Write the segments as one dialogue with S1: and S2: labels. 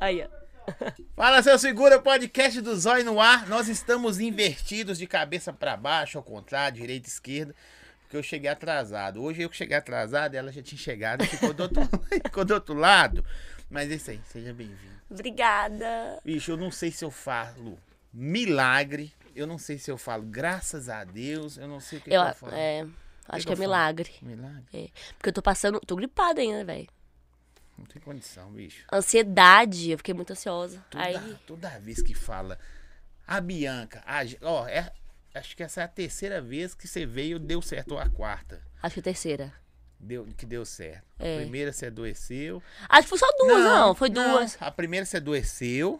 S1: Aí, ó.
S2: Fala, seu segura, podcast do Zói no ar. Nós estamos invertidos de cabeça pra baixo, ao contrário, direita e esquerda, porque eu cheguei atrasado. Hoje eu que cheguei atrasado, ela já tinha chegado, ficou do outro, ficou do outro lado. Mas é isso aí, seja bem-vindo.
S1: Obrigada.
S2: Bicho, eu não sei se eu falo milagre, eu não sei se eu falo graças a Deus, eu não sei o que,
S1: Eu,
S2: que eu falo.
S1: é, acho que,
S2: que eu
S1: é
S2: falo?
S1: milagre.
S2: Milagre?
S1: É, porque eu tô passando. Tô gripada ainda, velho.
S2: Não tem condição, bicho.
S1: Ansiedade, eu fiquei muito ansiosa.
S2: Toda,
S1: Aí.
S2: toda vez que fala a Bianca, a Ge- ó, é- acho que essa é a terceira vez que você veio, deu certo, ou a quarta.
S1: Acho que a terceira.
S2: Deu, que deu certo. A
S1: É.
S2: primeira você adoeceu.
S1: Acho que foi só duas, não. foi duas.
S2: A primeira você adoeceu.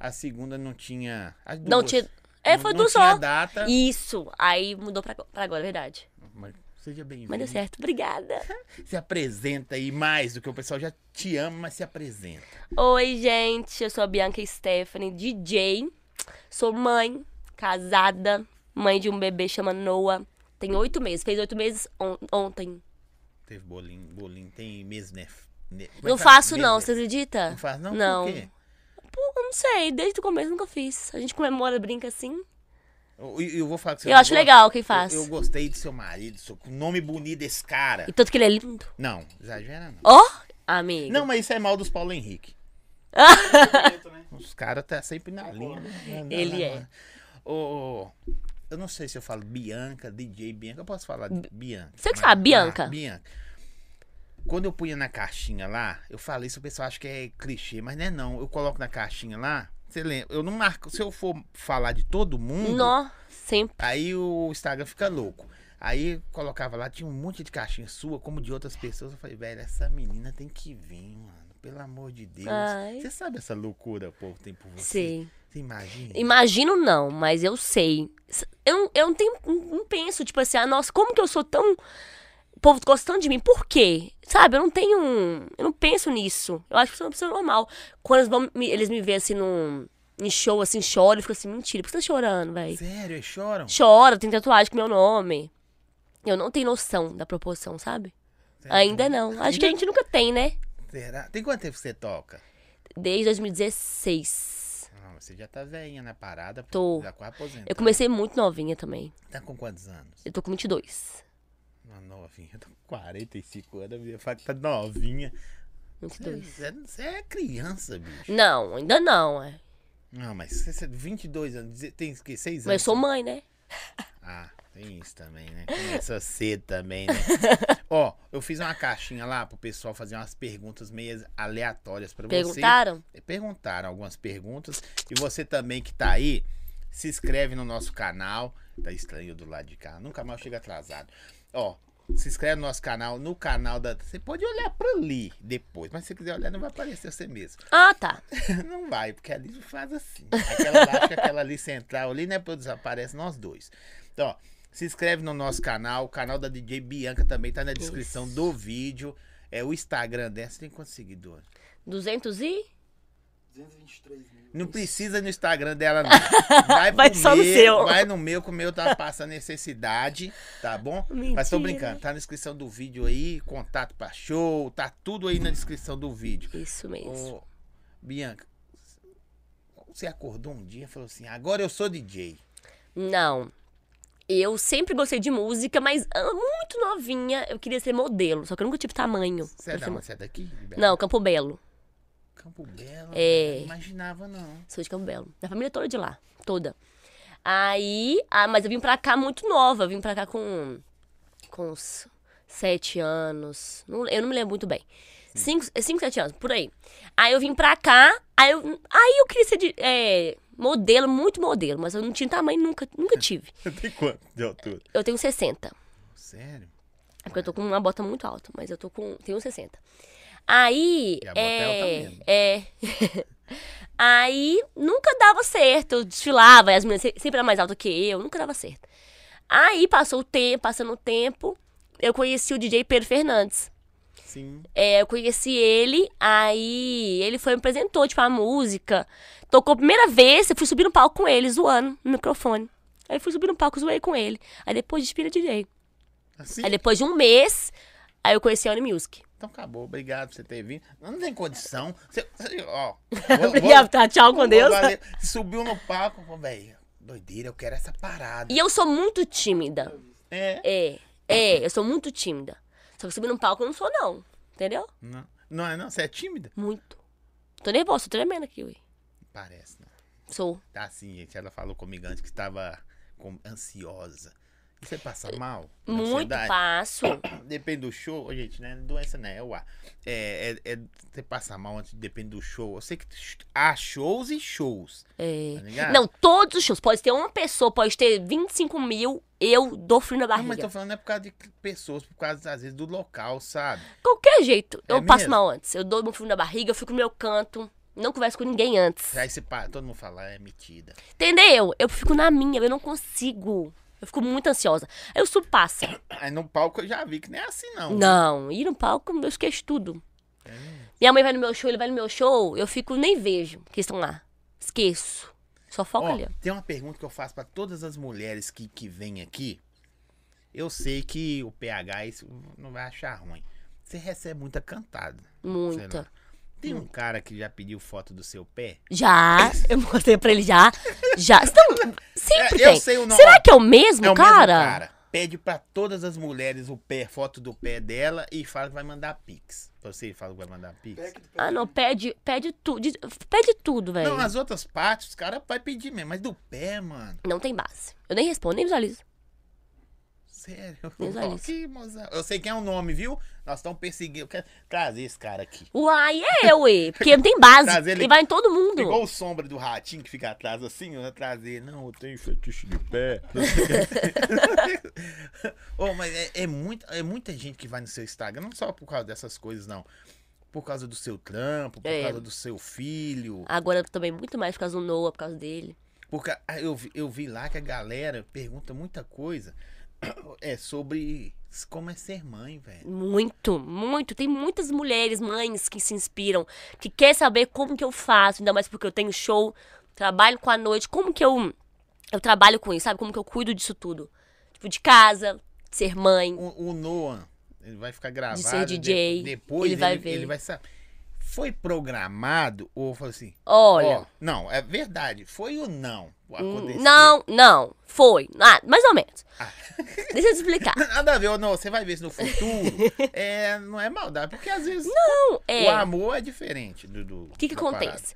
S2: A segunda não tinha. As duas.
S1: Não, tinha. É, foi
S2: não
S1: duas
S2: tinha
S1: só.
S2: data.
S1: Isso. Aí mudou pra, pra agora, é verdade.
S2: Mas seja bem-vindo.
S1: Mas deu certo. Obrigada.
S2: Se apresenta aí mais do que o pessoal já te ama, mas se apresenta.
S1: Oi, gente. Eu sou a Bianca Stephanie, DJ. Sou mãe, casada, mãe de um bebê chama Noah. Tem oito meses. Fez oito meses on- ontem.
S2: Teve bolinho, bolinho, tem mesmo, né? Ne- como é
S1: Não
S2: que fala?
S1: faço,
S2: Mesmo,
S1: não,
S2: né?
S1: você acredita?
S2: Não faz, não?
S1: Não.
S2: Por quê?
S1: Pô, eu não sei, desde o começo nunca fiz. A gente comemora, brinca assim.
S2: Eu, eu- eu vou falar que você
S1: eu acho legal quem faz.
S2: Eu, eu gostei do seu marido, seu com o nome bonito desse cara.
S1: E tanto que ele é lindo.
S2: Não, exagera não.
S1: Ó, amigo.
S2: Não, mas isso é mal dos Paulo Henrique. Os caras tá sempre na linha. né?
S1: Ele é.
S2: Ô, ô, eu não sei se eu falo Bianca, DJ Bianca. Eu posso falar de Bianca.
S1: Você que
S2: mas-
S1: sabe,
S2: ah,
S1: Bianca.
S2: Bianca. Quando eu punha na caixinha lá, eu falei isso, o pessoal acha que é clichê, mas não é não. Eu coloco na caixinha lá, você lembra? Eu não marco. Se eu for falar de todo mundo,
S1: Nó, sempre.
S2: Aí o Instagram fica louco. Aí colocava lá, tinha um monte de caixinha sua, como de outras pessoas. Eu falei, velho, essa menina tem que vir, mano. Pelo amor de Deus.
S1: Ai.
S2: Você sabe essa loucura, o povo tem por você?
S1: Sei.
S2: Você imagina?
S1: Imagino não, mas eu sei. Eu, não- eu não, tenho, não não penso, tipo assim, ah, nossa, como que eu sou tão. O povo gostando de mim, por quê? Sabe, eu não tenho. um- Eu não penso nisso. Eu acho que eu sou uma pessoa normal. Quando eles, vão, me- eles me veem assim num. Em show, assim, choro, eu fico assim, mentira, por que você tá chorando, velho?
S2: Sério, eles choram?
S1: chora, tem tatuagem com meu nome. Eu não tenho noção da proporção, sabe?
S2: Sério?
S1: Ainda não. Acho que a gente nunca tem, né?
S2: é Será? Tem quanto tempo que você toca?
S1: Desde 2016.
S2: Ah, mas você já tá velhinha na parada. pô.
S1: Tô.
S2: Já quase aposentada.
S1: Eu comecei muito novinha também.
S2: Tá com quantos anos?
S1: Eu tô com 22.
S2: Uma novinha. Eu tô com 45 anos, a minha fala que tá novinha.
S1: 22.
S2: Você, você é criança, bicho.
S1: Não, ainda não. É. Mas
S2: Não, mas você, você 22 anos, deze- tem que 6 anos.
S1: eu sou mãe, né?
S2: Ah, tem isso também, né? Começa cedo também, né? Ó, eu fiz uma caixinha lá pro pessoal fazer umas perguntas meio aleatórias pra
S1: Perguntaram?
S2: você. É, Perguntaram algumas perguntas. E você também que tá aí, se inscreve no nosso canal. Tá estranho do lado de cá. Nunca mais chega atrasado. Ó, se inscreve no nosso canal, no canal da. Você pode olhar pra ali depois, mas se você quiser olhar, não vai aparecer você mesmo.
S1: Ah, tá.
S2: Não vai, porque ali faz assim. Aquela lá, acho que aquela ali central ali, né, produção? Aparece nós dois. Então, ó, se inscreve no nosso canal. O canal da DJ Bianca também tá na descrição do vídeo. É o Instagram dessa, tem quantos seguidores?
S1: 200 e.
S3: 223 mil.
S2: Não precisa no Instagram dela, não. Vai, pro
S1: Vai só no
S2: meu,
S1: seu.
S2: Vai no meu, que o meu tá passando necessidade, tá bom? Mas tô
S1: Mentira.
S2: brincando, tá na descrição do vídeo aí, contato pra show, tá tudo aí na descrição do vídeo.
S1: Isso mesmo.
S2: Ô, Bianca, você acordou um dia e falou assim: agora eu sou DJ.
S1: Não. Eu sempre gostei de música, mas ah, muito novinha eu queria ser modelo, só que eu nunca tive tamanho.
S2: Você é, da, você é daqui? de Belo-
S1: Não, Campo Belo.
S2: Campo Belo?
S1: É.
S2: Não imaginava, não.
S1: Sou de Campo Belo. Minha família é toda de lá. Toda. Aí. Ah, mas eu vim pra cá muito nova. Eu vim pra cá com. Com uns sete anos. Não- eu não me lembro muito bem. Cinco, é cinco, sete anos, por aí. Aí eu vim pra cá. Aí eu, aí eu queria ser de, é, modelo, muito modelo. Mas eu não tinha tamanho, nunca, nunca tive.
S2: Tem quanto de altura?
S1: Eu tenho 60.
S2: Sério?
S1: É porque eu tô com uma bota muito alta, mas eu tô com. Tenho 60. Aí.
S2: E a bota é alta
S1: é,
S2: mesmo.
S1: é. Aí nunca dava certo. Eu desfilava, e as meninas se- sempre eram mais altas que eu, nunca dava certo. Aí passou o tempo, passando o tempo, eu conheci o DJ Pedro Fernandes.
S2: Sim.
S1: É, eu conheci ele, aí ele foi me apresentou, tipo, a música. Tocou a primeira vez, eu fui subir no palco com ele, zoando no microfone. Aí fui subir no palco, zoei com ele. Aí depois de Inspira DJ.
S2: Assim?
S1: Aí depois de um mês, aí eu conheci a One Music.
S2: Então acabou. Obrigado por você ter vindo. Não tem condição. Você, você- ó,
S1: Obrigada, tá? Tchau com Deus.
S2: valeu. Subiu no palco, falou, velho, doideira, eu quero essa parada.
S1: E eu sou muito tímida.
S2: É.
S1: É, é, eu sou muito tímida. Só que subir num palco eu não sou, não. Entendeu?
S2: Não, não é não? Você é tímida?
S1: Muito. Tô nervosa, tô tremendo aqui, ui.
S2: Parece, né?
S1: Sou.
S2: Tá assim, gente. Ela falou comigo antes que estava com- ansiosa. E você passa mal? Na
S1: Muito
S2: ansiedade?
S1: passo.
S2: Depende do show, Ô, gente, né? Doença né? É o ar. É, é, é- você passa mal antes, depende do show. Eu sei que há shows e shows.
S1: É.
S2: Tá ligado?
S1: Não, todos os shows. Pode ter uma pessoa, pode ter 25 mil, eu dou frio na
S2: Não, mas
S1: barriga.
S2: tô falando é por causa de pessoas, por causa, às vezes, do local, sabe?
S1: Qualquer jeito,
S2: É
S1: eu passo
S2: mesmo?
S1: mal antes. Eu dou meu frio na barriga, eu fico no meu canto, não converso com ninguém antes.
S2: Aí você para, todo mundo fala, é metida.
S1: Entendeu? Eu fico na minha, eu não consigo. Eu fico muito ansiosa. Aí o subo passa.
S2: Aí no palco eu já vi que não é assim, não.
S1: Não, ir no palco, eu esqueço tudo.
S2: É.
S1: Minha mãe vai no meu show, ele vai no meu show, eu fico, nem vejo que estão lá. Esqueço. Só foco
S2: Ó,
S1: ali. ó.
S2: tem uma pergunta que eu faço pra todas as mulheres que, que vêm aqui. Eu sei que o PH isso não vai achar ruim. Você recebe muita cantada.
S1: Muita. Hum.
S2: Tem um cara que já pediu foto do seu pé?
S1: Já, eu mostrei pra ele já. Já. Então, sempre
S2: É, eu
S1: tem.
S2: sei o nome.
S1: Será que é o mesmo,
S2: é o
S1: cara?
S2: mesmo cara. Pede pra todas as mulheres o pé, foto do pé dela e fala que vai mandar pix. Pra Você fala que vai mandar pix.
S3: Pack do
S1: Ah, não, pede, pede tudo. Pede tudo, velho.
S2: Não,
S1: Não,
S2: as outras partes os caras vai pedir mesmo, mas do pé, mano.
S1: tem base. Eu nem respondo, nem visualizo.
S2: Sério.
S1: Deus é
S2: Ó,
S1: Alice.
S2: que moza- Eu sei quem é o nome, viu? Nós estamos perseguindo. Eu quero trazer esse cara aqui.
S1: Uai, é eu, ué. Porque não tem base.
S2: Trazer ele-
S1: E vai em todo mundo.
S2: Igual o sombra do ratinho que fica atrás assim, eu ia trazer. Não, eu tenho fetiche de pé. oh, mas é, é, muita, é muita gente que vai no seu Instagram, não só por causa dessas coisas, não. Por causa do seu trampo, por
S1: É.
S2: causa do seu filho.
S1: Agora também muito mais por causa do Noah, por causa dele.
S2: Porque ah, eu, vi- eu vi lá que a galera pergunta muita coisa é sobre como é ser mãe, velho.
S1: Muito, muito. Tem muitas mulheres, mães que se inspiram, que quer saber como que eu faço, ainda mais porque eu tenho show, trabalho com a noite, como que eu eu trabalho com isso, sabe? Como que eu cuido disso tudo? Tipo, de casa, de ser mãe.
S2: O, o Noah, ele vai ficar gravado.
S1: DJ,
S2: de- depois
S1: ele vai ver.
S2: Ele vai saber. Foi programado ou falou assim?
S1: Olha, Hum,
S2: Ó, não, é verdade. Foi ou não? o acontecido?
S1: não, não, foi. Ah, mais ou menos.
S2: Ah.
S1: Deixa eu te explicar.
S2: Nada a ver, ou não. Você vai ver se no futuro. é, não é maldade, porque às vezes
S1: Não, é.
S2: o amor é diferente do. do-
S1: O que, que
S2: da parada.
S1: acontece?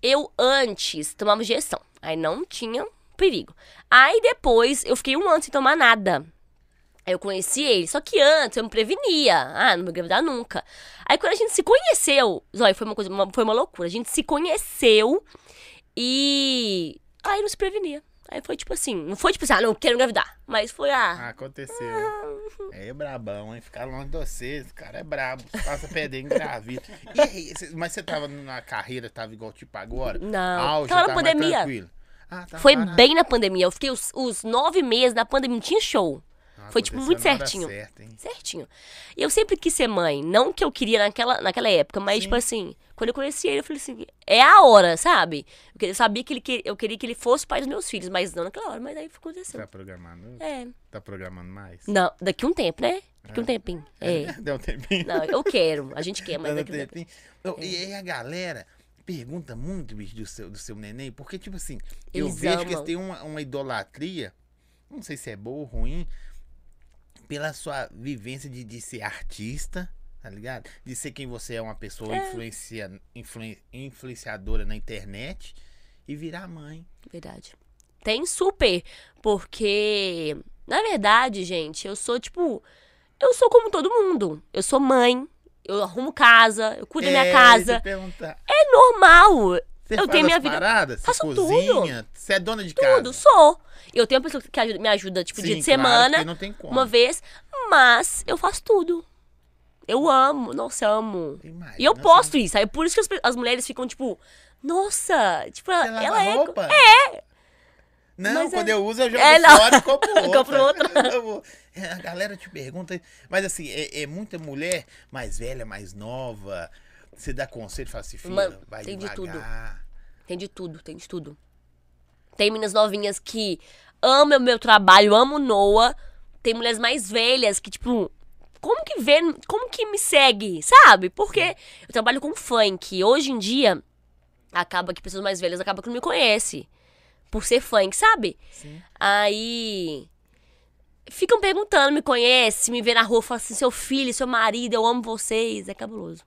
S1: Eu antes tomava injeção, aí não tinha perigo. Aí depois eu fiquei um ano sem tomar nada. Aí eu conheci ele, só que antes eu me prevenia. Ah, não vou engravidar nunca. Aí quando a gente se conheceu, Zóia, foi uma coisa, uma- foi uma loucura. A gente se conheceu e aí não se prevenia. Aí foi tipo assim, não foi tipo assim, ah, não quero engravidar, mas foi ah,
S2: Ah, aconteceu. É brabão, hein? Ficar longe de você. Esse cara é brabo. Passa perder engravida. E aí, cê- mas você tava na carreira, tava igual tipo agora?
S1: Não.
S2: Auge, tá
S1: Tava na
S2: mais
S1: pandemia.
S2: tranquilo? Ah, tava
S1: foi
S2: parado.
S1: bem na pandemia. Eu fiquei os, os nove meses na pandemia, não tinha show.
S2: Ah,
S1: foi, tipo,
S2: aconteceu
S1: muito
S2: na hora
S1: certinho.
S2: certa, hein?
S1: certinho. E eu sempre quis ser mãe, não que eu queria naquela, naquela época, mas tipo assim, quando eu conheci ele, eu falei assim, é a hora, sabe? Eu queria- Eu sabia que ele que, eu queria que ele fosse pai dos meus filhos, mas não naquela hora, mas aí aconteceu.
S2: Tá programando?
S1: É.
S2: Tá programando mais?
S1: Não, daqui um tempo, né? Daqui um tempinho. É.
S2: Deu um tempinho.
S1: Não, eu quero, a gente quer, mas
S2: Mas
S1: daqui um
S2: não
S1: tempo.
S2: tem- tem- E aí a galera pergunta muito, bicho, do seu, do seu neném, porque, tipo assim, eu
S1: Eles
S2: vejo que eles
S1: amam.
S2: têm uma, uma idolatria, não sei se é boa ou ruim, pela sua vivência de, de ser artista, tá ligado? De ser quem você é, uma pessoa influencia, influen- influenciadora na internet e virar mãe.
S1: Verdade. Tem super, porque na verdade, gente, eu sou tipo, eu sou como todo mundo. Eu sou mãe, eu arrumo casa, eu cuido da minha casa.
S2: É,
S1: É normal.
S2: você
S1: eu
S2: faz
S1: tenho minha
S2: as
S1: vida-
S2: Paradas, você
S1: Faço tudo.
S2: cozinha, você é dona de casa.
S1: Tudo, sou. Eu tenho uma pessoa que ajuda- me ajuda, tipo, dia
S2: Sim,
S1: de
S2: claro,
S1: semana,
S2: porque não tem como.
S1: uma vez, mas eu faço tudo. Eu amo, nossa, eu amo.
S2: Imagina,
S1: E eu
S2: você-
S1: posto isso, aí é por isso que as, pe- as mulheres ficam tipo, nossa, tipo,
S2: Você
S1: ela,
S2: lava
S1: ela é.
S2: roupa? É. Não,
S1: Mas
S2: quando
S1: é-
S2: eu uso, eu jogo
S1: É, não.
S2: fora e compro outra.
S1: Compro outra.
S2: Eu vou- É, A galera te pergunta, mas assim, é, é muita mulher mais velha, mais nova. Você dá conselho, fala assim, filha,
S1: Mano,
S2: vai
S1: tem de
S2: devagar.
S1: tudo. Tem de tudo, tem de tudo. Tem meninas novinhas que amam o meu trabalho, amam o Noah. Tem mulheres mais velhas que, tipo, como que vê, como que me segue, sabe? Porque eu trabalho com funk. Hoje em dia, acaba que pessoas mais velhas acabam que não me conhecem. Por ser funk, sabe?
S2: Sim.
S1: Aí. Ficam perguntando, me conhece, me vê na rua, fala assim, seu filho, seu marido, eu amo vocês. É cabuloso.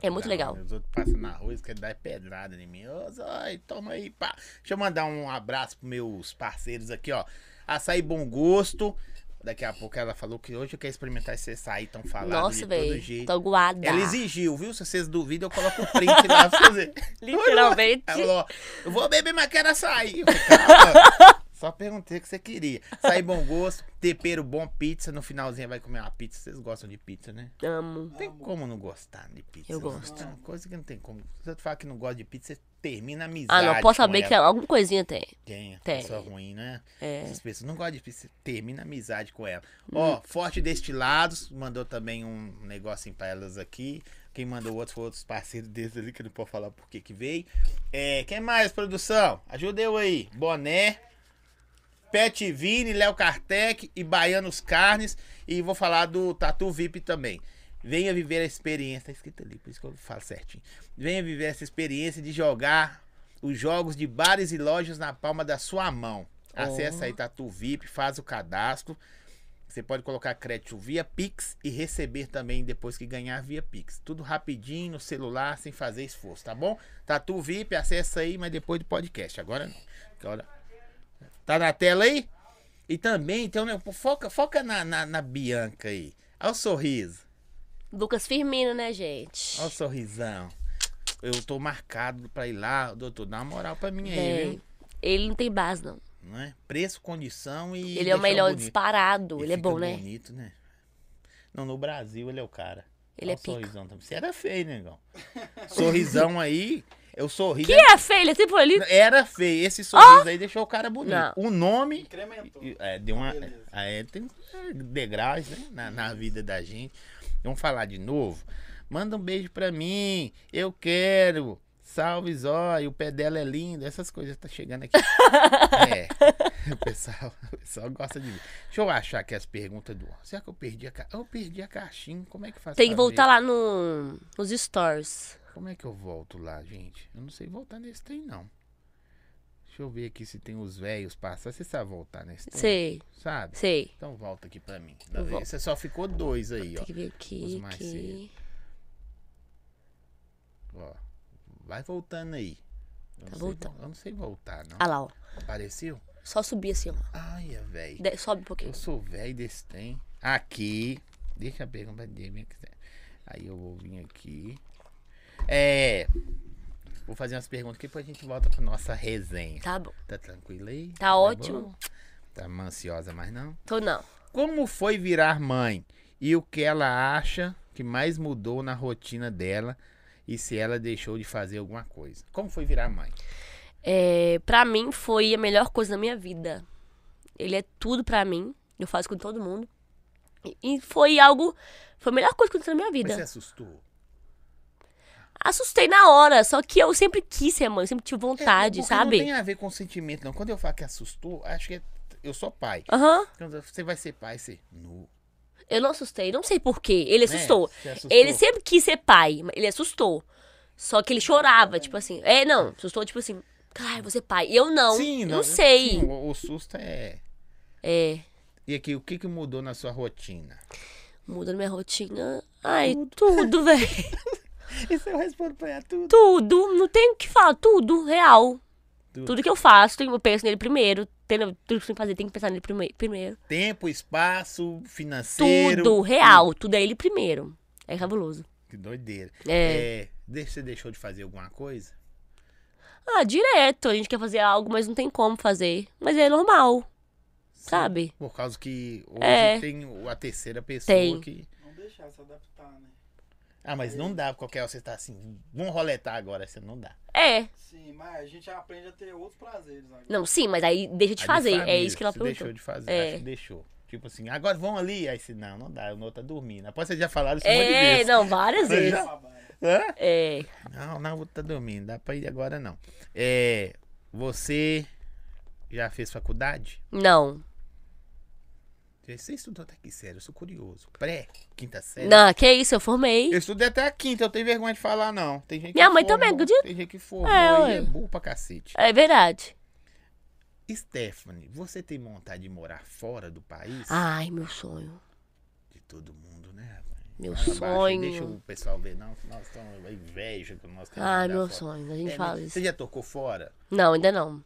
S1: É muito
S2: Não,
S1: legal.
S2: Os outros passam na rua, eles querem dar pedrada em mim. Ô, Zói, toma aí, pá. Deixa eu mandar um abraço pros meus parceiros aqui, ó. Açaí Bom Gosto. Daqui a pouco ela falou que hoje eu quero experimentar esse açaí, tão falado de
S1: Nossa,
S2: todo
S1: velho.
S2: jeito.
S1: Tô aguada.
S2: Ela exigiu, viu? Se vocês duvidam, eu coloco o print lá pra vocês.
S1: Literalmente.
S2: Ela falou, ó, eu vou beber, mas quero açaí. Eu falei, "Calma, Só perguntei o que você queria. Açaí Bom Gosto, tempero bom, pizza. No finalzinho vai comer uma pizza. Vocês gostam de pizza, né?
S1: Amo.
S2: Não tem como não gostar de pizza.
S1: Eu
S2: né?
S1: gosto.
S2: É uma coisa que não tem como. Se você falar que não gosta de pizza, você termina a
S1: Ah,
S2: amizade.
S1: não, posso
S2: com
S1: saber que
S2: ela.
S1: alguma coisinha tem.
S2: Tem,
S1: Tem.
S2: pessoa ruim, né?
S1: É.
S2: Essas pessoas não gostam de pizza, você termina a amizade com ela. Ó, Forte Destilados mandou também um negocinho pra elas aqui. Quem mandou outro foi outros parceiros deles ali, que eu não pode falar por que que veio. É, quem mais, produção? Ajuda eu aí. Boné. Pet Vini, Léo Kartek e Baianos Carnes. E vou falar do Tatu VIP também. Venha viver a experiência. Tá escrito ali, por isso que eu falo certinho. Venha viver essa experiência de jogar os jogos de bares e lojas na palma da sua mão. Acesse aí Tatu VIP, faz o cadastro. Você pode colocar crédito via Pix e receber também depois que ganhar via Pix. Tudo rapidinho no celular, sem fazer esforço, tá bom? Tatu VIP, acessa aí, mas depois do podcast. Agora não. Agora... Tá na tela aí? E também, então, né, foca, foca na, na, na Bianca aí. Olha o sorriso.
S1: Lucas Firmino, né, gente?
S2: Olha o sorrisão. Eu tô marcado pra ir lá, doutor. Dá uma moral pra mim aí,
S1: Bem,
S2: viu?
S1: É. Ele não tem base, não.
S2: Não é? Preço, condição e.
S1: Ele é o
S2: deixar
S1: melhor
S2: bonito.
S1: disparado. Ele, é
S2: fica
S1: bom, né?
S2: bonito, né? Não, no Brasil ele é o cara.
S1: Ele é
S2: Olha o
S1: pica.
S2: sorrisão também. Você era feio, negão. Sorrisão aí, eu sorri.
S1: Que é feio, ele é sempre ali. Ah!
S2: Era feio. Esse sorriso aí deixou o cara bonito.
S1: Não.
S2: O nome
S3: Incrementou.
S2: E- É, deu uma.
S3: Beleza.
S2: É, tem degraus, né? Na, na vida da gente. Vamos falar de novo. Manda um beijo pra mim. Eu quero. Salve, zóio. O pé dela é lindo. Essas coisas tá chegando aqui. é. O pessoal, o pessoal gosta de mim. Deixa eu achar aqui as perguntas do. Será que eu perdi a caixinha? Eu perdi a caixinha. Como é que faz?
S1: Tem que
S2: pra
S1: voltar
S2: ver?
S1: lá no, nos stories.
S2: Como é que eu volto lá, gente? Eu não sei voltar nesse trem, não. Deixa eu ver aqui se tem os velhos passar. Você sabe voltar nesse trem?
S1: Sei,
S2: Sabe?
S1: sei.
S2: Então volta É. aqui pra mim.
S1: Eu volto.
S2: Você só ficou dois aí, ó.
S1: Tem que vir aqui,
S2: Os mais
S1: aqui.
S2: Ó, Vai voltando aí. Eu
S1: Tá
S2: não sei
S1: voltando.
S2: vo- Eu não sei voltar, não.
S1: Ah lá, ó.
S2: Apareceu?
S1: Só subir assim, ó.
S2: Ai, é velho.
S1: De- sobe um pouquinho.
S2: Eu sou velho desse trem. Aqui. Deixa a pergunta dele. minha que quiser. Aí eu vou vir aqui. É. Vou fazer umas perguntas aqui, depois a gente volta pra nossa resenha.
S1: Tá
S2: Tá,
S1: bom.
S2: tranquilo aí?
S1: Tá ótimo.
S2: bom? Tá ansiosa mais não?
S1: Tô Então, não.
S2: Como foi virar mãe e o que ela acha que mais mudou na rotina dela e se ela deixou de fazer alguma coisa? Como foi virar mãe?
S1: É, pra mim foi a melhor coisa da minha vida. Ele é tudo pra mim. Eu faço com todo mundo. E, e foi algo. Foi a melhor coisa que aconteceu na minha
S2: Mas você
S1: vida.
S2: assustou?
S1: Assustei na hora, só que eu sempre quis ser mãe, eu sempre tive
S2: É,
S1: vontade,
S2: porque Não
S1: sabe?
S2: tem a ver com sentimento, não. Quando eu falo que assustou, acho que é- eu sou pai.
S1: Aham.
S2: Quando Você vai ser pai, você. Nu.
S1: Eu não assustei, não sei porquê. Ele
S2: né?
S1: assustou.
S2: Você assustou.
S1: Ele sempre quis ser pai, mas ele assustou. Só que ele chorava, tipo assim. É, não, assustou, tipo assim. Caralho, você pai. Eu não.
S2: Sim,
S1: eu
S2: não,
S1: não sei.
S2: sim, o, o susto é.
S1: É.
S2: E aqui, o que, que mudou na sua rotina?
S1: Muda minha rotina. Ai, tudo, velho.
S2: Isso eu respondo pra ela tudo.
S1: Tudo. Não tem o que falar. Tudo, real.
S2: Tudo.
S1: Tudo, que eu faço, tem- eu penso nele primeiro. Tendo, tudo que tem que fazer, tem que pensar nele prime- primeiro.
S2: Tempo, espaço, financeiro. Hum,
S1: Tudo, real. Tudo é ele primeiro. É cabuloso.
S2: Que doideira.
S1: É.
S2: É, de- você deixou de fazer alguma coisa?
S1: Ah, direto. A gente quer fazer algo, mas não tem como fazer. Mas é normal. Sabe?
S2: Por causa que hoje
S1: É.
S2: tem o- a terceira pessoa
S1: Tem.
S2: que.
S3: Não deixar se adaptar, né?
S2: Ah, mas não dá, qualquer hora você tá assim, vamos roletar agora, você não dá.
S1: É.
S3: Sim, mas a gente aprende a ter outros prazeres agora.
S1: Não, sim, mas aí deixa de
S2: A
S1: fazer. é
S2: família,
S1: isso que ela
S2: você
S1: perguntou.
S2: Deixou de fazer,
S1: É.
S2: acho que deixou. Tipo assim, agora vamos ali. Aí se não, não dá, o outro tá dormindo. Após você já falaram isso um monte de
S1: É,
S2: vezes.
S1: não, várias
S2: Mas
S1: vezes.
S2: já-
S3: Trabalho.
S2: Hã?
S1: É.
S2: Não, não, o outro tá dormindo, dá pra ir agora não. É. Você já fez faculdade?
S1: Não.
S2: Você estudou até que sério? Eu sou curioso. Pré, quinta série.
S1: Não, que isso, eu formei.
S2: Eu estudei até a quinta, eu tenho vergonha de falar, não. Tem gente
S1: Minha
S2: que
S1: mãe também,
S2: formou,
S1: acredita?
S2: Tem gente que formou
S1: É,
S2: e
S1: ué.
S2: é burro pra cacete.
S1: É verdade.
S2: Stephanie, você tem vontade de morar fora do país?
S1: Ai, meu sonho.
S2: De todo mundo, né? rapaz?
S1: Meu
S2: Fala baixo aí,
S1: sonho.
S2: Deixa o pessoal ver, não. Nós estamos com inveja que nós queremos
S1: Ai,
S2: morar
S1: meu
S2: fora.
S1: sonho. A gente
S2: É,
S1: fala
S2: mas
S1: isso.
S2: Você já tocou fora?
S1: Não, ainda não.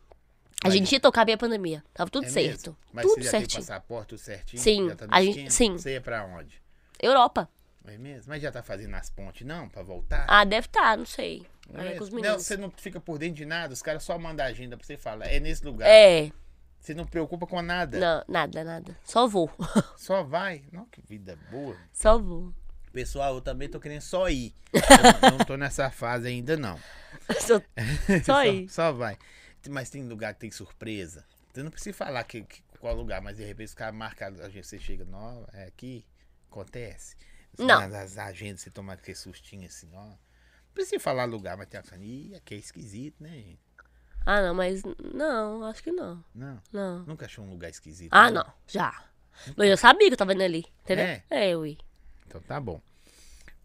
S1: A
S2: Mas-
S1: gente ia tocar bem a pandemia. Tava tudo
S2: É
S1: certo.
S2: mesmo? Mas
S1: tudo
S2: você já tem
S1: certinho.
S2: passaporte tudo certinho?
S1: Sim,
S2: Já tá no
S1: a gente-
S2: esquema?
S1: sim.
S2: Você ia pra onde?
S1: Europa.
S2: É mesmo? Mas já tá fazendo as pontes, não? Pra voltar?
S1: Ah, deve estar, não sei.
S2: Não é
S1: Aí é com os
S2: mesmo? Não,
S1: meninos.
S2: você não fica por dentro de nada, os caras só mandam a agenda pra você falar. É nesse lugar.
S1: É,
S2: Você não preocupa com nada.
S1: não, nada, nada. Só vou.
S2: Só vai. Não, que vida boa.
S1: Só vou.
S2: Pessoal, eu também tô querendo só ir. Eu não tô nessa fase ainda, não.
S1: Só, só aí.
S2: Só, vai. Mas tem lugar que tem surpresa. Você não precisa falar que, que- qual lugar, mas de repente os caras marcam, a gente- você chega, não, é aqui, acontece. Você-
S1: Não.
S2: Nas, as agendas você toma aquele sustinho assim, ó. Não precisa falar lugar, mas tem a falando, ih, aqui é esquisito, né, gente?
S1: Ah, não, mas não, acho que não.
S2: Não.
S1: Não.
S2: Nunca achou um lugar esquisito.
S1: Ah, não, já. Mas eu sabia que eu tava indo ali, entendeu?
S2: Então. É?
S1: É, é ui.
S2: Então tá bom.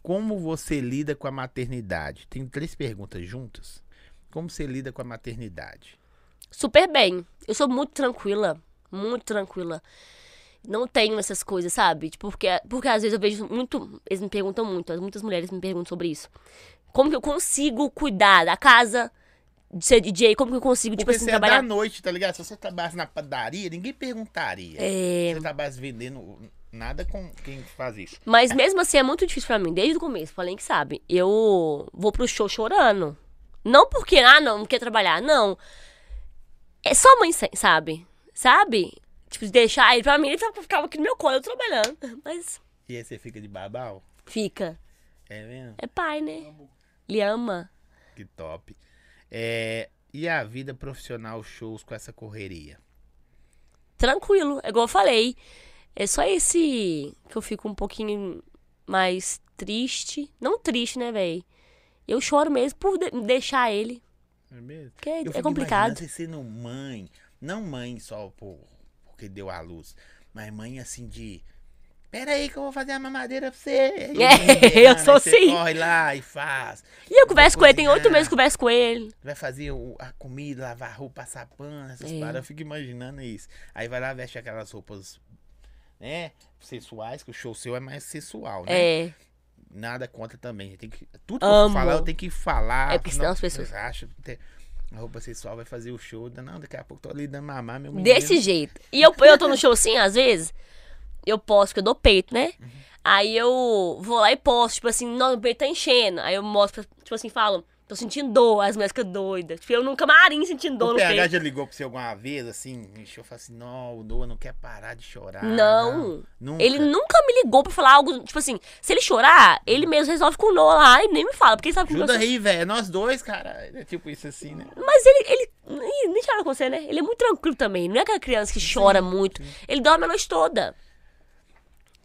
S2: Como você lida com a maternidade? Tem três perguntas juntas. Como você lida com a maternidade?
S1: super bem. Eu sou muito tranquila, muito tranquila. Não tenho essas coisas, sabe? Tipo, porque, porque às vezes eu vejo muito. Eles me perguntam muito, muitas mulheres me perguntam sobre isso. Como que eu consigo cuidar da casa, de ser DJ? Como que eu consigo, tipo
S2: Porque
S1: assim,
S2: você é da
S1: trabalhar?
S2: noite, tá ligado? Se você trabalhasse na padaria, ninguém perguntaria.
S1: É,
S2: Você trabalhasse vendendo nada com quem faz isso.
S1: Mas mesmo assim é muito difícil pra mim, desde o começo, pra além que sabe. Eu vou pro show chorando. Não porque, ah, não, não quer trabalhar, não. É só mãe, sem- sabe? Sabe? Tipo, de deixar ele pra mim, ele ficava aqui no meu colo, eu trabalhando. Mas
S2: E aí você fica de babau?
S1: fica.
S2: É mesmo?
S1: É pai, né?
S3: Amo.
S1: Ele ama.
S2: Que top. É, e a vida profissional, shows com essa correria?
S1: Tranquilo, é igual eu falei. É só esse que eu fico um pouquinho mais triste. Não triste, né, véi? Eu choro mesmo por de- deixar ele.
S2: É mesmo?
S1: Porque é,
S2: Eu
S1: é
S2: fico
S1: complicado.
S2: imaginando Você sendo mãe, não mãe só por, porque deu à luz, mas mãe assim de. Pera aí que eu vou fazer a mamadeira pra você. E
S1: É,
S2: aí,
S1: eu sou
S2: aí você
S1: assim.
S2: Corre lá e faz.
S1: E eu converso
S2: Vou
S1: com ele, tem oito
S2: cozinhar.
S1: meses que eu converso com ele.
S2: Vai fazer o- a comida, lavar roupa, passar pano, essas
S1: É.
S2: paradas. Eu fico imaginando isso. Aí vai lá, veste aquelas roupas, né? Sensuais, que o show seu é mais sensual, né?
S1: É.
S2: Nada contra também. Tem que, tudo que eu for
S1: Amo.
S2: falar, eu tenho que falar.
S1: É, porque senão as pessoas-
S2: Acham, que tem- a roupa sexual vai fazer o show. Não, daqui a pouco tô ali dando mamar, meu menino.
S1: Desse jeito. E eu, eu tô no show assim, às vezes, eu posto, que eu dou peito, né?
S2: Uhum.
S1: Aí eu vou lá e posto, tipo assim, não, meu peito tá enchendo. Aí eu mostro, pra- tipo assim, falo, tô sentindo dor, as mulheres ficam doidas. Tipo, eu num camarim sentindo dor
S2: O
S1: no
S2: PH
S1: peito.
S2: já ligou pra você alguma vez, assim, encheu e falou assim, não, o Noah não quer parar de chorar.
S1: Não.
S2: Ah, Nunca.
S1: Ele nunca me ligou pra falar algo, tipo assim, se ele chorar, ele mesmo resolve com o Noah lá e nem me fala, porque ele sabe que
S2: Ajuda
S1: eu sou-
S2: aí, velho. É nós dois, cara. É tipo isso assim, né?
S1: Mas ele, ele nem, nem chora com você, né? Ele é muito tranquilo também. Não é aquela criança que chora muito. Ele dorme a noite toda.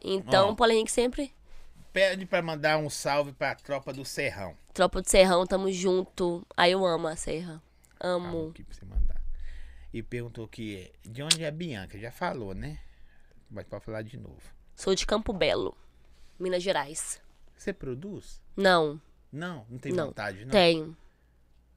S1: Então,
S2: Ó.
S1: o Paulo Henrique sempre.
S2: Pede pra mandar um salve pra tropa do Serrão.
S1: Tropa do Serrão, tamo junto. Aí eu amo a Serra.
S2: Calma
S1: Amo.
S2: aqui pra você mandar. E perguntou que de onde é a Bianca? Já falou, né? Mas pode falar de novo.
S1: Sou de Campo Belo, Minas Gerais.
S2: Você produz?
S1: Não,
S2: Não, não tem
S1: Não,
S2: vontade, não.
S1: tenho.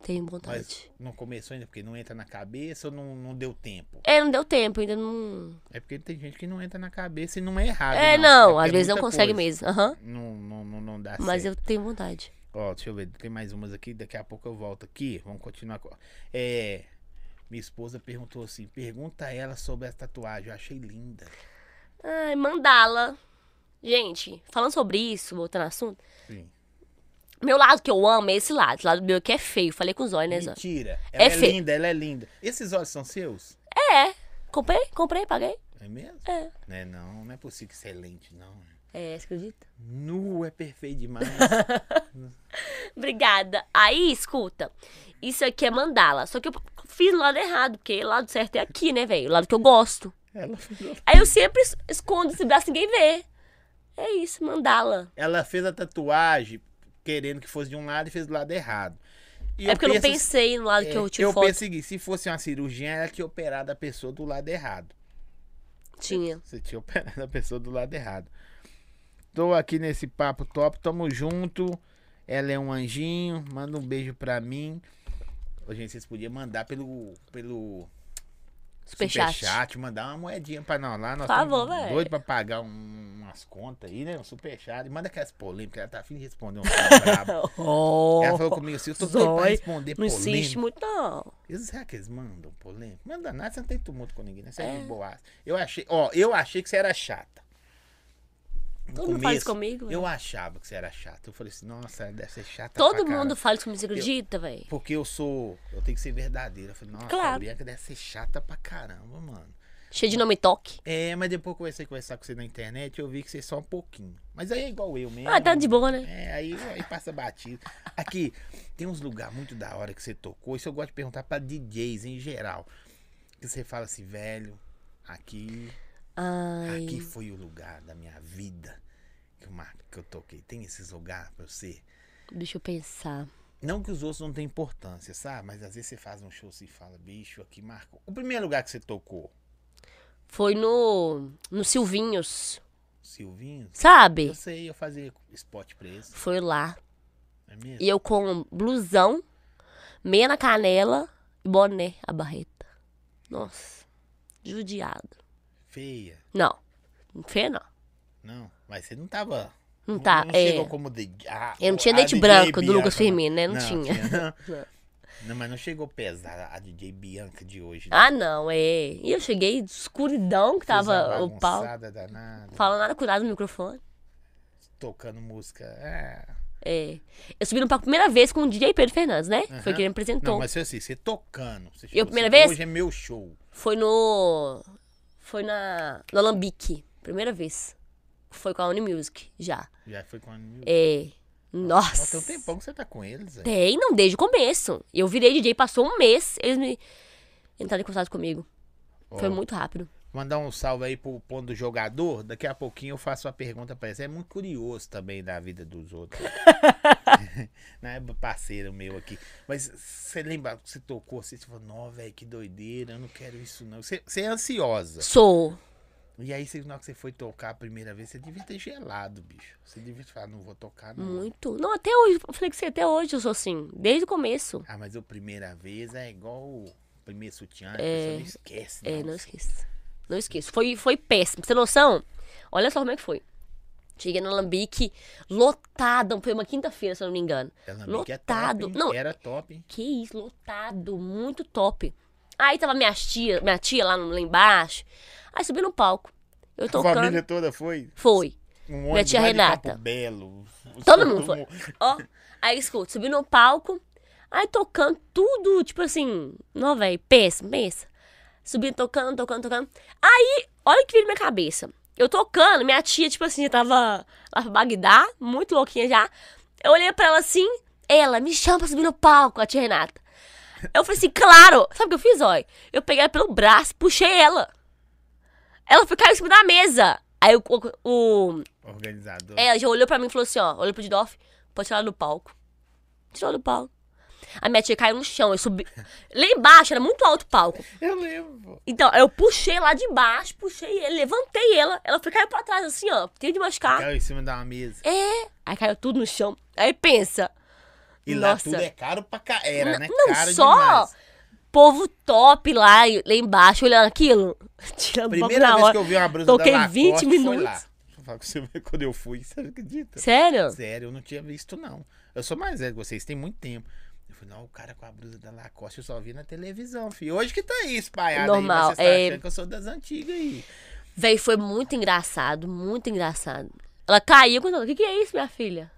S1: Tenho vontade.
S2: Mas não começou ainda, porque não entra na cabeça ou não, não deu tempo?
S1: É, não deu tempo, ainda não.
S2: É porque tem gente que não entra na cabeça e não é errado.
S1: É, Tá não,
S2: porque
S1: às vezes não
S2: muita
S1: consegue
S2: coisa.
S1: mesmo. Aham.
S2: Não, não, não, não dá
S1: Mas
S2: certo.
S1: eu tenho vontade.
S2: Ó, deixa eu ver, tem mais umas aqui, daqui a pouco eu volto aqui. Vamos continuar. com- É. Minha esposa perguntou assim: pergunta a ela sobre a tatuagem. Eu achei linda.
S1: Ai, mandala. Gente, falando sobre isso, voltando ao assunto.
S2: Sim.
S1: Meu lado que eu amo é esse lado. Esse lado meu que é feio. Falei com os olhos, né, Zó?
S2: Mentira.
S1: É
S2: Ela é,
S1: fe-
S2: linda, ela é linda. Esses olhos são seus?
S1: É. Comprei, comprei, paguei.
S2: É mesmo?
S1: É.
S2: Não é não, não é possível que isso é lente, não.
S1: É, você acredita?
S2: Nu é perfeito demais.
S1: Obrigada. Aí, escuta. Isso aqui é mandala. Só que eu fiz no lado errado, porque o lado certo é aqui, né, velho? O lado que eu gosto.
S2: ela, fez,
S1: Aí eu sempre es- escondo esse braço e ninguém vê. É isso, mandala.
S2: ela fez a tatuagem querendo que fosse de um lado e fez do lado errado. E
S1: é porque eu não
S2: penso- assim,
S1: pensei no lado que
S2: é,
S1: eu tiro foto.
S2: pensei que se fosse uma cirurgia, ela tinha operado a pessoa do lado errado.
S1: Tinha.
S2: Você tinha operado a pessoa do lado errado. Tô aqui nesse papo top, tamo junto. Ela é um anjinho, manda um beijo pra mim. Ô, gente, vocês podiam mandar pelo, pelo assim,
S1: Superchat.
S2: mandar uma moedinha pra nós lá. Nós
S1: Por favor,
S2: estamos
S1: velho.
S2: doido pra pagar um- umas contas aí, né? Um superchat. E Manda aquelas polêmicas, ela tá afim de responder um cara brabo.
S1: Oh,
S2: Ela falou comigo assim, eu tô doido pra
S1: Zói,
S2: responder
S1: não insiste
S2: polêmica.
S1: muito, não.
S2: Eles- Será que eles mandam polêmica? Manda nada, você não tem tumulto com ninguém, né? Você é, de boas. Eu achei, ó, eu achei que você era chata. No
S1: Todo mundo faz comigo, né?
S2: Eu achava que você era chata. Eu falei assim, nossa, ela deve ser chata pra
S1: Todo
S2: caralho.
S1: mundo fala isso comigo, você acredita, velho?
S2: Porque eu sou, eu tenho que ser verdadeira. Eu falei, nossa,
S1: Claro.
S2: a Bianca deve ser chata pra caramba, mano.
S1: Cheio de nome toque.
S2: É, mas depois eu comecei a conversar com você na internet, eu vi que você é só um pouquinho. Mas aí é igual eu mesmo.
S1: Ah, tá de boa, né?
S2: É, aí, aí passa batido. Aqui, tem uns lugares muito da hora que você tocou. Isso eu gosto de perguntar pra DJs em geral. Que você fala assim, velho, aqui,
S1: Ai.
S2: aqui foi o lugar da minha vida que eu, mar- que eu toquei. Tem esses lugares pra você?
S1: Deixa eu pensar.
S2: Não que os outros não tenham importância, sabe? Mas às vezes você faz um show e fala, bicho, aqui marcou. O primeiro lugar que você tocou,
S1: Foi no. No Silvinhos.
S2: Silvinho?
S1: Sabe?
S2: Eu sei, eu fazia spot pra esse,
S1: Foi lá.
S2: não é mesmo?
S1: E eu com blusão, meia na canela e boné, a barreta. Nossa. Judiado.
S2: Feia.
S1: Não. Não feia, não.
S2: Não, mas você não tava.
S1: Não tá, é.
S2: chegou como de. ah,
S1: Eu não tinha
S2: a
S1: dente
S2: DJ
S1: branco do Lucas
S2: Bianca, não.
S1: Firmino, né? Não tinha.
S2: não. Não, mas não chegou pesada a DJ Bianca de hoje. né?
S1: Ah, não, é. E eu cheguei de escuridão que tava
S2: Coisa
S1: o pau.
S2: bagunçada, danada,
S1: Falando nada curado no microfone.
S2: Tocando música. ah.
S1: É. Eu subi no palco a primeira vez com o DJ Pedro Fernandes, né? Foi
S2: Aham.
S1: quem me apresentou.
S2: Não, mas foi assim, você tocando. Você
S1: Eu,
S2: chegou
S1: primeira
S2: assim,
S1: vez?
S2: Hoje é meu show.
S1: Foi no. Foi na. No Alambique. Primeira vez. Foi com a Unimusic, já.
S2: Já foi com a New.
S1: É.
S2: Nossa,
S1: Nossa.
S2: tem um tempão que você tá com eles. velho.
S1: Tem, não, desde o começo. Eu virei DJ, passou um mês, eles me. Entraram em contato comigo. Foi
S2: Ó,
S1: muito rápido.
S2: Mandar um salve aí pro ponto do jogador. Daqui a pouquinho eu faço uma pergunta pra ele. Você é muito curioso também da vida dos outros. Não é parceiro meu aqui. Mas você lembra que você tocou assim? Você falou, não, velho, que doideira, eu não quero isso não. Você, você é ansiosa.
S1: Sou.
S2: E aí, você- na hora que você foi tocar a primeira vez, você devia ter gelado, bicho. Você devia falar, não vou tocar não.
S1: Muito. Não, até hoje. Eu falei que você até hoje eu sou assim. Desde o começo.
S2: Ah, mas a primeira vez é igual o primeiro sutiã. Você não esquece,
S1: É,
S2: não.
S1: não esqueço. Não esqueço. Foi, foi péssimo. Você tem noção? Olha só como é que foi. Cheguei no Alambique, lotado. Foi uma quinta-feira, se eu não me engano.
S2: Alambique é
S1: lotado.
S2: top, hein?
S1: Não.
S2: Era top, hein?
S1: Que isso, lotado. Muito top. Aí tava minha tia, minha tia lá, no- lá embaixo. Aí subi no palco. Eu
S2: A
S1: tocando.
S2: família toda foi?
S1: Foi.
S2: Um
S1: Minha tia
S2: lá de
S1: Renata.
S2: Campo Belo.
S1: Todo mundo foi. Ó, aí escuta, subi no palco, aí tocando tudo, tipo assim, não, velho, péssimo, pensa. Subindo, tocando, tocando, tocando. Aí, olha o que veio na minha cabeça. Eu tocando, minha tia, tipo assim, já tava lá pra Bagdá, muito louquinha já. Eu olhei pra ela assim, ela, me chama pra subir no palco, a tia Renata. Eu falei assim, claro! Sabe o que eu fiz, ó? Eu peguei ela pelo braço, puxei ela. Ela foi caiu em cima da mesa. Aí o- o, o
S2: Organizador.
S1: é, ela já olhou pra mim e falou assim, ó. Olhou pro Didoff, pode tirar ela do palco. Tirou ela do palco. A minha tia caiu no chão, eu subi. Lá embaixo, era muito alto o palco.
S2: Eu lembro.
S1: Então, eu puxei lá de baixo, puxei ele, levantei ela. Ela foi caiu pra trás, assim, ó. Tinha de machucar.
S2: Caiu em cima da mesa.
S1: É. Aí caiu tudo no chão. Aí pensa.
S2: E lá
S1: nossa.
S2: tudo é caro pra cá. Era, né?
S1: Não
S2: caro
S1: só
S2: demais.
S1: povo top lá, lá embaixo, olhando aquilo. Tirando o palco
S2: Primeira
S1: na
S2: vez
S1: hora.
S2: que eu vi uma brusa
S1: Toquei
S2: da Lacoste
S1: 20
S2: foi
S1: minutos.
S2: lá. Deixa eu falar com você quando eu fui. Você não acredita?
S1: Sério?
S2: Sério, eu não tinha visto, não. Eu sou mais velho que vocês, tem muito tempo. Eu falei, não, o cara com a blusa da Lacoste eu só vi na televisão, filho. Hoje que tá aí, espalhado
S1: Normal,
S2: aí, mas vocês
S1: é.
S2: tá achando que eu sou das antigas aí.
S1: Véi, foi muito engraçado, muito engraçado. Ela caiu quando. O que, que é isso, minha filha?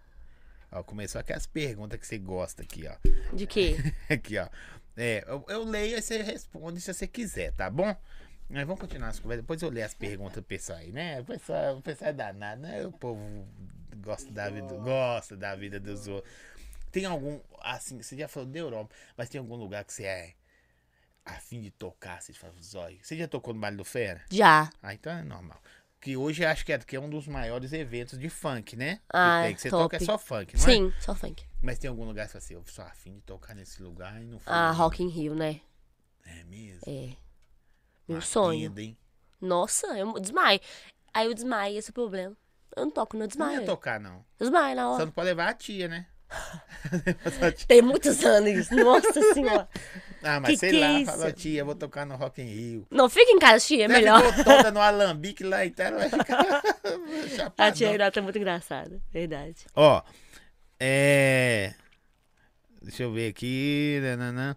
S2: Ó, começou aquelas perguntas que você gosta aqui, ó.
S1: De quê?
S2: Aqui, ó. É, eu, eu leio e você responde se você quiser, tá bom? Mas vamos continuar as conversas. Depois eu leio as perguntas do pessoal aí, né? O pessoal, o pessoal é danado, né? O povo gosta da vida, gosta da vida dos outros. Tem algum, assim, você já falou da Europa, mas tem algum lugar que você é afim de tocar? Você fala, zóio. Você já tocou no Baile do Fera?
S1: Já.
S2: Ah, então é normal. Que hoje eu acho que é, que é um dos maiores eventos de funk, né?
S1: Ah,
S2: que, tem, que você
S1: top.
S2: toca é só funk, não é?
S1: Sim, só funk.
S2: Mas tem algum lugar que você fala assim, eu sou afim de tocar nesse lugar e não fui.
S1: Ah,
S2: ainda.
S1: Rock in Rio, né?
S2: É mesmo?
S1: É. Meu
S2: Uma
S1: sonho.
S2: Tenda, hein?
S1: Nossa, eu desmaio. Aí eu desmaio, esse é o problema. Eu não toco, não eu
S2: Não
S1: desmaio.
S2: ia tocar, não.
S1: Eu desmaio na
S2: Só
S1: hora.
S2: não pode levar a tia, né? Só a tia.
S1: Tem muitos anos isso. Nossa senhora.
S2: ah, mas
S1: Que
S2: sei
S1: que
S2: lá,
S1: é isso?
S2: falou, tia, vou tocar no Rock in Rio.
S1: Não, fica em casa, tia, é
S2: Ela
S1: melhor.
S2: Ficou toda no alambique lá e tal, vai ficar
S1: A tia
S2: chapadão.
S1: Renata é muito engraçada, verdade.
S2: Ó, é... Deixa eu ver aqui. nananã.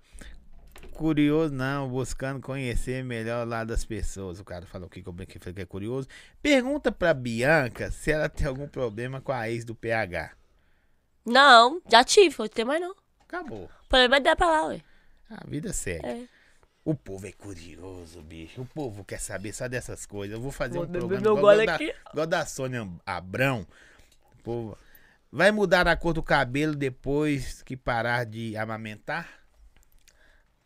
S2: Curioso, não, buscando conhecer melhor lá das pessoas. O cara falou que, que eu brinquei, falei que é curioso. Pergunta pra Bianca se ela tem algum problema com a ex do PH.
S1: Não, já tive, não tem mais não. O
S2: Acabou.
S1: problema é dar pra lá, ué.
S2: A vida segue.
S1: É.
S2: O povo é curioso, bicho. O povo quer saber só dessas coisas. Eu vou fazer
S1: Vou
S2: um
S1: beber
S2: programa
S1: meu
S2: igual,
S1: gole é
S2: da,
S1: aqui.
S2: igual da Sônia Abrão. O povo- Vai mudar a cor do cabelo depois que parar de amamentar?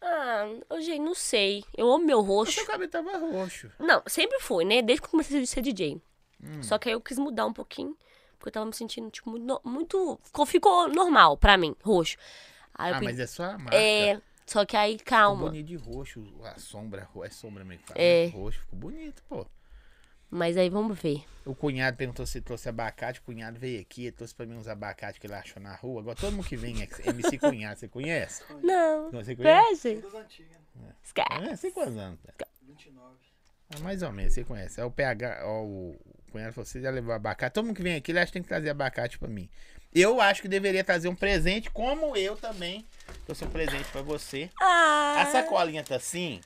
S1: Ah, ô, gente, não sei. Eu amo meu
S2: O
S1: roxo.
S2: seu cabelo tava roxo.
S1: Não, sempre foi, né? Desde que eu comecei a ser DJ.
S2: Hum.
S1: Só que aí eu quis mudar um pouquinho, porque eu tava me sentindo, tipo, muito. no- muito ficou, ficou normal pra mim, roxo. Aí eu
S2: ah,
S1: pe-
S2: mas é só a marca.
S1: É, só que aí,
S2: Ficou
S1: calma.
S2: bonito de roxo. A sombra, ro- é sombra mesmo que fala,
S1: É.
S2: né? Roxo, ficou bonito, pô.
S1: Mas aí vamos ver.
S2: O cunhado perguntou se trouxe abacate. O cunhado veio aqui, ele trouxe pra mim uns abacate que ele achou na rua. Agora todo mundo que vem é MC Cunhado, você conhece?
S1: Não.
S2: Você conhece?
S1: Conhece?
S3: Das antigas, né?
S1: Esquece.
S2: É, você quantos anos? né?
S3: 29.
S2: Ah, Mais ou menos, você conhece. É o PH, ó, o cunhado falou, você já levou abacate. Todo mundo que vem aqui, ele acha que tem que trazer abacate pra mim. Eu acho que deveria trazer um presente, como eu também trouxe um presente pra você.
S1: Ah,
S2: A sacolinha tá assim,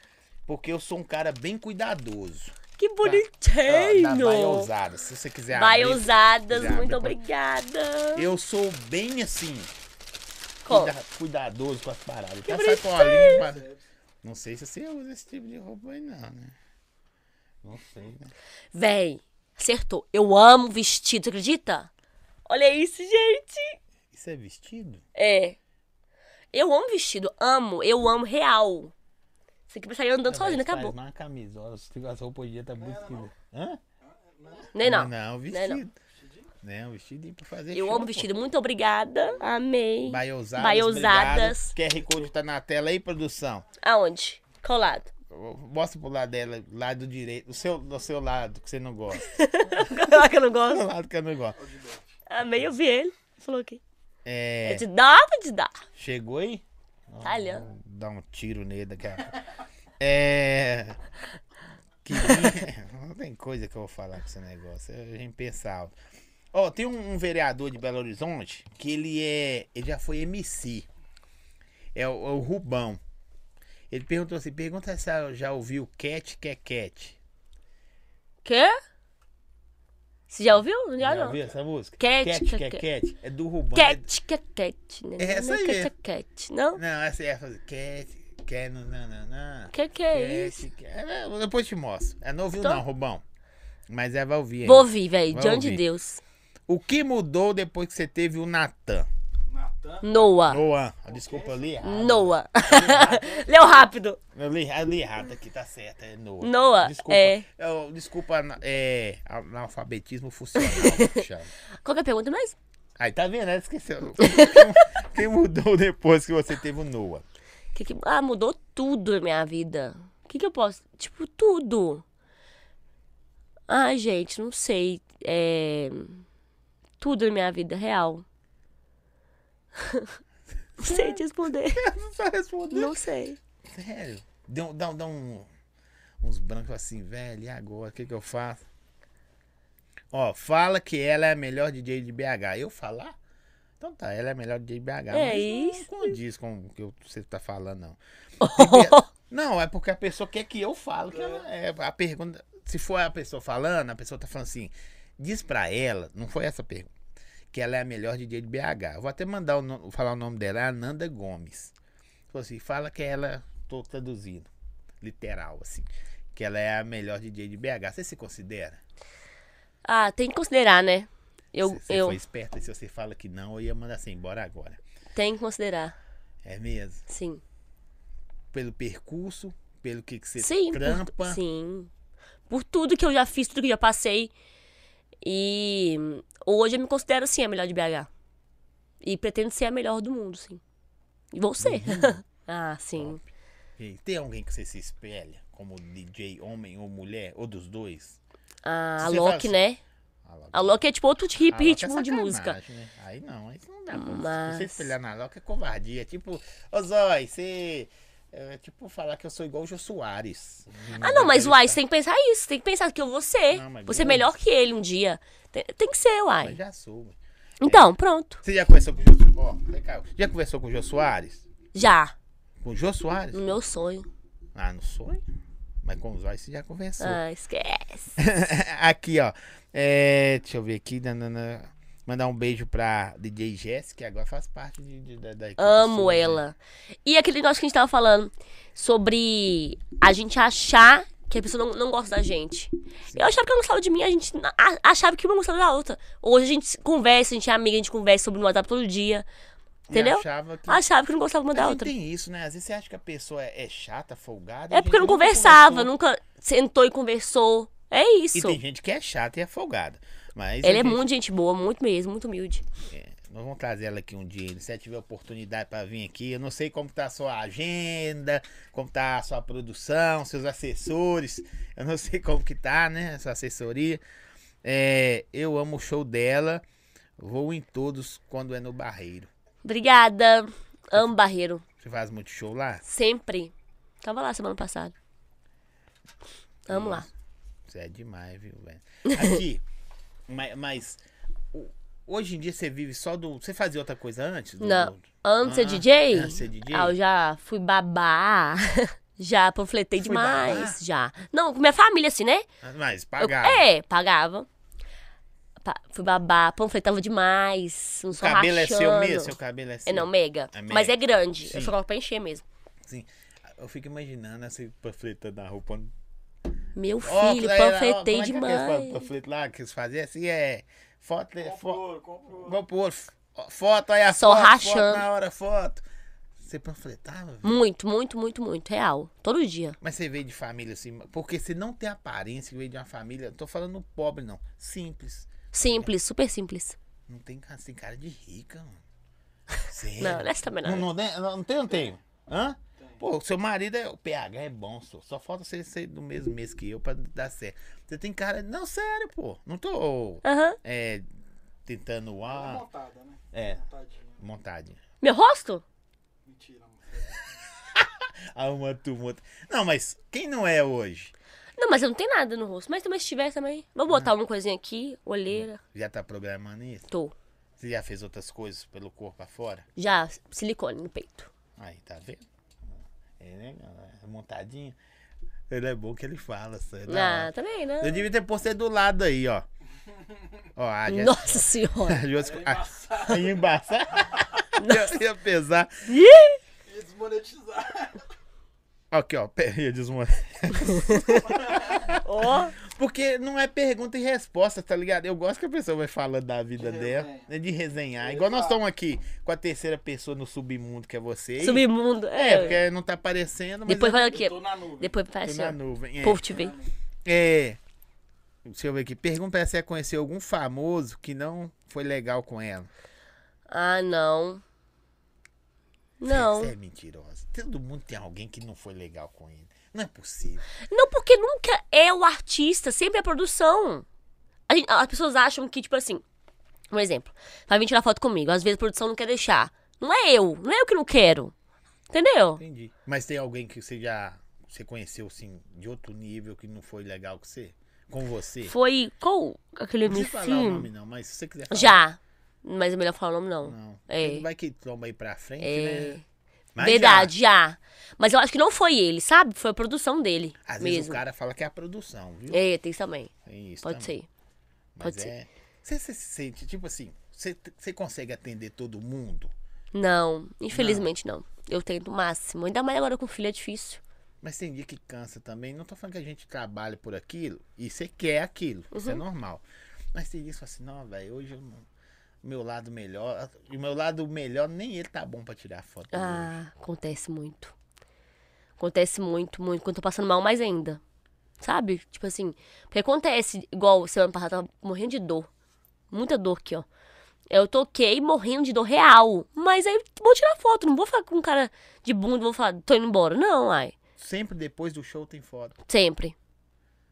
S2: porque eu sou um cara bem cuidadoso.
S1: que
S2: tá. Ó, da Baia
S1: bonitinho.
S2: Ousada, se você quiser
S1: Vai
S2: abrir.
S1: ousadas,
S2: Já
S1: muito
S2: abre,
S1: obrigada.
S2: Eu sou bem assim,
S1: Com-
S2: cuida- cuidadoso com as paradas. Tem a
S1: bonitinho.
S2: sacolinha, pra- Não sei se você usa esse tipo de roupa aí não, né? Não sei, né?
S1: Véi, acertou. Eu amo vestido, você acredita? Olha isso, gente.
S2: Isso é vestido?
S1: É. Eu amo vestido, amo, eu amo real. Você que sair andando sozinho,
S2: Faz
S1: acabou.
S2: mais uma camisola, se tiver as roupas hoje em dia tá muito esquisita. Hã?
S1: Nem não.
S2: Não,
S1: Não,
S2: vestido. Né, um vestidinho pra fazer
S1: Eu
S2: show,
S1: amo
S2: pô.
S1: vestido, muito obrigada. Amei.
S2: Baia ousadas.
S1: Baia
S2: Baiosadas.
S1: ousadas.
S2: QR Code tá na tela aí, produção.
S1: Aonde? Qual lado?
S2: Mostra pro lado dela, lado direito, do seu, do seu lado, que você não gosta.
S1: Qual que eu não gosto?
S2: do lado que eu não gosto.
S1: Amei, eu vi ele. Falou aqui.
S2: É,
S1: É de dar ou de dar?
S2: chegou aí?
S1: Tá olhando.
S2: Vou Dar um tiro nele daqui a pouco. É... Queria... Não tem coisa que eu vou falar com esse negócio, é impensável. Ó, tem um, um vereador de Belo Horizonte que ele é... Ele já foi MC. É o, é o Rubão. Ele perguntou assim, pergunta se ela já ouviu Cat que é Cat.
S1: Quê? Você já ouviu? Já,
S2: já
S1: não.
S2: ouviu essa música?
S1: Cat
S2: Cat
S1: que é
S2: que é Cat. É do Rubão. é-
S1: Cat, cat, cat. né?
S2: É essa aí
S1: Cat,
S2: mesmo.
S1: cat, cat. Não?
S2: Não, essa é a fazer. Cat, cat, não, não, não, não.
S1: Que que é
S2: Cat,
S1: isso?
S2: cat. É, Depois te mostro. É novinho
S1: Tô.
S2: não, Rubão. Mas é, vai ouvir.
S1: Vou
S2: ainda.
S1: ouvir, velho.
S2: Vai
S1: Diante de
S2: ouvir.
S1: Deus.
S2: O que mudou depois que você teve o Natan?
S3: Natan.
S1: Noah.
S2: Noan. Desculpa, eu li errado.
S1: Noah. Leu rápido.
S2: Eu li, eu li errado aqui, tá certo. É Noah.
S1: Noah,
S2: Desculpa.
S1: é.
S2: Eu- desculpa, ana- é, analfabetismo funcional. que chama.
S1: Qual que é a pergunta mais?
S2: Aí tá vendo, ela esqueceu. O que- que mudou depois que você teve o Noah?
S1: Que que- Ah, mudou tudo na minha vida. O que, que eu posso. Tipo, tudo. Ah, gente, não sei. É. Tudo na minha vida, real. não sei te responder.
S2: Não sabe responder.
S1: Não sei.
S2: Sério? Dá, um- dá, um- dá um, uns brancos assim, velho, e agora? O que, que eu faço? Ó, fala que ela é a melhor DJ de BH. Eu falar? Então tá, ela é a melhor DJ de BH.
S1: É
S2: mas
S1: isso.
S2: Não condiz com o que eu- você tá falando, não. Porque- não, é porque a pessoa quer que eu fale. Que ela, é, a pergunta, se for a pessoa falando, a pessoa tá falando assim, diz pra ela, não foi essa a pergunta, que ela é a melhor DJ de BH. Eu vou até mandar o no- falar o nome dela, é Ananda Gomes. Falou assim, fala que ela, tô traduzindo, literal, assim, que ela é a melhor DJ de BH. Você se considera?
S1: Ah, tem que considerar, né? Eu,
S2: você você
S1: eu
S2: foi esperta, se você fala que não, eu ia mandar você embora agora.
S1: tenho que considerar,
S2: É mesmo?
S1: sim.
S2: Pelo percurso, pelo que, que você
S1: sim, por-
S2: trampa.
S1: sim. Por tudo que eu já fiz, tudo que eu já passei. E hoje eu me considero, sim, a melhor de BH. E pretendo ser a melhor do mundo,
S2: Uhum.
S1: sim. E vou ser. ah, sim.
S2: E Tem alguém que você se espelha? como DJ homem ou mulher, ou dos dois?
S1: A
S2: Você
S1: Alok,
S2: faz-
S1: né?
S2: A Loki-
S1: A Alok é tipo outro
S2: a
S1: hip,
S2: Loki é
S1: ritmo de
S2: sacanagem,
S1: música.
S2: né? Aí não, aí não dá pra
S1: Mas-
S2: você espelhar na Loki é covardia. Tipo, ô Zói, você. É tipo falar que eu sou igual o Jô Soares. tá
S1: Ah, não, mas uai, você tem que pensar isso. Tem que pensar que eu vou ser.
S2: Não, mas
S1: você é
S2: beleza.
S1: melhor que ele um dia. Tem, tem que ser,
S2: Mas é.
S1: uai.
S2: já sou.
S1: Então, pronto.
S2: Você já conversou com o Jô Ó, vem cá, Já conversou com o Jô Soares?
S1: Já.
S2: Com o Jô Soares?
S1: No meu sonho.
S2: Ah, não sonho. Mas com o Zói você já conversou.
S1: Ah, esquece.
S2: aqui, ó. É, deixa eu ver aqui. nanana. Mandar um beijo pra DJ Jess, que agora faz parte de- de- da, da equipe
S1: Amo
S2: sua, né?
S1: ela. E aquele negócio que a gente tava falando sobre a gente achar que a pessoa não, não gosta da gente. Eu achava que ela não gostava de mim, a gente na- a- achava que uma gostava da outra. Hoje a gente se conversa, a gente é amiga, a gente conversa sobre no WhatsApp todo dia.
S2: E
S1: Entendeu?
S2: achava que-
S1: Achava que não gostava uma
S2: A
S1: da
S2: gente
S1: outra.
S2: tem isso, né? Às vezes você acha que a pessoa é, é chata, folgada. e
S1: É
S2: a
S1: porque eu
S2: gente
S1: não
S2: nunca
S1: conversava,
S2: conversou.
S1: nunca sentou e conversou. É
S2: E
S1: isso.
S2: tem gente que é chata e é folgada. Mas a
S1: Ela é
S2: gente-
S1: muito gente boa, muito mesmo, muito humilde.
S2: Nós vamos trazer ela aqui um dia. Se ela tiver oportunidade para vir aqui, eu não sei como tá a sua agenda, como tá a sua produção, seus assessores. Eu não sei como que tá, né? Essa assessoria. É, eu amo o show dela. Vou em todos quando é no Barreiro.
S1: Obrigada. Amo Barreiro.
S2: Você faz muito show lá?
S1: Sempre. Tava lá semana passada. Amo lá.
S2: Você é demais, viu, velho? Aqui, mas, mas o- hoje em dia você vive só do. Você fazia outra coisa antes? do-
S1: Não.
S2: do-
S1: Antes é de
S2: Ah,
S1: DJ?
S2: antes de ser DJ?
S1: Ah, eu já fui babá. já panfletei
S2: Fui
S1: demais.
S2: babá?
S1: Já. Não, com minha família, assim, né?
S2: Ah, Mas
S1: Eu-
S2: pagava.
S1: é, pagava. Pa- fui babá, panfletava demais. Um
S2: O cabelo é seu mesmo?
S1: mesmo?
S2: Seu cabelo é seu.
S1: É não, mega.
S2: É
S1: Mas
S2: mega.
S1: é grande.
S2: Sim.
S1: Eu só coloco pra encher mesmo.
S2: Sim. Eu fico imaginando essa panfleta da roupa.
S1: Meu filho,
S2: Ó, é,
S1: panfletei
S2: ó, como é que é aqueles
S1: demais.
S2: pan- panfleto lá que eles faziam assim é. Foto é
S3: Compra o
S2: foto.
S3: ouro, compra o ouro.
S2: Vamos pôr foto aí a
S1: Só
S2: foto.
S1: rachando.
S2: Foto na hora, foto. Você panfletava? velho?
S1: Muito, muito, muito, muito. Real. Todo dia.
S2: Mas você veio de família assim. Porque você não tem aparência que veio de uma família. Tô falando pobre, não. Simples.
S1: Simples, super simples.
S2: Não tem cara, tem cara de rica, mano. Sério.
S1: Não, nessa também não.
S2: Não, não, né? não, não tem, não tem. Hã?
S3: Tem.
S2: Pô, seu marido é. O pH é bom, só. Só falta você ser do mesmo mês que eu pra dar certo. Você tem cara. Não, sério, pô. Não tô.
S1: Aham.
S2: É. Tentando.
S3: Ela é
S2: Ah,
S3: montada, né?
S2: é.
S3: Montadinha.
S2: Montade.
S1: Meu rosto?
S3: Mentira, mano.
S2: Ah, uma tumulta. Não, mas quem não é hoje?
S1: Não, mas eu não tenho nada no rosto. Mas também se tiver também. Vou
S2: Ah.
S1: botar uma coisinha aqui, olheira.
S2: Já tá programando isso?
S1: Tô.
S2: Você já fez outras coisas pelo corpo afora?
S1: Já, silicone no peito.
S2: Aí, tá vendo? É, né? galera? Montadinho. Ele é bom que ele fala, sério.
S1: Ah, também, né?
S2: Eu devia ter por ser do lado aí, ó. Ó, a Jéssica-
S1: Nossa senhora.
S2: A Jéssica-
S3: Era embaçado.
S2: a- Aí embaçar. Eu ia pesar.
S3: Ia desmonetizar.
S2: Aqui, ó. pe- Ia desmontar.
S1: Ó.
S2: Porque não é pergunta e resposta, tá ligado? Eu gosto que a pessoa vai falando da vida
S3: De
S2: dela,
S3: resenha.
S2: né, de resenhar.
S3: Exato.
S2: Igual nós estamos aqui com a terceira pessoa no submundo, que é você. E-
S1: Submundo. É,
S2: É, porque não tá aparecendo, mas
S1: Depois
S2: eu
S1: fala aqui.
S3: Eu tô na nuvem.
S1: Depois fala
S2: tô
S1: assim,
S2: na
S1: ó.
S2: nuvem.
S1: O
S2: é.
S1: povo te vê.
S2: É. Deixa eu ver aqui. Pergunta pra ela se é conhecer algum famoso que não foi legal com ela.
S1: Ah, não. Não.
S2: Você é mentirosa. Todo mundo tem alguém que não foi legal com ele. Não é possível.
S1: Não, porque nunca é o artista, sempre é a produção. A gente- as pessoas acham que, tipo assim, um exemplo, vai vir tirar foto comigo, às vezes a produção não quer deixar. Não é eu, não é eu que não quero. Entendeu?
S2: Entendi. Mas tem alguém que você já você conheceu, assim, de outro nível que não foi legal com você? Com você?
S1: Foi qual aquele
S2: Não precisa falar o
S1: MC?
S2: nome, não, mas se você quiser falar.
S1: Já. Mas é melhor falar o nome, não.
S2: Não.
S1: É.
S2: Porque Não vai que tromba aí pra frente,
S1: É.
S2: né? Mas
S1: Verdade, já. Mas eu acho que não foi ele, sabe? Foi a produção dele.
S2: já. Às vezes o
S1: mesmo.
S2: cara fala que é a produção, viu?
S1: É, tem isso também.
S2: Tem isso
S1: Pode
S2: também.
S1: ser. pode ser.
S2: é- Você você se sente, tipo assim, você, você consegue atender todo mundo?
S1: Não, infelizmente não. Eu tento o máximo. Ainda mais agora com filho é difícil.
S2: Mas tem dia que cansa também. Não tô falando que a gente trabalha por aquilo e você quer aquilo. Isso é
S1: Uhum.
S2: normal. Mas tem dia que você fala assim, não, velho, hoje eu não- meu lado melhor. E o meu lado melhor, nem ele tá bom pra tirar foto. hoje.
S1: Ah, acontece muito. Acontece muito, muito. Quando eu tô passando mal, mais ainda. Sabe? Tipo assim, porque acontece, igual semana passada, eu tava morrendo de dor. Muita dor aqui, ó. Eu toquei morrendo de dor real. Mas aí eu vou tirar foto, não vou ficar com cara de bunda, vou falar, tô indo embora. Não, ai.
S2: Sempre depois do show tem foto.
S1: Sempre.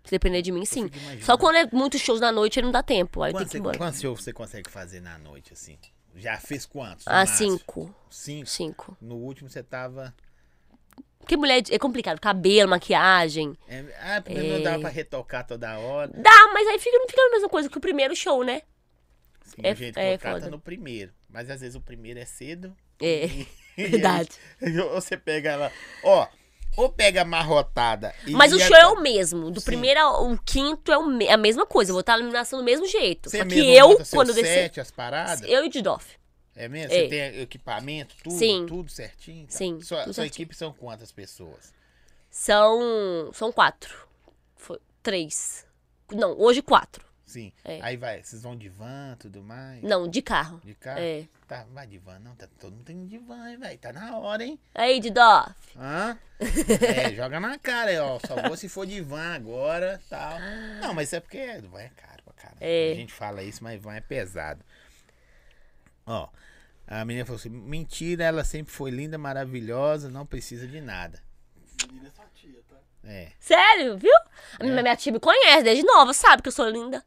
S1: Se depender de mim, sim.
S2: fico imaginando.
S1: Só quando é muitos shows na noite, aí não dá tempo. Aí eu tenho
S2: Quantos
S1: que
S2: você-
S1: ir embora.
S2: quantos shows você consegue fazer na noite, assim? Já fez quantos? no
S1: Ah,
S2: máximo?
S1: cinco.
S2: Cinco?
S1: Cinco.
S2: No último você tava.
S1: Porque mulher é complicado. Cabelo, maquiagem.
S2: É, ah, primeiro não
S1: É.
S2: dava pra retocar toda hora.
S1: Dá, mas aí fica, não fica a mesma coisa que o primeiro show, né?
S2: Sim,
S1: É-
S2: a gente
S1: é
S2: contrata
S1: foda.
S2: no primeiro. Mas às vezes o primeiro é cedo.
S1: É,
S2: e aí-
S1: verdade.
S2: ou você pega ela. Ó, ou pega amarrotada. e
S1: Mas o
S2: ia-
S1: show é o mesmo. Do
S2: Sim.
S1: primeiro ao quinto é o me- a mesma coisa. Eu vou estar na iluminação do mesmo jeito.
S2: Você
S1: Só que
S2: mesmo
S1: eu,
S2: monta seu
S1: quando eu descer.
S2: set, as paradas?
S1: Eu e o Didoff.
S2: É mesmo?
S1: É.
S2: Você tem equipamento, tudo,
S1: Sim.
S2: tudo certinho? e tal?
S1: Sim,
S2: Sua,
S1: tudo
S2: sua
S1: certinho.
S2: equipe são quantas pessoas?
S1: São. São quatro. Foi, três. Não, hoje quatro.
S2: Sim.
S1: É.
S2: Aí vai, vocês vão de van, tudo mais?
S1: Não, de carro.
S2: De carro?
S1: É.
S2: Tá, vai de van, não, tá todo mundo tem de van, hein, velho? Tá na hora, hein?
S1: Aí, Didoff.
S2: Hã? É, joga na cara, aí, ó. Só vou se for de van agora, tal. Não, mas isso é porque van é caro pra caramba.
S1: É.
S2: A gente fala isso, mas van é pesado. Ó, a menina falou assim, mentira, ela sempre foi linda, maravilhosa, não precisa de nada.
S3: Menina é sua tia, tá?
S2: É.
S1: Sério, viu? A minha, minha tia me conhece desde nova, sabe que eu sou linda.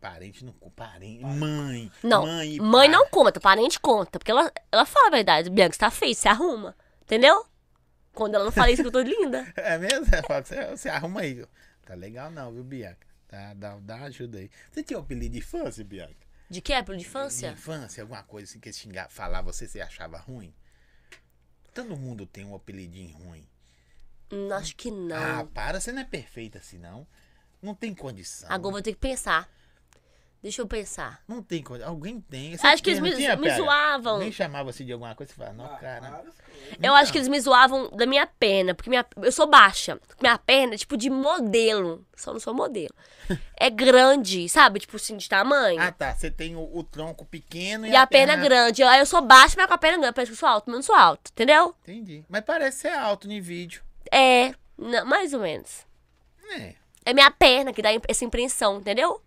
S2: Parente não conta. Parente. Mãe.
S1: Não,
S2: Mãe,
S1: mãe,
S2: e pai.
S1: não conta, parente conta. Porque ela, ela fala a verdade. Bianca, você tá feio, você arruma. Entendeu? Quando ela não fala isso que eu tô linda.
S2: É mesmo? Ela fala, Você, você arruma aí. Tá legal não, viu, Bianca? Tá, dá, dá uma ajuda aí. Você tinha um apelido de infância, Bianca?
S1: De que é? Pelo de
S2: De
S1: infância?
S2: infância, alguma coisa assim que xingar, falar você, você achava ruim? Todo mundo tem um apelidinho ruim.
S1: Hum, acho que não.
S2: Ah, para, você não é perfeita assim, não. Não tem condição.
S1: Agora eu vou ter que pensar. Deixa eu pensar.
S2: Não tem condição. Alguém tem.
S1: Acho que eles
S2: não
S1: me-
S2: tinha,
S1: me
S2: pera?
S1: zoavam.
S2: Nem chamava você de alguma coisa, você falava, não,
S3: Ah,
S2: cara.
S3: várias coisas.
S1: Eu acho que eles me zoavam da minha perna, porque minha, eu sou baixa. Minha perna é tipo de modelo. Só não sou modelo. É grande, sabe? Tipo assim, de tamanho.
S2: Ah, tá. Você tem o, o tronco pequeno e,
S1: e a perna grande. Aí eu sou baixa, mas com a perna grande. Parece que eu sou alto, mas eu não sou alto, entendeu?
S2: Entendi. Mas parece ser alto em vídeo.
S1: É, não, mais ou menos.
S2: É.
S1: É minha perna que dá imp- essa impressão, entendeu?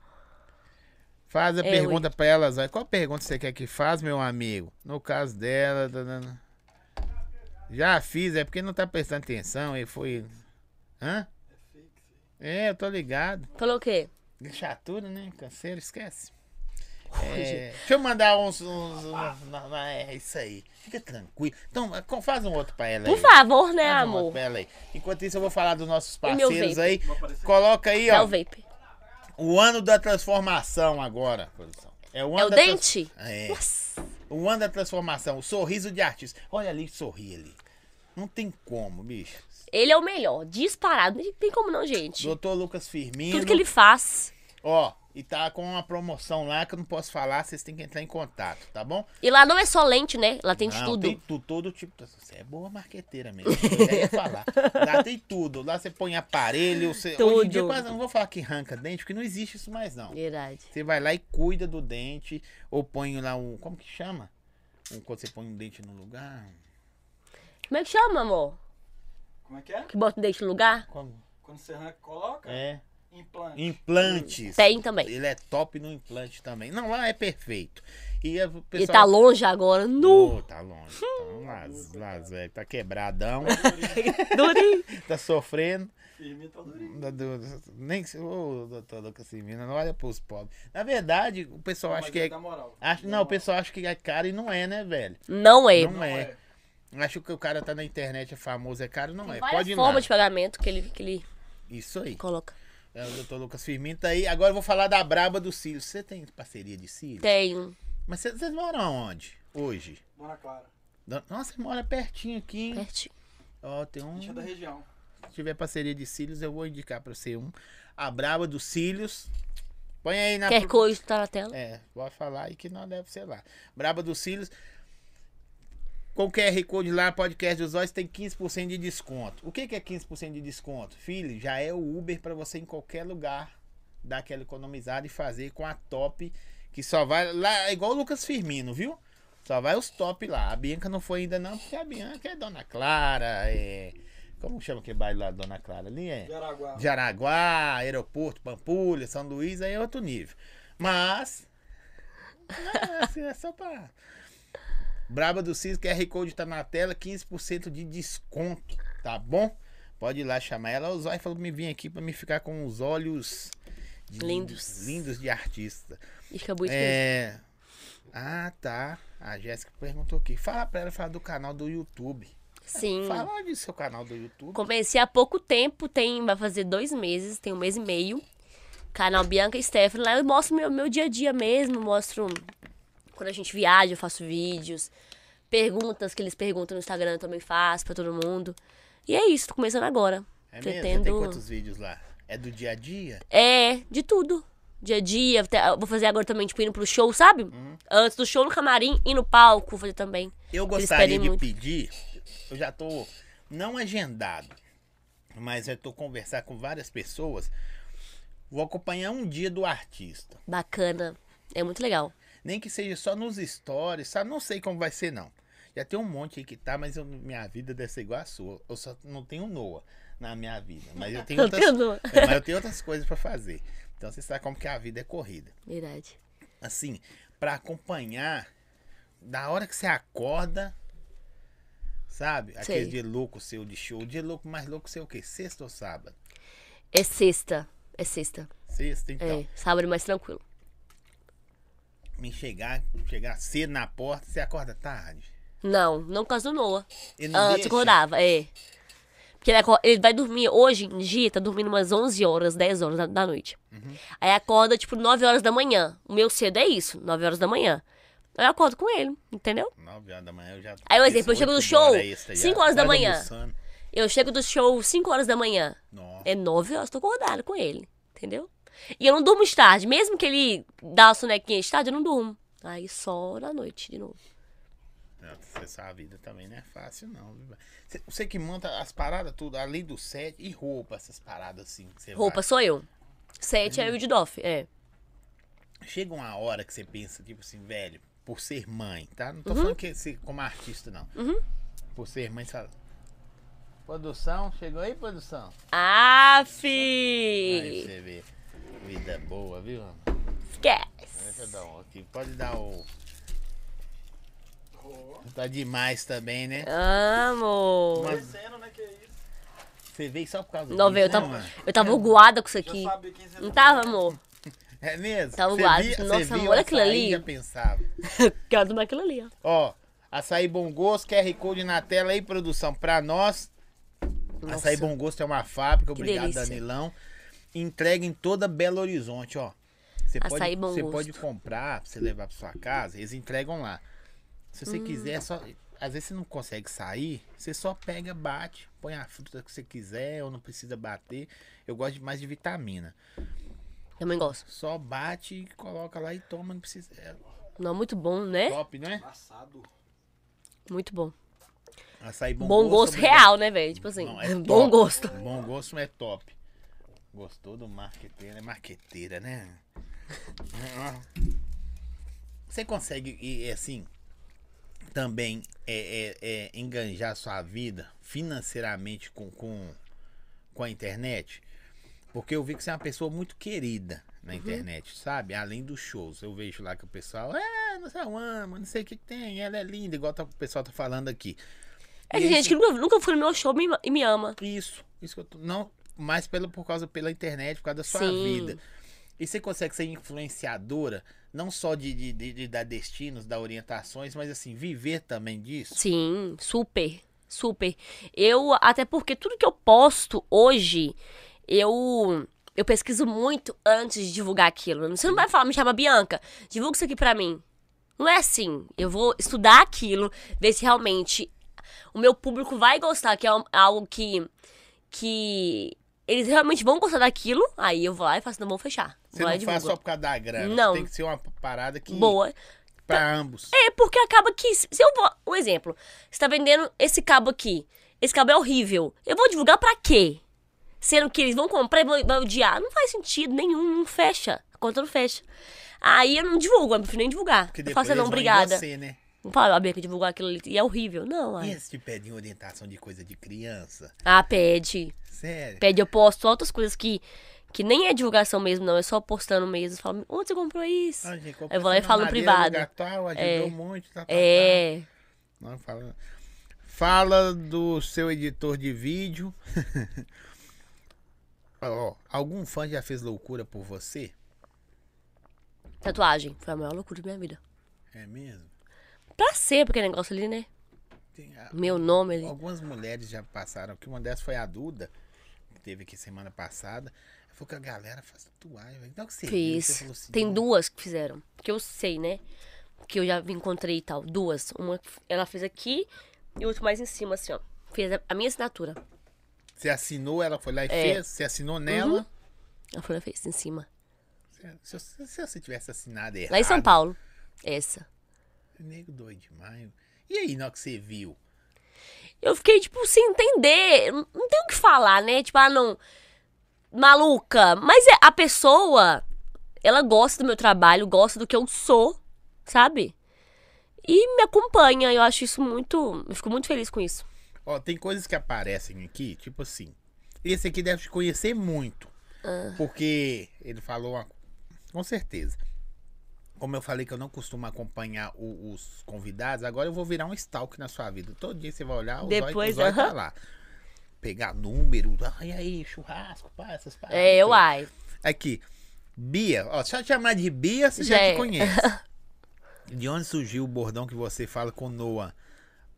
S2: Faz a
S1: É,
S2: pergunta pra elas aí. Qual pergunta você quer que faz, meu amigo? No caso dela. danana. Já fiz, é porque não tá prestando atenção. E foi. Hã?
S3: É fake, isso aí.
S2: É, eu tô ligado.
S1: Falou o quê?
S2: Chatura, né? Canseiro, esquece. É, deixa eu mandar uns. uns- uns- na- na- é isso aí. Fica tranquilo. Então, co- faz um outro pra ela aí.
S1: Por favor, né,
S2: Faz um outro
S1: amor?
S2: pra ela aí. Enquanto isso, eu vou falar dos nossos
S1: E meu
S2: parceiros
S1: vape?
S2: aí.
S3: Vou aparecer.
S2: Coloca aí,
S1: Dá É o
S2: ó.
S1: vape.
S2: O ano da transformação agora, produção. o,
S1: É
S2: ano
S1: o
S2: da trans-
S1: dente?
S2: É.
S1: Nossa.
S2: O ano da transformação, o sorriso de artista. Olha ali, sorri ali. Não tem como, bicho.
S1: Ele é o melhor, disparado. Não tem como não, gente.
S2: Doutor Lucas Firmino.
S1: Tudo que ele faz.
S2: Ó, e tá com uma promoção lá que eu não posso falar, vocês têm que entrar em contato, tá bom?
S1: E lá não é só lente, né? Lá tem de
S2: não,
S1: tudo.
S2: Tem tudo, todo tipo. Você é boa marqueteira mesmo. Eu já ia falar. Lá tem tudo. Lá você põe aparelho. Você... Hoje em dia
S1: Tudo.
S2: quase não vou falar que arranca dente, porque não existe isso mais, não.
S1: Verdade.
S2: Você vai lá e cuida do dente, ou põe lá um. Como que chama? Um, quando você põe um dente no lugar.
S1: Como é que chama, amor?
S3: Como é que é?
S1: Que bota o dente no lugar?
S2: Como?
S3: Quando você arranca, coloca,
S2: É.
S3: implante.
S2: Implantes.
S1: Tem também.
S2: Ele é top no implante também. Não, lá é perfeito. E a pessoa...
S1: Ele tá longe agora. Nu.
S2: Oh, tá longe. Então, lá, lá, Zé, tá quebradão,
S1: Durinho.
S2: tá sofrendo.
S3: Firme tá durinho.
S2: Da- do- Nem que Ô, doutor Lucas Firmino, não olha pros pobres. Na verdade, o pessoal acha que é.
S3: Da moral.
S2: acha- Não, o pessoal acha que é caro e não é, né, velho?
S1: Não é.
S2: Não é. Acho que o cara tá na internet, é famoso, é caro, não é.
S1: Várias
S2: Pode ir lá.
S1: formas de pagamento que ele, que ele
S2: Isso aí.
S1: coloca.
S2: É, o doutor Lucas Firmino tá aí. Agora eu vou falar da braba do Cílio. Você tem parceria de Cílio?
S1: Tem. um.
S2: Mas vocês vocês moram aonde? Hoje?
S3: Dona Clara.
S2: Dona- Nossa, você mora pertinho aqui, hein?
S1: Pertinho.
S2: Ó, tem um.
S3: Gente é da região.
S2: Se tiver parceria de cílios, eu vou indicar pra você um. A Braba dos Cílios. Põe aí na.
S1: Quer coisa, tá na tela.
S2: É, pode falar aí que não deve ser lá. Braba dos Cílios. Com o QR Code lá, podcast dos olhos, tem 15% de desconto. O que, que é 15% de desconto? Filho, já é o Uber pra você em qualquer lugar dar aquela economizada e fazer com a top, que só vai lá, é igual o Lucas Firmino, viu? Só vai os top lá. A Bianca não foi ainda não, porque a Bianca é Dona Clara, é... Como chama que bairro lá, Dona Clara? Ali é...
S3: De Araguá.
S2: De Araguá, Aeroporto, Pampulha, São Luís, aí é outro nível. Mas. é, assim, é só pra. Braba do Cis, QR Code tá na tela, 15% de desconto. Tá bom? Pode ir lá chamar ela. O Zói falou pra me vir aqui pra me ficar com os olhos de-
S1: Lindos.
S2: lindos de artista.
S1: E fica bonito mesmo.
S2: É. Ah, tá. A Jéssica perguntou aqui. Fala pra ela falar do canal do YouTube.
S1: Sim.
S2: Fala onde é o seu canal do YouTube.
S1: Comecei há pouco tempo, tem, vai fazer dois meses, tem um mês e meio. Canal Bianca e Stephanie. Lá eu mostro meu, meu dia a dia mesmo, mostro quando a gente viaja, eu faço vídeos. Perguntas que eles perguntam no Instagram eu também faço pra todo mundo. E é isso, tô começando agora.
S2: É mesmo? Você
S1: pretendo.
S2: Tem quantos vídeos lá? É do dia a dia?
S1: É, de tudo. Dia a dia, até- eu vou fazer agora também, tipo, indo pro show, sabe?
S2: Uhum.
S1: Antes do show no camarim e no palco, vou fazer também.
S2: Eu
S1: Eles
S2: gostaria
S1: pedem
S2: de
S1: muito.
S2: pedir, eu já tô não agendado, mas eu tô conversar com várias pessoas. Vou acompanhar um dia do artista.
S1: Bacana. É muito legal.
S2: Nem que seja só nos stories, sabe? Não sei como vai ser, não. Já tem um monte aí que tá, mas eu- minha vida deve ser igual a sua. Eu só não tenho Noah na minha vida. Mas eu tenho
S1: Não
S2: outras,
S1: tenho Noah.
S2: É, mas eu tenho outras coisas pra fazer. Então você sabe como que a vida é corrida.
S1: Verdade.
S2: Assim, pra acompanhar, da hora que você acorda, sabe? Aquele
S1: Sei.
S2: dia louco seu de show. O dia louco mais louco seu é o quê? Sexta ou sábado?
S1: É sexta. É sexta.
S2: Sexta, então.
S1: É, sábado é mais tranquilo.
S2: Me chegar, chegar cedo na porta, você acorda tarde.
S1: Não, não por causa do Noah.
S2: Ele não
S1: Antes
S2: deixa?
S1: acordava, é. Porque ele, acorda- ele vai dormir, hoje em dia, tá dormindo umas 11 horas, 10 horas da, da noite. Aí acorda, tipo, 9 horas da manhã. O meu cedo é isso, 9 horas da manhã. Aí eu acordo com ele, entendeu?
S2: 9 horas da manhã eu já.
S1: Aí, um exemplo, eu chego no
S2: Oito
S1: show,
S2: horas extra já,
S1: cinco horas da
S2: quase
S1: manhã.
S2: almoçando.
S1: Eu chego do show 5 horas da manhã.
S2: Nossa.
S1: É 9 horas, tô acordada com ele, entendeu? E eu não durmo de tarde, mesmo que ele dá a sonequinha de tarde, eu não durmo. Aí só na noite de novo.
S2: Não, você sabe, a vida também não é fácil, não. viu? Você- Você que monta as paradas tudo, além do set e roupa, essas paradas assim. que você
S1: Roupa
S2: vai.
S1: sou eu. Sete
S2: Uhum.
S1: é o de Doff, é.
S2: Chega uma hora que você pensa, tipo assim, velho, por ser mãe, tá?
S1: Uhum.
S2: Não tô falando que você, como artista, não. Por ser mãe, você fala. Produção, chegou aí, produção?
S1: Aff!
S2: Aí você vê. Vida boa, viu, Ana? Deixa eu
S1: Esquece!
S2: dar um aqui. Pode dar o.
S3: Ô,
S2: Tá demais também, né?
S1: É. Amo!
S3: Crescendo, né? Que isso.
S2: Você veio só por causa
S1: Não, velho, eu
S2: disso,
S1: tava,
S2: né, mano?
S1: eu tava uguada com isso
S3: Já
S1: aqui.
S3: sabia quem você
S1: Não
S3: tá.
S1: tava, amor?
S2: É mesmo?
S1: Tava
S2: Você
S1: guardo.
S2: via- você
S1: Nossa,
S2: via
S1: olha
S2: o
S1: aquilo
S2: açaí
S1: ali.
S2: e Já pensava.
S1: Quero tomar aquilo ali, ó.
S2: Ó, açaí bom gosto, QR Code na tela aí, produção, pra nós.
S1: Nossa.
S2: Açaí bom gosto é uma fábrica,
S1: Que
S2: obrigado,
S1: delícia.
S2: Danilão. Entrega em toda Belo Horizonte, ó. Você
S1: Açaí
S2: pode,
S1: Bom
S2: você
S1: Gosto.
S2: pode comprar, pra você levar pra sua casa, eles entregam lá. Se
S1: Hum.
S2: você quiser, é só. Às vezes você não consegue sair, você só pega, bate, põe a fruta que você quiser, ou não precisa bater. Eu gosto mais de vitamina.
S1: Minha mãe gosta.
S2: Só bate e coloca lá e toma, não precisa. É
S1: Não, muito bom, né?
S2: top, né?
S3: Assado.
S1: Muito bom.
S2: Açaí bom,
S1: Bom gosto
S2: obrigado.
S1: real, né, velho? Tipo assim,
S2: Não, é
S1: bom
S2: top.
S1: gosto.
S2: Bom gosto é top. Gostou do marqueteiro? É marqueteira, né? Você consegue, e, e, assim, também é, é, é, enganjar sua vida financeiramente com, com, com a internet? Porque eu vi que você é uma pessoa muito querida
S1: Uhum.
S2: na internet, sabe? Além dos shows. Eu vejo lá que o pessoal, é, não sei, eu amo, não sei o que, que tem, ela é linda, igual tá- o pessoal tá falando aqui.
S1: É
S2: E
S1: que
S2: aí
S1: gente que nunca, nunca foi no meu show me- e me ama.
S2: isso, isso que eu tô. Não, mais pelo, por causa pela internet, por causa da sua
S1: Sim.
S2: vida. E você consegue ser influenciadora, não só de, de, de- de dar destinos, dar orientações, mas assim, viver também disso?
S1: Sim, super, super. Eu, até porque tudo que eu posto hoje, eu eu pesquiso muito antes de divulgar aquilo. Você não vai falar, me chama Bianca, divulga isso aqui pra mim. Não é assim. Eu vou estudar aquilo, ver se realmente o meu público vai gostar, que é um- algo que que eles realmente vão gostar daquilo. Aí eu vou lá e faço, não vou fechar.
S2: Você
S1: vou lá
S2: não
S1: e
S2: faz só
S1: divulgo.
S2: por causa da grana.
S1: Não.
S2: Tem que ser uma parada que.
S1: Boa.
S2: Pra ambos.
S1: É, porque acaba que. Se eu vou. Um exemplo. Você tá vendendo esse cabo aqui. Esse cabo é horrível. Eu vou divulgar pra quê? Sendo que eles vão comprar e vão, vão odiar. Não faz sentido nenhum. Não fecha. A conta não fecha. Aí eu não divulgo. Eu prefiro nem divulgar.
S2: Porque
S1: eu
S2: depois
S1: faço,
S2: eles
S1: não,
S2: vão em
S1: obrigada.
S2: Você, né?
S1: Não fala, ah, Bianca, divulgar aquilo ali. E é horrível. Não,
S2: E
S1: ai.
S2: eles te pedem orientação de coisa de criança?
S1: Ah, pede.
S2: Sério?
S1: Pede, eu posto outras coisas que. Que nem é divulgação mesmo, não. É só postando mesmo. Fala, onde você comprou isso?
S2: Ah, gente,
S1: eu vou lá e
S2: comprei
S1: falo no
S2: madeira,
S1: privado.
S2: lugar tal, ajudou
S1: É.
S2: muito, tá, tá, tá.
S1: É.
S2: Não, fala... Fala do seu editor de vídeo. Ó, algum fã já fez loucura por você?
S1: Tatuagem. Foi a maior loucura da minha vida.
S2: É mesmo?
S1: Pra sempre aquele negócio ali, né?
S2: Tem a-
S1: Meu nome ali.
S2: Algumas mulheres já passaram aqui. Uma dessas foi a Duda, que teve aqui semana passada. Ela falou que a galera faz tatuagem. velho. Então, o que você viu? Você
S1: Fiz.
S2: falou assim,
S1: Tem
S2: "Não,
S1: duas que fizeram. Que eu sei, né? Que eu já encontrei e tal. Duas. Uma ela fez aqui e outra mais em cima, assim, ó. Fez a, a minha assinatura.
S2: Você assinou, ela foi lá e
S1: É.
S2: fez? Você assinou nela?
S1: Ela falou, fez em cima.
S2: Se, se- se você tivesse assinado errado...
S1: Lá em São Paulo. Essa.
S2: Nego doido demais. E aí, na hora que você viu?
S1: Eu fiquei, tipo, sem entender. Não não tem o que falar, né? Tipo, ah, não. Maluca. Mas é- a pessoa, ela gosta do meu trabalho, gosta do que eu sou, sabe? E me acompanha. Eu acho isso muito. Eu fico muito feliz com isso.
S2: Ó, tem coisas que aparecem aqui, tipo assim... Esse aqui deve te conhecer muito.
S1: Ah.
S2: Porque ele falou uma... Com certeza. Como eu falei que eu não costumo acompanhar o- os convidados, agora eu vou virar um stalk na sua vida. Todo dia você vai olhar, o
S1: Depois,
S2: zóio, o zóio tá
S1: aham.
S2: lá. Pegar número, ah, e aí, churrasco, pá, essas paradas.
S1: É,
S2: tudo.
S1: uai.
S2: Aqui. Bia, ó, só te chamar de Bia, você já,
S1: Já
S2: te
S1: é.
S2: conhece. De onde surgiu o bordão que você fala com Noah?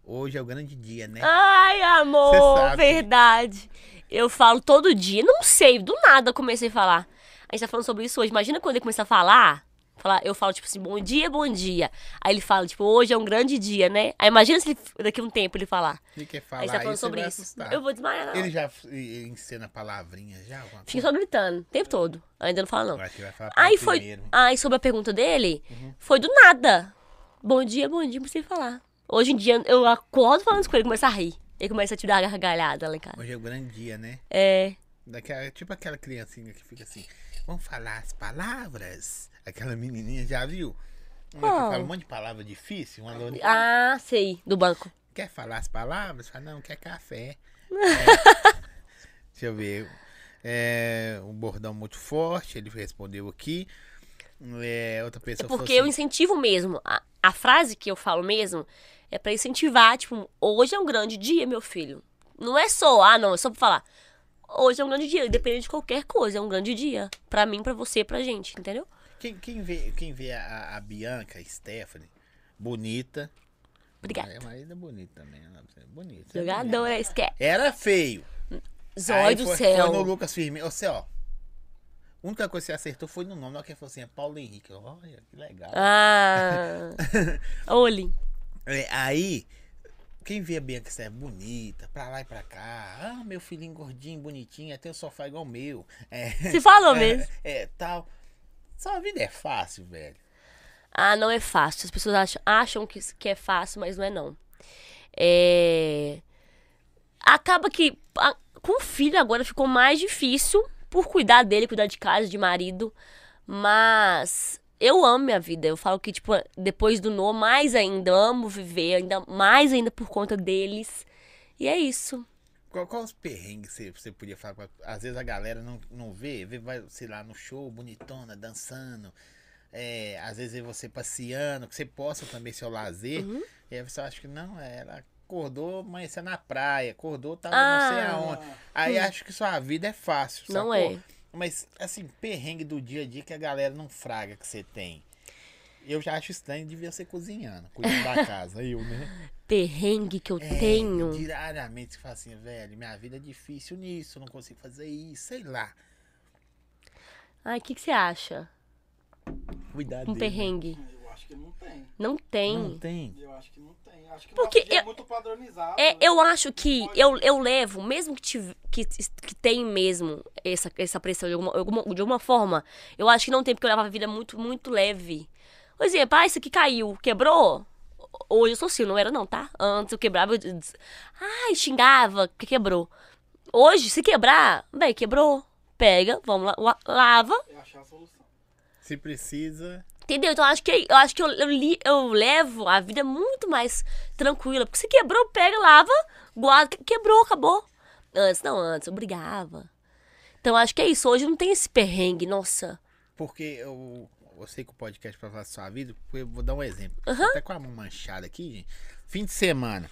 S2: Hoje é o grande dia, né?
S1: Ai,
S2: Cê
S1: amor,
S2: sabe.
S1: verdade. Eu falo todo dia, não sei, do nada eu comecei a falar. A gente tá falando sobre isso hoje. Imagina quando ele começar a falar, falar, eu falo tipo assim, bom dia, bom dia. Aí ele fala, tipo, hoje é um grande dia, né? Aí imagina se ele, daqui a um tempo ele falar.
S2: Ele quer
S1: Aí você tá
S2: falar
S1: falando
S2: isso, você
S1: sobre
S2: vai
S1: isso.
S2: assustar.
S1: Eu vou desmaiar, não.
S2: Ele já f- e- e encena palavrinhas já? alguma
S1: Fica
S2: coisa?
S1: só gritando, o tempo todo. Ainda não fala, não.
S2: Eu acho que vai falar
S1: Aí
S2: pra
S1: foi.
S2: primeiro. Uhum.
S1: Aí sobre a pergunta dele, foi do nada. Bom dia, bom dia, não sei falar. Hoje em dia eu acordo falando isso com ele, começa a rir. Ele começa a te dar uma gargalhada lá em casa.
S2: Hoje é o grande dia, né?
S1: É.
S2: Daquela, tipo aquela criancinha que fica assim, vamos falar as palavras? Aquela menininha, já viu? Uma que
S1: Qual?
S2: fala um monte de palavra difícil, uma loura-
S1: Ah, sei, do banco.
S2: Quer falar as palavras? Fala, não, quer café. É. Deixa eu ver. É, um bordão muito forte, ele respondeu aqui. É, outra
S1: É
S2: pessoa falou
S1: porque eu
S2: assim,
S1: incentivo mesmo. A, a frase que eu falo mesmo é pra incentivar, tipo, hoje é um grande dia, meu filho. Não é só, ah, não, é só pra falar. Hoje é um grande dia, independente de qualquer coisa, é um grande dia. Pra mim, pra você, pra gente, entendeu?
S2: quem, quem vê, quem vê a, a Bianca, a Stephanie, bonita.
S1: Obrigada.
S2: A Marida é bonita também. ela é Bonita. é bonita.
S1: Jogadora, esquece.
S2: Era feio. Aí
S1: Zóio do
S2: foi,
S1: céu.
S2: Foi no Lucas Firme. Você, ó. A única coisa que você acertou foi no nome. Olha que falou assim, é Paulo Henrique. Eu, Olha, que legal.
S1: Ah. Olhe.
S2: É, aí, quem vê a Bianca Serra bonita, pra lá e pra cá. Ah, meu filhinho gordinho, bonitinho, até o sofá igual o meu. É,
S1: Você falou mesmo.
S2: É, é, tal. Sua vida é fácil, velho.
S1: Ah, não é fácil. As pessoas acham, acham que, que é fácil, mas não é não. É... Acaba que a- com o filho agora ficou mais difícil por cuidar dele, cuidar de casa, de marido. Mas eu amo minha vida. Eu falo que, tipo, depois do No, mais ainda. Eu amo viver, ainda mais ainda por conta deles. E é isso.
S2: Qual, qual os perrengues que você, você podia falar? pra- Às vezes a galera não, não vê, vê, vai, sei lá, no show, bonitona, dançando. É, às vezes vê você passeando, que você possa também seu lazer.
S1: Uhum.
S2: E aí você acha que não, é, ela acordou, amanheceu na praia, acordou, tava não sei
S1: Ah.
S2: aonde. Aí acho que sua vida é fácil,
S1: Não
S2: sacou?
S1: é.
S2: Mas, assim, perrengue do dia a dia que a galera não fraga que você tem. Eu já acho estranho, devia ser cozinhando, cuidando da casa, eu, né?
S1: Perrengue que eu
S2: É,
S1: tenho.
S2: Diariamente você fala assim, velho, minha vida é difícil nisso, não consigo fazer isso, sei lá.
S1: Ai, o que, que você acha?
S2: Cuidado.
S1: Um perrengue.
S3: Eu acho que não tem.
S1: Não tem.
S2: Não tem.
S3: Eu acho que não tem. Acho que
S1: Porque
S3: nosso dia é
S1: eu-
S3: muito padronizado.
S1: É,
S3: né?
S1: eu acho que
S3: Pode-
S1: eu, eu levo, mesmo que, tive, que, que tem mesmo essa, essa pressão de alguma, alguma- de alguma forma, eu acho que não tem, porque eu levo a vida muito, muito leve. Por exemplo, ah, isso aqui caiu, quebrou. Hoje eu sou assim, não era não, tá? Antes eu quebrava, eu des- ai, xingava, que quebrou. Hoje, se quebrar, bem, quebrou. Pega, vamos lá, la- lava,
S3: É achar a solução.
S2: Se precisa.
S1: Entendeu? Então acho que eu acho que eu, eu li- eu levo a vida muito mais tranquila. Porque se quebrou, pega, lava, guarda, que- quebrou, acabou. Antes, não, antes, eu brigava. Então acho que é isso. Hoje não tem esse perrengue, nossa.
S2: Porque eu, eu sei que o podcast é pra falar da sua vida, porque eu vou dar um exemplo. Até com a mão manchada aqui, gente. Fim de semana.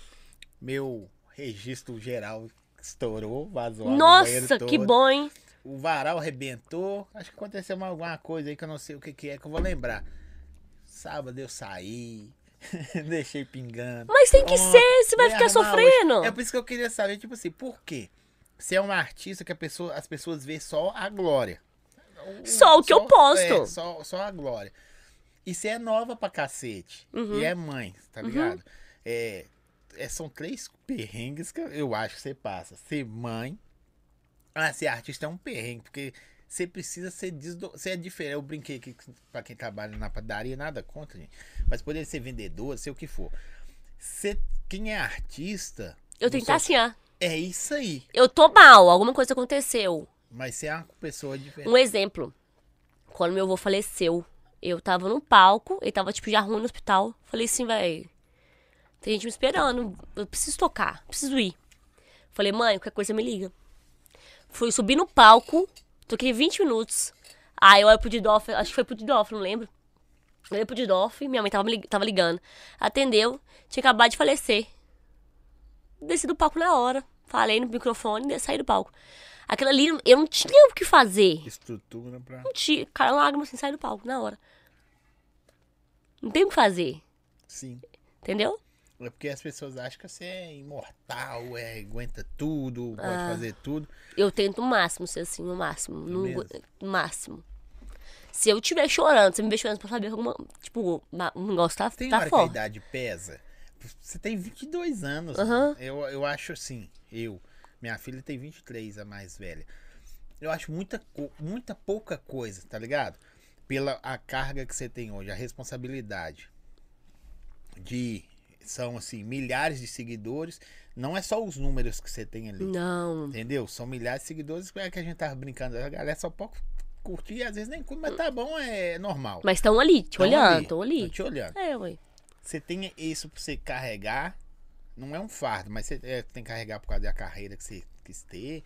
S2: Meu registro geral estourou, vazou. água no
S1: Nossa,
S2: banheiro
S1: que
S2: todo.
S1: bom, hein?
S2: O varal arrebentou. Acho que aconteceu mais alguma coisa aí que eu não sei o que, que é, que eu vou lembrar. Sábado eu saí, deixei pingando.
S1: Mas tem que
S2: Ah,
S1: ser, você vai
S2: ia
S1: ficar
S2: arrumar hoje.
S1: sofrendo.
S2: É por isso que eu queria saber, tipo assim, por quê? Você é um artista que a pessoa, as pessoas vê só a glória.
S1: Só o que eu posto.
S2: é, só, só a glória. E você é nova pra cacete.
S1: Uhum.
S2: E é mãe, tá ligado? É, é, são três perrengues que eu acho que você passa. Ser mãe. Ah, ser artista é um perrengue, porque você precisa ser desdobrado. Você é diferente. Eu brinquei aqui que pra quem trabalha na padaria, nada contra, gente. Mas poderia ser vendedor, ser o que for. Você, quem é artista.
S1: Eu
S2: no
S1: tenho que estar assim,
S2: seu-
S1: ah,
S2: É isso aí.
S1: eu tô mal, alguma coisa aconteceu.
S2: Mas você é uma pessoa diferente.
S1: Um exemplo. Quando meu avô faleceu, eu tava no palco, ele tava, tipo, já ruim no hospital. Falei assim, véi, tem gente me esperando, eu preciso tocar, preciso ir. Falei, mãe, qualquer coisa me liga. Fui subir no palco, toquei 20 minutos. Aí eu olho pro Didolf, acho que foi pro Didolf, não lembro. Eu olhei pro Didolf, minha mãe tava, me lig- tava ligando. Atendeu, tinha acabado de falecer. Desci do palco na hora. Falei no microfone e saí do palco. Aquilo ali, eu não tinha o que fazer
S2: Estrutura pra.
S1: Um ti- caiu uma lágrima assim, sai do palco, na hora. Não tem o que fazer,
S2: Sim.
S1: entendeu?
S2: É porque as pessoas acham que você é imortal, é, aguenta tudo, pode
S1: Ah.
S2: fazer tudo.
S1: Eu tento o máximo ser assim, o máximo. No
S2: É mesmo?
S1: máximo. Se eu estiver chorando, você me vê chorando pra saber que alguma. Tipo, ma- o negócio tá,
S2: Tem
S1: tá
S2: hora
S1: forte.
S2: que a idade pesa. Você tem 22 anos.
S1: Aham.
S2: Eu, eu acho assim, eu. Minha filha tem 23, a mais velha. Eu acho muita, co- muita pouca coisa, tá ligado? Pela a carga que você tem hoje, a responsabilidade de. São, assim, milhares de seguidores. Não é só os números que você tem ali.
S1: Não.
S2: Entendeu? São milhares de seguidores é que a gente tava brincando. A galera só pode curtir e às vezes nem curte, mas tá bom, é normal.
S1: Mas estão ali, te
S2: Tão
S1: olhando, estão
S2: tão
S1: ali.
S2: te olhando.
S1: É, ué.
S2: Você tem isso pra você carregar. Não é um fardo, mas você é, tem que carregar por causa da carreira que você quis ter.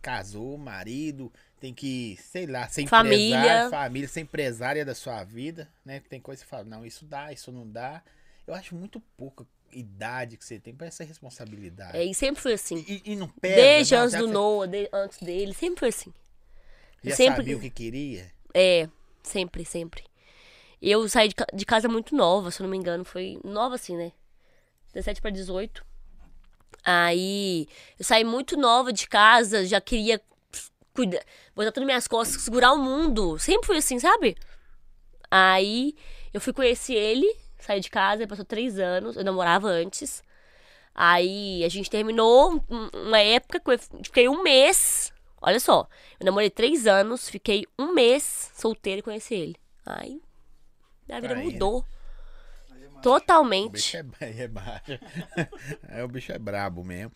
S2: Casou, marido, tem que, sei lá, ser
S1: Família.
S2: empresário, família, ser empresária da sua vida, né? Tem coisa que você fala, não, isso dá, isso não dá. Eu acho muito pouca idade que você tem pra essa responsabilidade.
S1: É, e sempre foi assim.
S2: E, e não pega.
S1: Desde
S2: não,
S1: antes
S2: Ah. É, já
S1: do
S2: você-
S1: Noah, de- antes dele, sempre foi assim.
S2: Já
S1: sempre-
S2: sabia o que queria?
S1: É, sempre, sempre. Eu saí de, ca- de casa muito nova, se eu não me engano, foi nova assim, né? 17 para 18. Aí eu saí muito nova de casa, já queria cuidar, botar tudo nas minhas costas, segurar o mundo. Sempre foi assim, sabe? Aí eu fui conhecer ele, saí de casa, ele passou três anos, eu namorava antes. Aí a gente terminou um- um- uma época que eu fiquei um mês. Olha só, eu namorei três anos, fiquei um mês solteira e conheci ele. Aí minha vida
S2: Aí, né?
S1: mudou
S3: Aí é mais-
S2: O
S1: totalmente.
S2: bicho é, ba- é baixo. é, o bicho é brabo mesmo.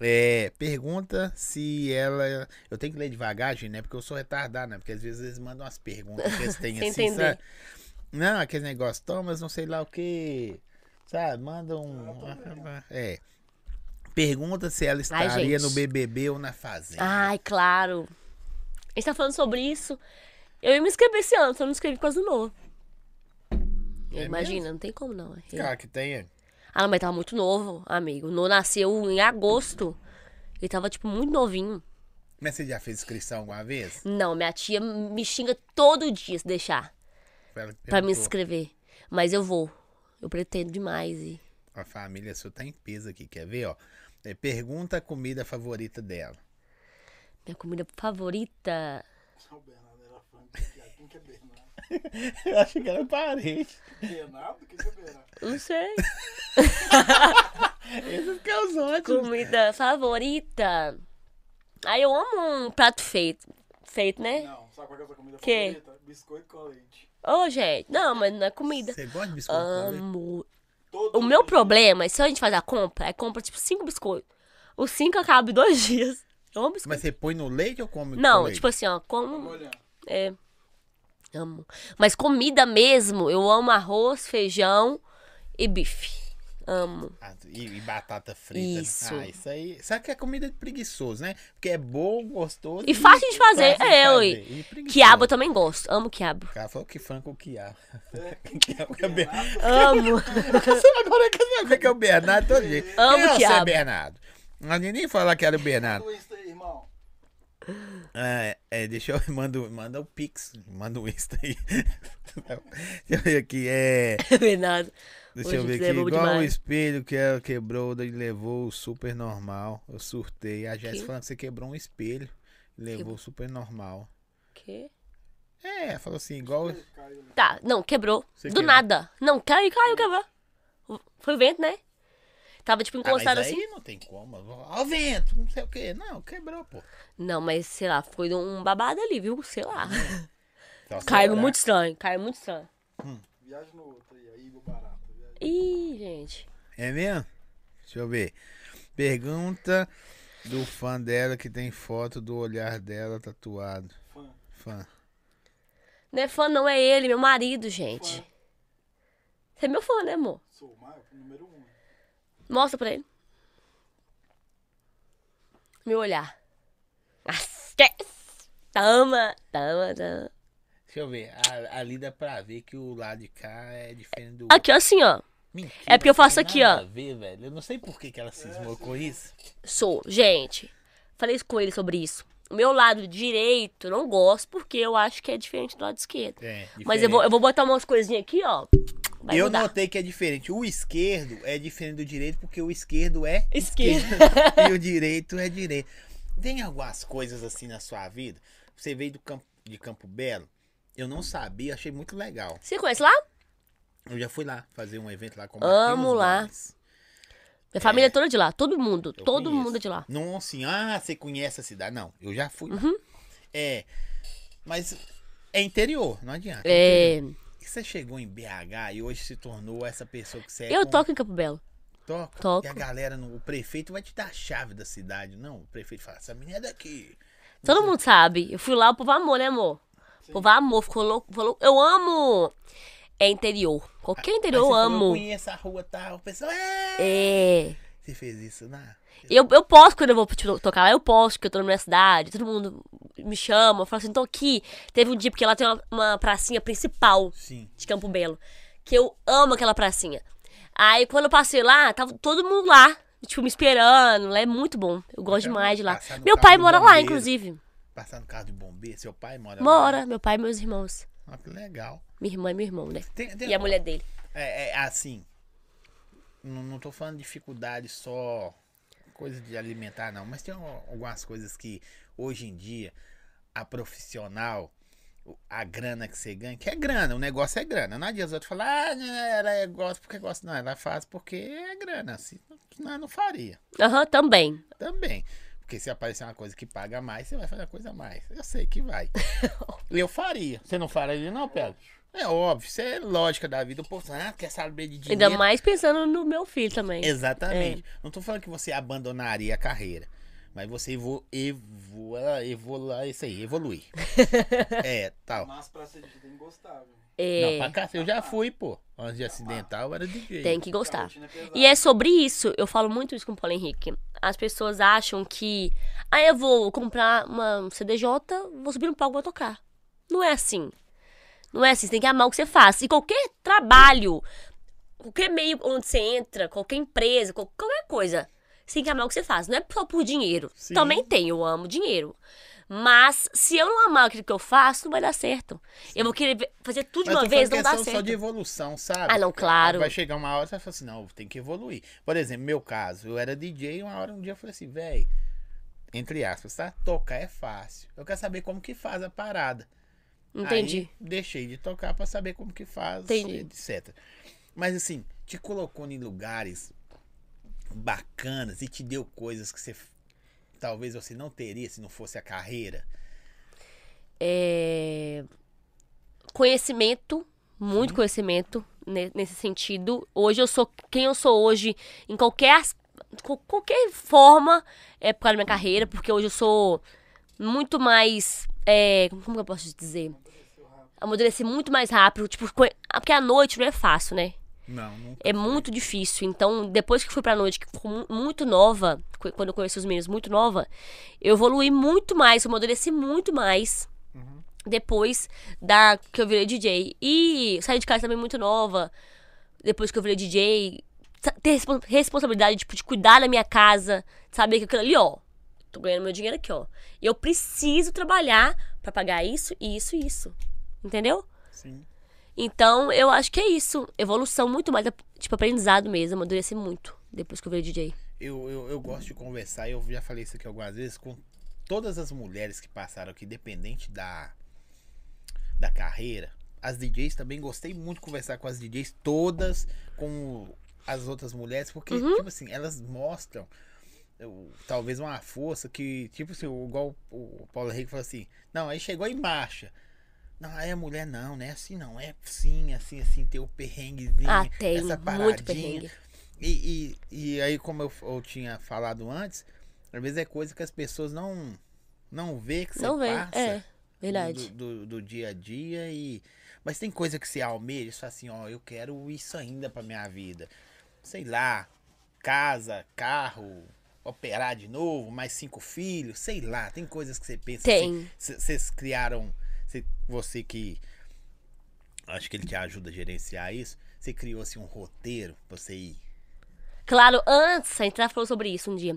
S2: É, pergunta se ela. Eu tenho que ler devagar, gente, né? Porque eu sou retardado, né? Porque às vezes eles mandam umas perguntas que eles têm
S1: Sem
S2: assim,
S1: entender.
S2: sabe? Não, aquele negócio, Thomas, não sei lá o que. Sabe? Manda um. É. Pergunta se ela
S1: Ai,
S2: estaria
S1: gente. Ah,
S2: no BBB ou na Fazenda.
S1: Ai, claro. A gente tá falando sobre isso. Eu ia me inscrever esse ano, só não me inscrevi por causa do novo.
S2: É
S1: Imagina,
S2: mesmo?
S1: não tem como não. é.
S2: Cara, que tem.
S1: Ah, não, mas tava muito novo, amigo. O Noah nasceu em agosto. Ele tava, tipo, muito novinho.
S2: Mas você já fez inscrição alguma vez?
S1: Não, minha tia me xinga todo dia se deixar
S2: Ela que
S1: pra me
S2: perguntou.
S1: inscrever. Mas eu vou. Eu pretendo demais. E...
S2: A família sua tá em peso aqui, quer ver, ó? É, pergunta a comida favorita dela.
S1: Minha comida favorita.
S3: O Bernardo era fã de piada. Quem que é Bernardo?
S2: Eu acho que era um parente.
S3: Bernardo? Quem que é Bernardo?
S1: Não sei.
S2: Esses que é os ótimos.
S1: comida favorita. Aí eu amo um prato feito. Feito, né?
S3: Não, sabe qual que é a sua comida
S1: Que?
S3: favorita? Biscoito com leite.
S1: Ô, gente, não, mas não é comida.
S2: Você gosta de biscoito? Cauê?
S1: Amo.
S3: Todo
S1: O meu
S3: dia.
S1: problema é se a gente faz a compra, é compra tipo cinco biscoitos. Os cinco acabam em dois dias. Eu amo
S2: Mas é
S1: biscoito.
S2: você põe no leite ou come
S1: não,
S2: com leite?
S1: tipo assim, ó, como.
S3: Olhando.
S1: É. Amo. Mas comida mesmo, eu amo arroz, feijão e bife. Amo.
S2: Ah, E, e batata frita.
S1: Isso.
S2: Ah, isso aí. Sabe que é comida de preguiçoso, né? Porque é bom, gostoso.
S1: E fácil de fazer.
S2: fácil de
S1: É,
S2: fazer.
S1: ui.
S2: E preguiçoso.
S1: Quiabo tá- eu também gosto. Amo quiabo.
S2: O cara falou que frango com quiabo.
S3: É,
S2: Quiabo é o Bernardo.
S1: Amo.
S2: Agora que eu sei que é o Bernardo todo jeito.
S1: Amo
S2: Quem é você,
S1: quiabo.
S2: Bernardo? Não nem nem falar que era o Bernardo.
S3: tudo isso aí, irmão.
S2: Ah, é, deixa eu. Manda, o- manda o Pix. Manda o Insta aí. deixa eu ver aqui. É.
S1: Bernardo.
S2: Deixa
S1: Hoje
S2: eu ver
S1: você
S2: aqui.
S1: é bobo
S2: Igual o
S1: demais.
S2: espelho que ela quebrou e levou o super normal. Eu surtei. A Jéssica
S1: Que?
S2: falando que você quebrou um espelho e levou
S1: Quebrou.
S2: o super normal.
S1: Que?
S2: É, falou assim, igual.
S3: Ele caiu ali.
S1: Tá, não, quebrou.
S2: Você
S1: Do
S2: quebrou.
S1: nada. Não, caiu, caiu, quebrou. Foi o vento, né? Tava, tipo,
S2: Ah, mas
S1: encostado
S2: aí
S1: assim.
S2: não tem como. Ó, o vento, não sei o quê. Não, quebrou, pô.
S1: Não, mas sei lá, foi um babado ali, viu? Sei lá.
S2: Então, você
S1: Caiu
S2: olhar-
S1: muito estranho, caiu muito estranho.
S3: Viaja no outro aí, aí, meu barato. Viaja.
S1: Ih, gente.
S2: É mesmo? Deixa eu ver. Pergunta do fã dela que tem foto do olhar dela tatuado.
S3: Fã.
S2: Fã.
S1: Não é fã, não é ele, meu marido, gente. Você é meu fã, né, amor?
S3: Sou o Maio, número um. né?
S1: Mostra pra ele. Meu olhar. Ah, Esquece! Tá, Tama, tama, tama.
S2: Deixa eu ver. A- ali dá pra ver que o lado de cá é diferente do.
S1: Aqui, ó, assim, ó.
S2: Mentira,
S1: É porque eu
S2: não tem
S1: faço aqui,
S2: nada
S1: ó.
S2: a ver, velho. Eu não sei por que, que ela cismou com isso.
S1: Sou. Gente, falei isso com ele sobre isso. O meu lado direito eu não gosto porque eu acho que é diferente do lado esquerdo.
S2: É,
S1: Mas eu vou, eu vou botar umas coisinhas aqui, ó. Vai
S2: eu
S1: mudar.
S2: notei que é diferente. O esquerdo é diferente do direito porque o esquerdo é
S1: Esquerdo.
S2: e o direito é direito. Tem algumas coisas assim na sua vida. Você veio do campo, de Campo Belo. Eu não sabia, achei muito legal.
S1: Você conhece lá?
S2: Eu já fui lá fazer um evento lá com o
S1: Amo
S2: Matheus
S1: lá.
S2: Gomes.
S1: Minha família é toda de lá, todo mundo,
S2: Eu
S1: todo
S2: conheço.
S1: mundo é de lá.
S2: Não assim, ah, você conhece a cidade. Não, eu já fui. lá.
S1: Uhum.
S2: É, mas é interior, não adianta.
S1: É,
S2: Por que você chegou em BH e hoje se tornou essa pessoa que você é?
S1: eu
S2: com-
S1: toco em Campo Belo.
S2: toca.
S1: toco.
S2: E a galera, no- o prefeito vai te dar a chave da cidade. Não, o prefeito fala, essa menina é daqui.
S1: Todo mundo sabe. Eu fui lá, o povo amou, né, amor? O povo amou, ficou louco, falou. Eu amo! É interior. Qualquer interior eu
S2: Aí você falou,
S1: amo.
S2: Eu conheço a rua tal. O pessoal, é.
S1: É.
S2: Você fez isso, né?
S1: Eu, eu posso quando eu vou tipo, tocar lá, eu posso, que eu tô na minha cidade, todo mundo me chama, eu falo assim, tô aqui. Teve um dia, porque lá tem uma, uma pracinha principal
S2: Sim.
S1: de Campo Belo, que eu amo aquela pracinha. Aí quando eu passei lá, tava todo mundo lá, tipo, me esperando, lá é muito bom, eu gosto
S2: Então,
S1: demais de lá.
S2: passar no
S1: Meu
S2: carro
S1: pai
S2: do
S1: mora lá,
S2: bombeiro.
S1: inclusive.
S2: Passar no carro do bombeiro, seu pai mora lá.
S1: Mora, meu pai e meus irmãos.
S2: Ah, que legal.
S1: Minha irmã e meu irmão, né?
S2: Tem- tem
S1: E a
S2: alguma-
S1: mulher dele.
S2: É, é, assim. Não, não tô falando de dificuldade só coisa de alimentar, não. Mas tem al- algumas coisas que hoje em dia a profissional, o- a grana que você ganha, que é grana, o negócio é grana. Não adianta os outros falar, ah, né, ela é- gosta porque gosta. Não, ela faz porque é grana. Assim, não, não faria.
S1: Aham, também.
S2: Também. Porque se aparecer uma coisa que paga mais, você vai fazer a coisa a mais. Eu sei que vai. Eu faria. Você não faria, não, Pedro? É óbvio. Isso é lógica da vida. O povo fala, ah, quer saber de dinheiro.
S1: Ainda mais É. pensando no meu filho também.
S2: Exatamente. Não tô falando que você abandonaria a carreira. Mas você evo, evo, evo, isso aí, evoluir. é, tal.
S3: Mas pra ser DJ tem que gostar, viu?
S2: Não,
S1: É,
S2: pra cá, eu já fui, pô. Antes de acidentar, eu era DJ.
S1: tem que
S3: Porque a
S1: gostar.
S3: rotina é pesada.
S1: E é sobre isso, eu falo muito isso com o Paulo Henrique. As pessoas acham que, ah, eu vou comprar uma CDJ, vou subir no palco e vou tocar. Não é assim. Não é assim, você tem que amar o que você faz. E qualquer trabalho, qualquer meio onde você entra, qualquer empresa, qual- qualquer coisa, você tem que amar o que você faz. Não é só por dinheiro.
S2: Sim.
S1: Também tem, eu amo dinheiro. Mas se eu não amar aquilo que eu faço, não vai dar certo. Eu vou querer ve- fazer tudo de
S2: Mas eu
S1: uma
S2: tô
S1: vez, não
S2: falando
S1: dá
S2: questão só
S1: certo.
S2: de evolução, sabe?
S1: Ah, não, claro.
S2: Vai chegar uma hora você vai falar assim, não, tem que evoluir. Por exemplo, meu caso, eu era DJ e uma hora, um dia eu falei assim, velho, entre aspas, tá? Tocar é fácil. Eu quero saber como que faz a parada.
S1: Entendi.
S2: Aí, deixei de tocar pra saber como que faz,
S1: Entendi.
S2: etc. Mas assim, te colocou em lugares bacanas e te deu coisas que você talvez você não teria se não fosse a carreira.
S1: é, conhecimento, muito conhecimento ne- nesse sentido. Hoje eu sou quem eu sou hoje em qualquer as- co- qualquer forma é por causa da minha carreira, porque hoje eu sou muito mais é, como que eu posso dizer? Amadureci muito mais rápido, tipo, co- ah, porque a noite não é fácil, né?
S2: Não, não.
S1: É muito difícil. Então, depois que fui pra noite, que fui mu- muito nova, co- quando eu conheci os meninos muito nova, eu evoluí muito mais, eu amadureci muito mais depois da que eu virei DJ. E saí de casa também muito nova, depois que eu virei DJ. sa- Ter respon- responsabilidade tipo, de cuidar da minha casa, saber que aquilo ali, ó. Tô ganhando meu dinheiro aqui, ó. E eu preciso trabalhar pra pagar isso, isso e isso. Entendeu?
S2: Sim.
S1: Então, eu acho que é isso. Evolução muito mais, tipo, aprendizado mesmo. Amadureci muito depois que eu virei DJ.
S2: Eu, eu, eu gosto de conversar, eu já falei isso aqui algumas vezes, com todas as mulheres que passaram aqui, dependente da, da carreira. As DJs também, gostei muito de conversar com as DJs, todas, com as outras mulheres, porque,
S1: Uhum.
S2: tipo assim, elas mostram eu- talvez uma força que, tipo assim, o- igual o, o Paulo Henrique falou assim, não, aí chegou em marcha. Não, aí a mulher não, né? Assim não, é sim, assim, assim, tem o perrenguezinho,
S1: Ah, tem.
S2: essa
S1: Muito
S2: paradinha.
S1: perrengue.
S2: E, e, e aí, como eu, eu tinha falado antes, às vezes é coisa que as pessoas não, não vê que você
S1: Não vem.
S2: passa. Hum.
S1: É,
S2: do-
S1: verdade.
S2: Do, do, dia a dia e... Mas tem coisa que você almeja, só assim, ó, eu quero isso ainda pra minha vida. Sei lá, casa, carro, operar de novo, mais cinco filhos, sei lá. Tem coisas que você pensa assim,
S1: Tem.
S2: C- Vocês criaram. cê- Você que. Acho que ele te ajuda a gerenciar isso. Você criou assim um roteiro pra você ir.
S1: Claro, antes, a gente já falou sobre isso um dia.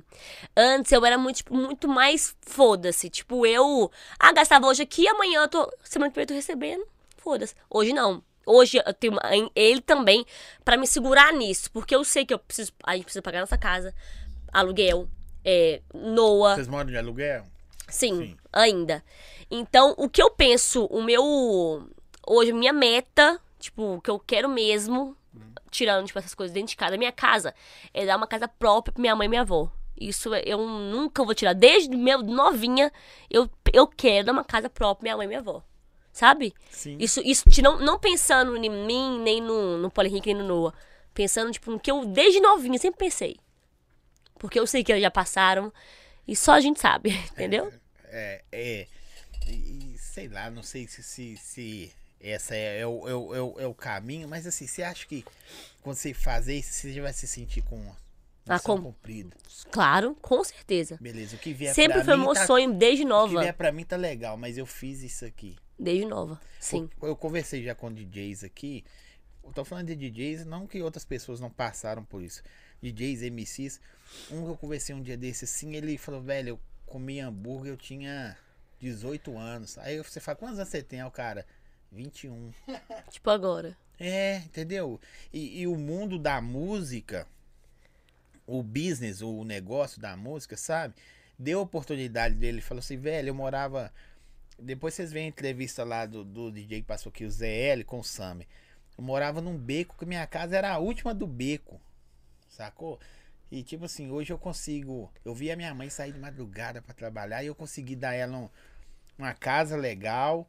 S1: Antes eu era muito, tipo, muito mais foda-se. Tipo, eu. Ah, gastava hoje aqui, amanhã eu tô. Semana que vem eu tô recebendo. Foda-se. Hoje não. Hoje eu tenho uma- em- ele também pra me segurar nisso. Porque eu sei que eu preciso. A gente precisa pagar nossa casa, aluguel, é, Noah.
S2: Vocês moram de aluguel?
S1: Sim,
S2: Sim.
S1: ainda. Então, o que eu penso, o meu. Hoje, minha meta, tipo, o que eu quero mesmo, tirando, tipo, essas coisas dentro de casa, minha casa, é dar uma casa própria pra minha mãe e minha avó. Isso é, eu nunca vou tirar. Desde meu novinha, eu, eu quero dar uma casa própria pra minha mãe e minha avó. Sabe?
S2: Sim.
S1: Isso, isso te- não, não pensando em mim, nem no, no Paulo Henrique, nem no Noah. Pensando, tipo, no que eu, desde novinha, sempre pensei. Porque eu sei que eles já passaram e só a gente sabe, entendeu?
S2: É, é. E, e sei lá, não sei se, se, se essa é, é o, é, o, é, o, é o caminho, mas assim, você acha que quando você fazer isso, você já vai se sentir com
S1: Ah,
S2: missão
S1: com-
S2: cumprida.
S1: Claro, com certeza.
S2: Beleza, o que vier
S1: sempre
S2: pra
S1: foi
S2: mim.
S1: meu
S2: tá-
S1: sonho desde
S2: O que
S1: nova.
S2: vier pra mim tá legal, mas eu fiz isso aqui.
S1: Desde nova, sim.
S2: Eu, eu conversei já com DJs aqui. Eu tô falando de DJs, não que outras pessoas não passaram por isso. DJs, MCs. Um que eu conversei um dia desse assim, ele falou, velho, eu comi hambúrguer, eu tinha 18 anos. Aí você fala, quantos anos você tem? Aí o cara, 21.
S1: Tipo agora.
S2: É, entendeu? E, e o mundo da música, o business, o negócio da música, sabe? Deu a oportunidade dele. Falou assim, velho, eu morava. Depois vocês veem a entrevista lá do, do DJ que passou aqui, o ZL com o Sammy. Eu morava num beco que minha casa era a última do beco, sacou? E tipo assim, hoje eu consigo. Eu vi a minha mãe sair de madrugada pra trabalhar e eu consegui dar ela um- uma casa legal.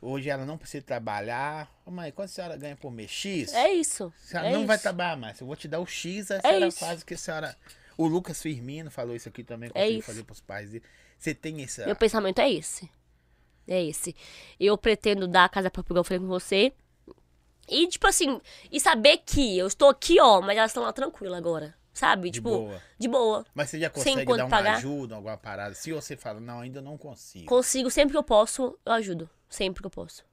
S2: Hoje ela não precisa trabalhar. Ô, mãe, quanto a senhora ganha por mês? X?
S1: É isso.
S2: A senhora
S1: é
S2: não
S1: isso. É
S2: vai trabalhar mais. Eu vou te dar o X, a senhora
S1: isso.
S2: faz o que a senhora. O Lucas Firmino falou isso aqui também,
S1: É
S2: conseguiu
S1: isso.
S2: fazer pros pais dele. Você tem essa.
S1: Meu pensamento é esse. É esse. Eu pretendo dar a casa pra igual eu falei com você. E, tipo assim, e saber que eu estou aqui, ó, mas elas estão lá tranquila agora. Sabe?
S2: De
S1: tipo,
S2: boa.
S1: de boa.
S2: Mas você já
S1: Sem
S2: consegue
S1: quanto
S2: dar uma
S1: pagar?
S2: ajuda, alguma parada? Se você fala, não, ainda não consigo.
S1: Consigo, sempre que eu posso, eu ajudo. Sempre que eu posso.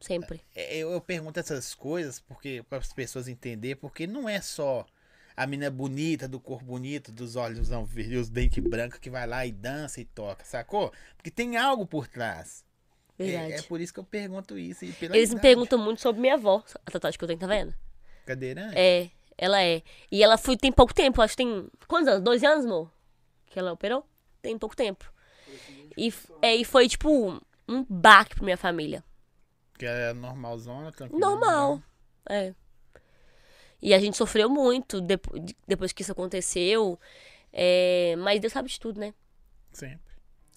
S1: Sempre.
S2: É, Eu, eu pergunto essas coisas porque para as pessoas entender, porque não é só a menina bonita, do corpo bonito, dos olhos não verdes, os dentes brancos que vai lá e dança e toca, sacou? Porque tem algo por trás. É-
S1: Verdade.
S2: É, por isso que eu pergunto isso. e pela
S1: Eles me
S2: idade.
S1: perguntam muito sobre minha avó, a tatuagem que eu tenho, tá vendo?
S2: Cadeirante?
S1: É, ela é. E ela foi tem pouco tempo, acho que tem. Quantos anos? Dois anos, amor? Que ela operou? Tem pouco tempo. E, f- é, e foi tipo um- um baque pra minha família.
S2: Que é normalzona, tranquila.
S1: Normal. É. E a gente sofreu muito depo- de- depois que isso aconteceu. É, mas Deus sabe de tudo, né?
S2: Sempre,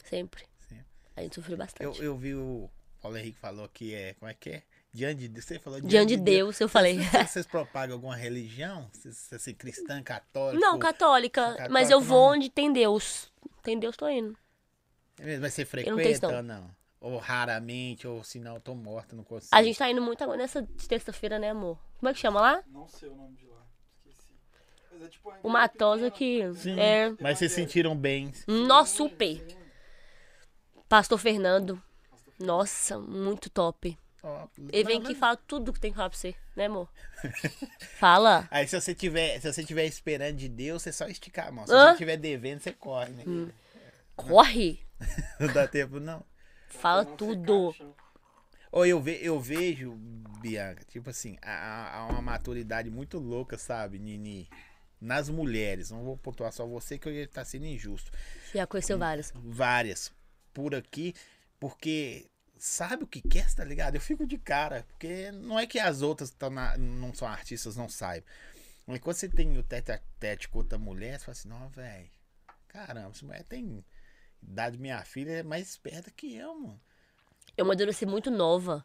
S1: Sempre.
S2: sempre.
S1: A gente sofreu
S2: Eu,
S1: bastante.
S2: eu vi o Paulo Henrique falou que é. Como é que é? Diante de Deus. Você falou
S1: Diante de Deus, eu falei.
S2: Vocês, vocês propagam alguma religião? Vocês, vocês são assim, cristã, católico?
S1: Não, católica,
S2: Católica
S1: mas eu vou
S2: não.
S1: onde tem Deus. Tem Deus, tô indo.
S2: É mesmo? Mas você
S1: não tenho isso,
S2: frequenta ou não? Ou raramente, ou se não, eu tô morta, não consigo.
S1: A gente tá indo muito agora nessa de terça-feira, né, amor? Como é que chama lá?
S3: Não sei o nome de lá. Esqueci. Mas é tipo uma igreja
S1: Uma tosa que.
S3: pequena.
S2: Sim,
S1: É.
S2: Mas vocês sentiram bem.
S1: Nossa, super.
S3: Sim.
S1: Pastor Fernando. Nossa, muito top.
S2: Ó,
S1: Ele vem
S2: pelo
S1: aqui e
S2: menos-
S1: fala tudo que tem que falar pra você, né, amor? Fala.
S2: Aí se você tiver, se você tiver esperando de Deus, você só esticar a mão. Se
S1: Hã? Hum.
S2: você tiver devendo, você corre, né?
S1: Corre.
S2: Não dá tempo, não.
S1: Fala
S3: Pra não
S1: tudo.
S3: ficar achando-
S2: Ou eu, ve- eu vejo, Bianca, tipo assim, há, há- há uma maturidade muito louca, sabe, Nini? Nas mulheres, não vou pontuar só você, que eu ia estar sendo injusto.
S1: Já conheceu vários.
S2: Várias por aqui, porque sabe o que quer, tá ligado? Eu fico de cara, porque não é que as outras que tão na- não são artistas, não saibam. Mas quando você tem o tete a tete com outra mulher, você fala assim, não, velho, caramba, essa mulher tem idade minha filha, é mais esperta que eu, mano.
S1: Eu amadureci muito nova.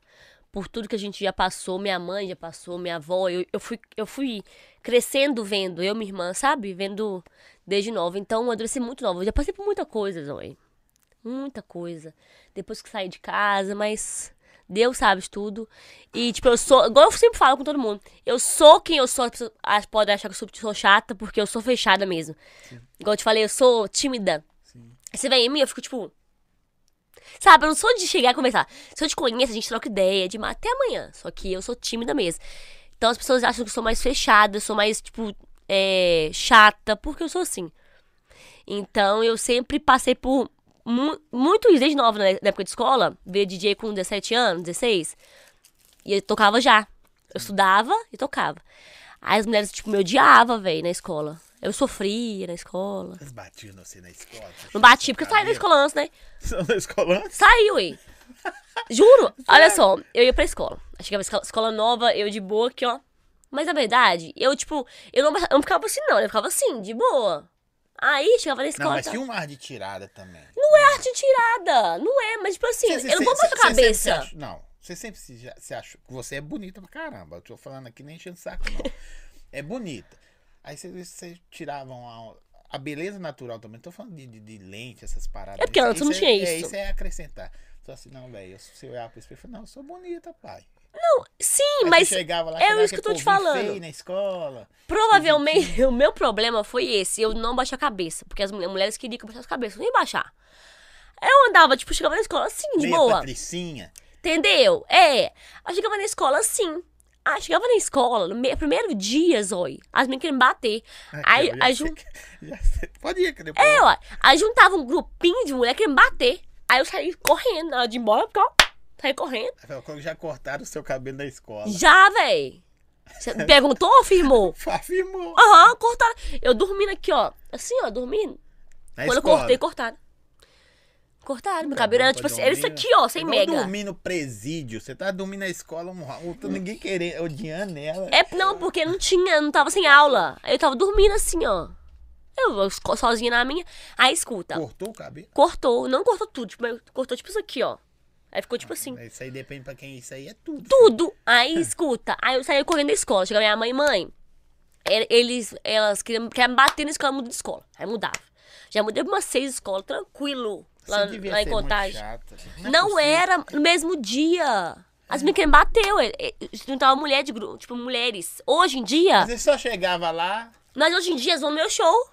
S1: Por tudo que a gente já passou, minha mãe já passou, minha avó. Eu, eu, fui, eu fui crescendo vendo, eu e minha irmã, sabe? Vendo desde nova. Então, eu amadureci muito nova. Eu já passei por muita coisa, Zoe. Muita coisa. Depois que saí de casa, mas Deus sabe de tudo. E, tipo, eu sou. Igual eu sempre falo com todo mundo. Eu sou quem eu sou. As pessoas as- podem achar que eu sou, sou chata, porque eu sou fechada mesmo. Igual eu te falei, eu sou tímida.
S2: Sim.
S1: Você vem em mim, eu fico tipo. Sabe, eu não sou de chegar e conversar. Se eu te conheço, a gente troca ideia, de ma- até amanhã. Só que eu sou tímida mesmo. Então as pessoas acham que eu sou mais fechada, eu sou mais, tipo, é, chata, porque eu sou assim. Então eu sempre passei por mu muito isso, desde nova, né, na época de escola. Veio DJ com 17 anos, 16. E eu tocava já. Eu estudava e tocava. Aí as mulheres, tipo, me odiavam, velho, na escola. Eu sofria na escola.
S2: Eles batiam no você na escola. puxavam
S1: Não bati,
S2: seu
S1: porque eu saí da
S2: cabelo.
S1: escola antes, né?
S2: São da escola?
S1: Saiu, hein? Juro. Olha só, eu ia pra escola. Aí Chegava escola, escola nova, eu de boa aqui, ó. Mas na verdade, eu, tipo, eu não, eu não ficava assim, não. Eu ficava assim, de boa. Aí chegava na
S2: Não,
S1: escola.
S2: mas
S1: tá-
S2: tinha um ar de tirada também.
S1: Não é arte tirada. Não é, mas, tipo assim,
S2: Cê- cê-
S1: eu não vou
S2: cê-
S1: botar a
S2: cê sempre se
S1: cabeça.
S2: achou- Não, você sempre se, já- se achou. Você é bonita pra caramba. Eu tô falando aqui nem enchendo o saco, não. é bonita. Aí vocês tiravam a, a beleza natural também. Não tô falando de, de- de lente, essas paradas.
S1: É porque
S2: Isso-
S1: antes não
S2: é,
S1: tinha
S2: É,
S1: isso.
S2: isso é acrescentar. Só assim, não, velho. Se eu olhar pro espelho, eu falo, não, eu sou bonita, pai.
S1: Sim,
S2: Aí
S1: mas
S2: você chegava lá,
S1: é
S2: chegava
S1: isso que eu tô te
S2: aquele povinho
S1: falando.
S2: feio na escola.
S1: Provavelmente o meu problema foi esse, eu não baixar a cabeça, porque as mulher- mulheres queriam que eu baixasse a cabeça, eu nem baixar. Eu andava, tipo, chegava na escola assim, de
S2: meia
S1: boa.
S2: patricinha.
S1: Entendeu? É. Aí chegava na escola assim. Ah, chegava na escola, no me- primeiro dia, Zói. As meninas queriam me bater. Aí,
S2: Eu já
S1: aí,
S2: sei
S1: jun-
S2: que- já sei. Pode ir, que depois.
S1: é, ó, aí juntava um grupinho de mulher querendo me bater. Aí eu saí correndo, na hora de ir embora, porque, ó, saí correndo.
S2: Quando já cortaram o seu cabelo da escola.
S1: Já, véi. Você me perguntou, afirmou?
S2: Afirmou.
S1: Aham, cortaram. Eu dormindo aqui, ó. Assim, ó, dormindo.
S2: Na
S1: Quando eu
S2: escola. tá
S1: cortei, cortaram. Cortaram. Meu cabelo era tipo assim, era isso aqui, ó, sem
S2: Igual
S1: mega.
S2: dormir no presídio. Você tá dormindo na escola, um, um, ninguém querendo, odiando ela.
S1: É, não, porque não tinha, não tava sem aula. Aí Eu tava dormindo assim, ó. Eu eu esco- sozinha na minha. Aí escuta,
S2: Cortou o cabelo?
S1: cortou, não cortou tudo, tipo, mas cortou tipo isso aqui, ó. Aí ficou tipo assim,
S2: Isso aí depende pra quem. Isso aí é tudo.
S1: tudo. Aí escuta, aí eu saí correndo da escola, chega minha mãe, mãe. e- Eles, elas queriam, queriam bater na escola, muda de escola. Aí mudava. Já mudei pra umas seis escolas, tranquilo,
S2: Você
S1: lá,
S2: devia
S1: lá em
S2: ser muito
S1: Contagem.
S2: chata. é
S1: Não
S2: possível.
S1: era no mesmo dia. As meninas queriam bater, ué. E- e- juntava mulher de grupo, tipo, mulheres. Hoje em dia.
S2: Você só chegava lá.
S1: Mas hoje em dia eles vão no meu show.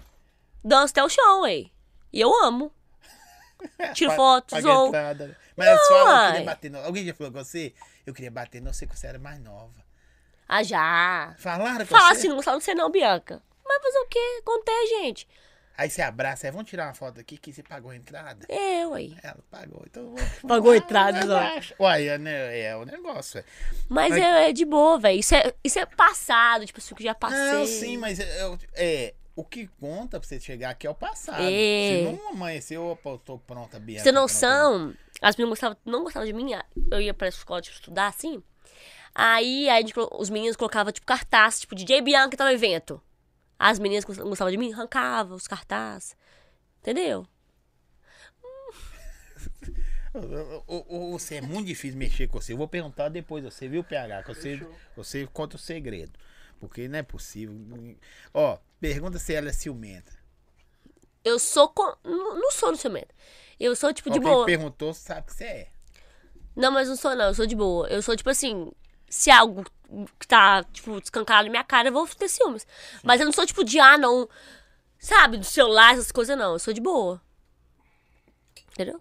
S1: Danço até o show, ué. E eu amo. Tiro
S2: pa-
S1: fotos,
S2: paga
S1: ou-
S2: entrada. Mas elas falam, eu
S1: uai.
S2: queria bater no... Alguém já falou com você? Eu queria bater no você que você era mais nova.
S1: Ah, já.
S2: Falaram com
S1: Fala
S2: você?
S1: assim, não gostava de você não, Bianca. Mas fazer o quê? Acontece, gente.
S2: Aí você abraça, aí vamos tirar uma foto aqui que você pagou a entrada.
S1: É, ué.
S2: Ela pagou, então... vamos-
S1: Pagou a
S2: Ah,
S1: entrada,
S2: eu
S1: ó.
S2: acho. Uai, é, né, é o negócio, é.
S1: Mas
S2: Ai.
S1: é, é de boa, velho. Isso é, isso é passado, tipo, isso que eu já passei.
S2: Não, sim, mas eu- é, o que conta pra você chegar aqui é o passado.
S1: É.
S2: Se não amanheceu, opa, eu tô pronta, Bianca.
S1: Você não
S2: pronta.
S1: são. As meninas gostavam, não gostavam de mim. Eu ia pra escola tipo, estudar assim. Aí, aí a gente colo- os meninos colocavam, tipo, cartaz, tipo, DJ Bianca tá no evento. As meninas que não gostavam de mim, arrancavam os cartazes. Entendeu?
S2: Ô, ô, ô, Você é muito difícil mexer com você. Eu vou perguntar depois, você viu, PH? Que você,
S3: Fechou.
S2: você conta o segredo. Porque não é possível. Ó, pergunta se ela é ciumenta.
S1: Eu sou. con- Não, não sou no ciumento. Eu sou, tipo, de
S2: Ó, quem
S1: boa.
S2: perguntou sabe que você é.
S1: Não, mas não sou, não. Eu sou de boa. Eu sou, tipo assim, se algo que tá, tipo, descancado na minha cara, eu vou ter ciúmes. Mas eu não sou, tipo, de ah, não. Sabe, do celular, essas coisas, não. Eu sou de boa. Entendeu?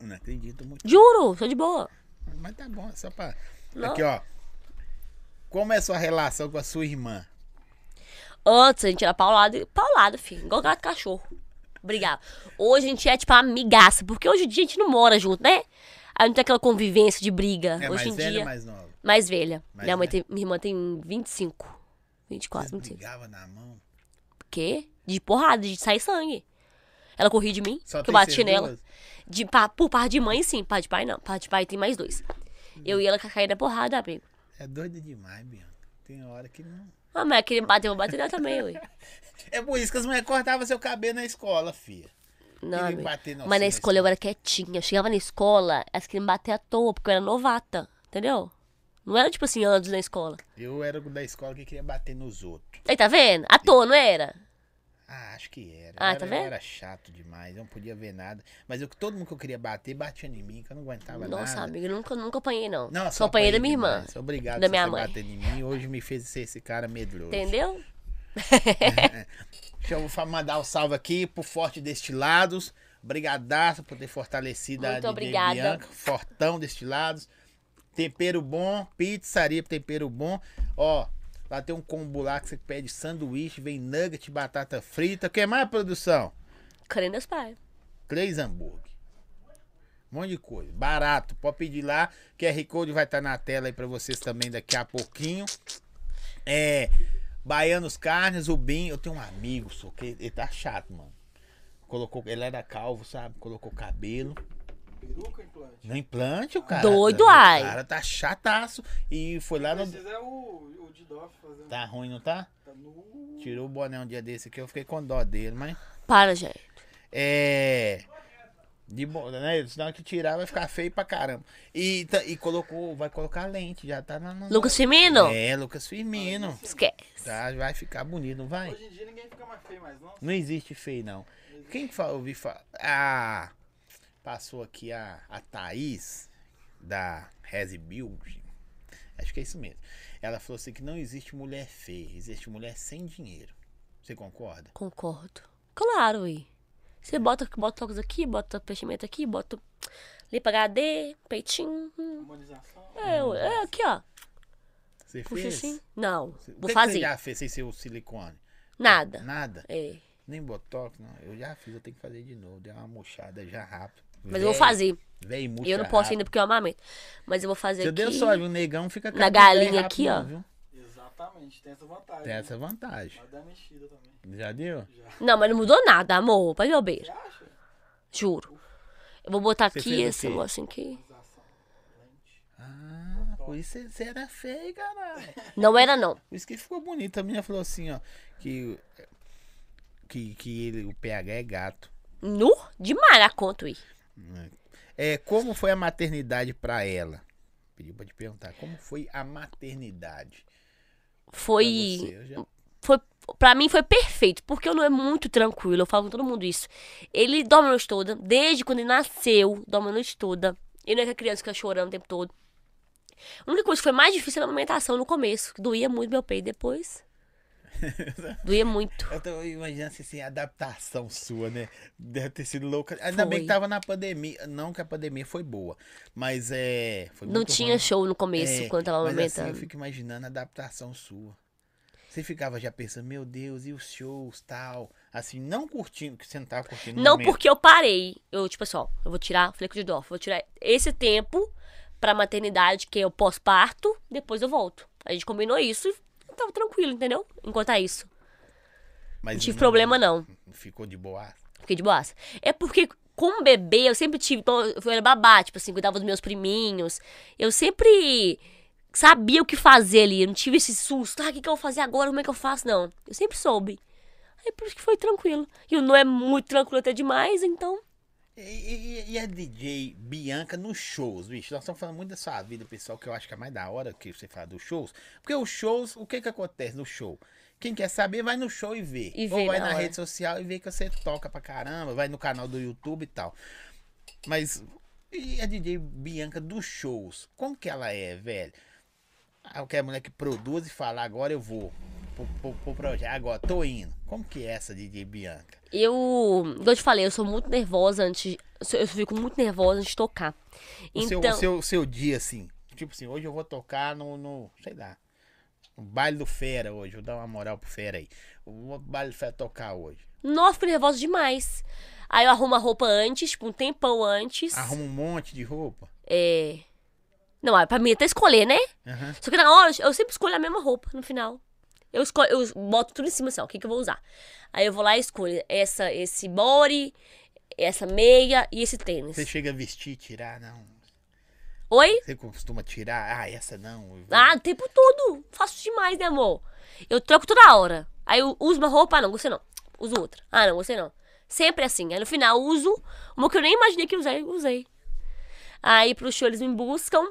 S2: Não acredito muito.
S1: Juro, sou de boa.
S2: Mas tá bom, é só pra.
S1: Não.
S2: Aqui, ó. Como é a sua relação com a sua irmã?
S1: Antes a gente era paulado, e- paulado, filho. Igual gato e cachorro. Brigava. Hoje a gente é, tipo, amigaça. Porque hoje em dia a gente não mora junto, né? A gente não tem aquela convivência de briga.
S2: É
S1: hoje
S2: mais
S1: em
S2: velha
S1: dia.
S2: ou mais nova?
S1: Mais velha.
S2: Mais
S1: minha, mãe
S2: velha.
S1: tem, minha irmã tem 25. 24,
S2: Vocês
S1: 25.
S2: brigavam na mão.
S1: quê? De porrada, de sair sangue. Ela corria de mim,
S2: Só
S1: que eu
S2: tem
S1: bati
S2: vocês
S1: nela.
S2: duas?
S1: De, pa, por par de mãe, sim. Par de pai, não. Par de pai tem mais dois. Eu e ela cair na porrada, amigo.
S2: É doido demais, Bianca. Tem hora que não.
S1: Ah, mas aquele bater, eu vou bater nela também, ué.
S2: É por isso que as mulheres cortavam seu cabelo na escola, filha.
S1: Não,
S2: Queria
S1: amigo.
S2: bater na
S1: Mas na
S2: sua
S1: escola eu era quietinha. Eu chegava na escola, elas queriam me bater à toa, porque eu era novata, entendeu? Não era tipo assim, anos na escola.
S2: Eu era o da escola que queria bater nos outros.
S1: Aí, tá vendo? À toa, não era?
S2: Ah, acho que era.
S1: Ah,
S2: eu,
S1: tá
S2: era eu
S1: vendo?
S2: era chato demais, eu não podia ver nada. Mas eu, todo mundo que eu queria bater, batia em mim, que eu não aguentava
S1: Nossa,
S2: nada.
S1: amiga, eu nunca, nunca apanhei, não.
S2: Não,
S1: Só apanhei da minha irmã.
S2: demais. Obrigado
S1: da
S2: por
S1: minha
S2: você
S1: mãe.
S2: bater em mim. Hoje me fez ser esse cara medroso.
S1: Entendeu?
S2: Deixa eu fa- mandar um salve aqui pro Forte Destilados. Brigadaço por ter fortalecido a
S1: Muito
S2: DJ
S1: obrigada.
S2: Bianca. Fortão Destilados. Tempero bom, pizzaria tempero bom. Ó, lá tem um combo lá que você pede sanduíche, vem nugget, batata frita. O que mais, produção?
S1: Crendo meus pais.
S2: Três hambúrguer. Um monte de coisa. Barato. Pode pedir lá. QR Code vai estar na tela aí pra vocês também daqui a pouquinho. É. Baianos Carnes, o Bim. Eu tenho um amigo, só que ele tá chato, mano. Colocou, ele era calvo, sabe? Colocou cabelo.
S3: Peruca, implante.
S2: No implante, o cara.
S1: Doido,
S2: o
S1: ai.
S2: cara tá chataço. E foi lá no.
S3: Precisa é o, o Didoff fazendo.
S2: Tá ruim, não tá?
S3: Tá nu.
S2: Tirou o boné um dia desse aqui, eu fiquei com dó dele, mas.
S1: Para, gente.
S2: É. De boa, né? Senão que tirar vai ficar feio pra caramba. E, tá- e colocou, vai colocar lente, já tá na. na
S1: Lucas Firmino?
S2: É, Lucas Firmino.
S1: Esquece.
S2: Tá, vai ficar bonito, não vai?
S3: Hoje em dia ninguém fica mais feio mais, não.
S2: Não existe feio, não. Quem que fala, ouvi falar? Ah, passou aqui a, a Thaís, da Rezi Build. Acho que é isso mesmo. Ela falou assim que não existe mulher feia, existe mulher sem dinheiro. Você concorda?
S1: Concordo. Claro, e Você bota, bota toques aqui, bota preenchimento aqui, bota. Limpa HD, peitinho. hum.
S3: Harmonização.
S1: É, ué, é aqui, ó.
S2: Você
S1: Puxa
S2: Ah, fez?
S1: assim. Não,
S2: O que
S1: vou
S2: que Você
S1: fazer.
S2: já fez sem ser o silicone?
S1: Nada.
S2: Nada?
S1: É.
S2: Nem botox, não. Eu já fiz, eu tenho que fazer de novo. Deu uma murchada já rápido.
S1: Mas eu vou
S2: Véi-
S1: fazer.
S2: Véi, murcha
S1: Eu não posso
S2: rápido.
S1: ainda porque eu amamento. Mas eu vou fazer
S2: Se eu
S1: aqui.
S2: deu sorte, o negão fica
S1: Na
S2: careca
S1: galinha
S2: bem rápido,
S1: aqui,
S2: não,
S1: ó.
S2: viu?
S3: Exatamente, tem essa vantagem.
S2: Tem essa
S3: né?
S2: vantagem.
S3: Mas dá mexida também.
S2: Já deu?
S1: Não, mas não mudou nada, amor. Pra meu beijo.
S3: Você acha?
S1: Juro. Eu vou botar
S2: Você
S1: aqui
S2: fez o
S1: esse
S2: quê?
S1: negócio aqui.
S3: Harmonização. Lente.
S2: Ah, por isso você- você era feio, caralho.
S1: Não era, não.
S2: Por isso que ficou bonito. A menina falou assim, ó, que, que, que ele, o PH é gato.
S1: Nu? Demais a conta, Ui.
S2: É, como foi a maternidade pra ela? Pediu pra te perguntar, como foi a maternidade? pra você?
S1: Foi.
S2: Eu já-
S1: foi para mim foi perfeito, porque eu não é muito tranquilo, eu falo com todo mundo isso. Ele dorme a noite toda, desde quando ele nasceu, dorme a noite toda. Ele não é aquela criança que fica chorando o tempo todo. A única coisa que foi mais difícil era a amamentação no começo, que doía muito meu peito depois. doía muito.
S2: Eu tô imaginando assim, a adaptação sua, né? Deve ter sido louca. Ainda bem que
S1: Foi.
S2: tava na pandemia. Não que a pandemia foi boa, mas é. Foi
S1: Não
S2: muito
S1: tinha
S2: ruim.
S1: show no começo,
S2: É,
S1: quando tava
S2: mas assim, eu
S1: amamentando.
S2: fico imaginando a adaptação sua. Você ficava já pensando, meu Deus, e os shows, tal. Assim, não curtindo, que você não tava curtindo. o
S1: Não
S2: momento.
S1: porque eu parei. Eu, tipo assim, ó, eu vou tirar fleco de dó, vou tirar esse tempo pra maternidade, que é o pós-parto, depois eu volto. A gente combinou isso e eu tava tranquilo, entendeu? Enquanto é isso.
S2: Mas
S1: Não tive problema, não.
S2: Ficou de boa.
S1: Fiquei de boaça. É porque, como bebê, eu sempre tive. Então, eu era babá, tipo assim, cuidava dos meus priminhos. Eu sempre sabia o que fazer ali. Eu não tive esse susto. Ah, o que, que eu vou fazer agora? Como é que eu faço? Não. Eu sempre soube. Aí por isso que foi tranquilo. E o não é muito tranquilo até demais, então.
S2: E, e- e a DJ Bianca nos shows, bicho? Nós estamos falando muito da sua vida, pessoal, que eu acho que é mais da hora que você fala dos shows. Porque os shows, o que que acontece no show? Quem quer saber, vai no show e vê.
S1: E
S2: Ou
S1: vê
S2: vai
S1: na
S2: na,
S1: hora.
S2: rede social e vê que você toca pra caramba, vai no canal do YouTube e tal. Mas E a DJ Bianca dos shows, como que ela é, velho? Ah, Qualquer mulher que produz e fala, agora eu vou pro, pro- pro projeto, agora tô indo. Como que é essa DJ Bianca?
S1: Eu, como eu te falei, eu sou muito nervosa antes. Eu fico muito nervosa antes de tocar.
S2: O seu,
S1: Então,
S2: o seu, o seu dia, assim, tipo assim, hoje eu vou tocar no, no sei lá, no baile do Fera hoje, vou dar uma moral pro Fera aí. O baile do Fera tocar hoje.
S1: nossa, eu fico nervosa demais. Aí eu arrumo a roupa antes, tipo, um tempão antes.
S2: Arruma um monte de roupa.
S1: É. Não, ah, pra mim é até escolher, né?
S2: Aham.
S1: Só que na hora eu sempre escolho a mesma roupa no final. Eu escolho, eu boto tudo em cima assim, ó, o que, que eu vou usar. Aí eu vou lá e escolho essa, esse body, essa meia e esse tênis.
S2: Você chega a vestir, tirar, não.
S1: Oi?
S2: Você costuma tirar, ah, essa não. eu vou-
S1: Ah, o tempo todo. Faço demais, né, amor? Eu troco toda hora. Aí eu uso uma roupa, ah, não, gostei não. Uso outra. Ah, não, gostei não. Sempre assim. Aí no final eu uso uma que eu nem imaginei que usei, usei. Aí pro show eles me buscam.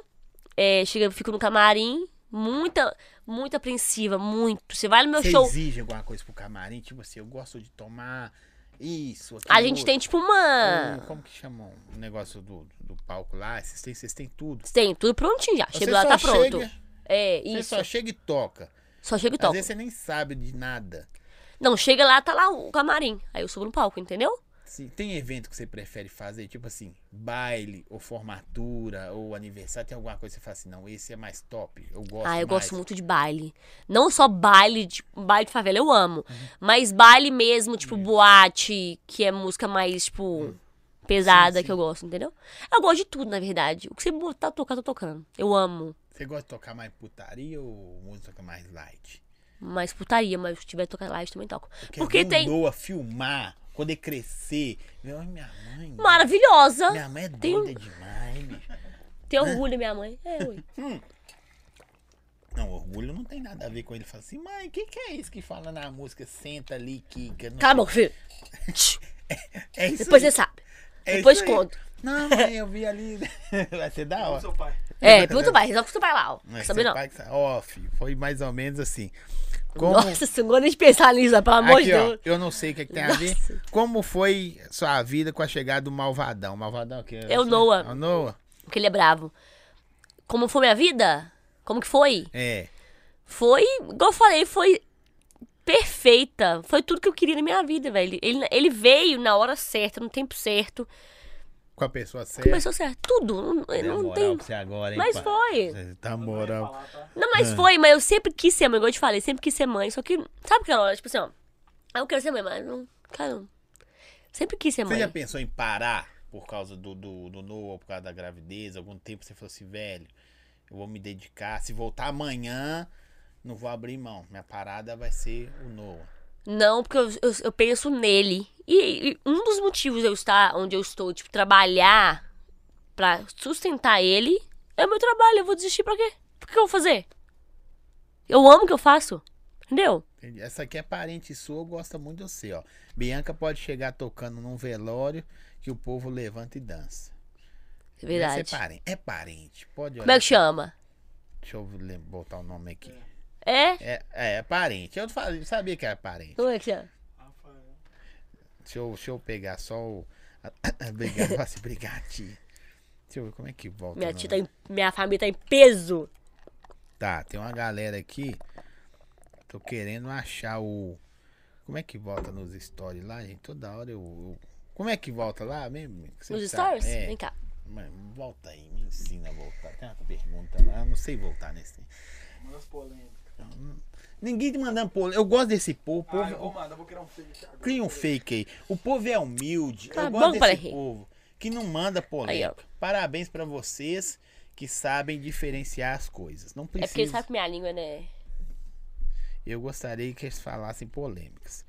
S1: É, chega, eu fico no camarim. Muita, muito apreensiva, muito. Você vai no meu
S2: Você
S1: show.
S2: exige alguma coisa pro camarim? Tipo assim, eu gosto de tomar isso.
S1: A
S2: aquilo,
S1: gente
S2: outro.
S1: tem tipo uma.
S2: Um- Como que chama o negócio do, do palco lá? Vocês têm, vocês têm tudo.
S1: Tem tudo prontinho já.
S2: Você
S1: Chega lá,
S2: só
S1: tá pronto.
S2: chega-
S1: É,
S2: Você
S1: isso.
S2: só chega e toca.
S1: Só chega e
S2: Às
S1: toca.
S2: vezes você nem sabe de nada.
S1: Não, chega lá, tá lá o camarim. Aí eu subo no palco, entendeu?
S2: Sim, tem evento que você prefere fazer, tipo assim, baile, ou formatura, ou aniversário, tem alguma coisa que você fala assim, não, esse é mais top, eu gosto
S1: ah, eu
S2: mais.
S1: gosto muito de baile. Não só baile, de, baile de favela, eu amo.
S2: Uhum.
S1: Mas baile mesmo, tipo, boate, que é música mais, tipo, pesada
S2: Sim,
S1: que eu gosto, entendeu? Eu gosto de tudo, na verdade. O que você botar tocar, eu tô tocando. Eu amo.
S2: Você gosta de tocar mais putaria ou música mais light?
S1: Mas putaria, mas se tiver que tocar live, também toco.
S2: Porque, é
S1: Porque
S2: não
S1: tem.
S2: doa filmar, quando eu crescer, meu, ai, minha mãe...
S1: Maravilhosa.
S2: Minha né? mãe é
S1: Tem um-
S2: doida demais, bicho.
S1: Tem orgulho, da minha mãe. É, ui.
S2: Não, orgulho não tem nada a ver com ele. Fala assim, mãe, o que, que é isso que fala na música? Senta ali, Kika. não
S1: Calma, filho.
S2: sei." É isso
S1: Depois
S2: aí,
S1: você sabe.
S2: é
S1: Depois
S2: isso aí.
S1: conto.
S2: Não, mãe, eu vi ali. Vai ser da
S3: Como
S2: hora.
S3: seu pai.
S1: É, muito bem, resolve que tu vai lá, ó.
S2: Mas
S1: Sabe
S2: seu
S1: não?
S2: pai é que sa- Ó, filho, foi mais ou menos assim. Como...
S1: Nossa, senhora, nem de pensar nisso, né? pelo amor
S2: Aqui,
S1: de
S2: ó,
S1: Deus.
S2: eu não sei o que, que tem a ver.
S1: Nossa.
S2: Como foi sua vida com a chegada do Malvadão? Malvadão aqui.
S1: É o Noah.
S2: É o Noah?
S1: Porque ele é bravo. Como foi minha vida? Como que foi?
S2: É.
S1: Foi, igual eu falei, foi perfeita. Foi tudo que eu queria na minha vida, velho. Ele, ele veio na hora certa, no tempo certo.
S2: Com a pessoa certa.
S1: Começou certo. Tudo. Não,
S2: Deu
S1: não
S2: moral
S1: tem.
S2: pra você agora, hein,
S1: Mas
S2: pai?
S1: foi.
S2: Você Tá
S3: Não vai
S2: moral.
S3: falar, tá?
S1: Não, mas foi, mas eu sempre quis ser mãe, igual eu te falei, sempre quis ser mãe. Só que, sabe aquela hora, tipo assim, ó. ah, Eu quero ser mãe, mas não. Cara, não. Sempre quis ser
S2: Você
S1: mãe.
S2: já pensou em parar por causa do, do, do Noah, por causa da gravidez? Algum tempo você falou assim, velho, eu vou me dedicar. Se voltar amanhã, não vou abrir mão. Minha parada vai ser o Noah.
S1: Não, porque eu, eu, eu penso nele. E, e um dos motivos eu estar onde eu estou, tipo, trabalhar pra sustentar ele é o meu trabalho. Eu vou desistir pra quê? Por que eu vou fazer? Eu amo o que eu faço. Entendeu?
S2: Entendi. Essa aqui é parente sua, gosta muito de você, ó. Bianca pode chegar tocando num velório que o povo levanta e dança.
S1: É
S2: Deve
S1: verdade.
S2: ser parente. É parente. Pode olhar.
S1: Como é que chama?
S2: Deixa eu lem- botar o nome aqui.
S1: É?
S2: É, é, é parente. Eu fa- eu sabia que era parente.
S1: Como é que chama?
S3: Rafael.
S2: Deixa eu, deixa eu pegar só o. Obrigado, nossa, obrigado, tia. Deixa eu ver como é que volta. o
S1: Minha,
S2: nome.
S1: tia tá em, minha família tá em peso.
S2: Tá, tem uma galera aqui. Tô querendo achar o. Como é que volta nos stories lá, gente? Toda hora eu. eu- Como é que volta lá mesmo? Que você
S1: Nos
S2: sabe?
S1: stories?
S2: É.
S1: Vem cá.
S2: Mãe, volta aí, me ensina a voltar. Tem uma pergunta lá, eu não sei voltar nesse.
S3: Manda as polêmicas.
S2: Ninguém te mandando polêmica. Eu gosto desse povo. o povo-
S3: Ah, eu vou mandar, vou criar um fake aqui agora.
S2: Cria um fake aí. O povo é humilde.
S1: Tá
S2: eu
S1: bom,
S2: gosto desse
S1: Parreira.
S2: povo. Que não manda polêmica.
S1: Aí,
S2: Parabéns pra vocês que sabem diferenciar as coisas. Não
S1: É porque ele
S2: precisa.
S1: sabe que minha língua, né?
S2: Eu gostaria que eles falassem polêmicas.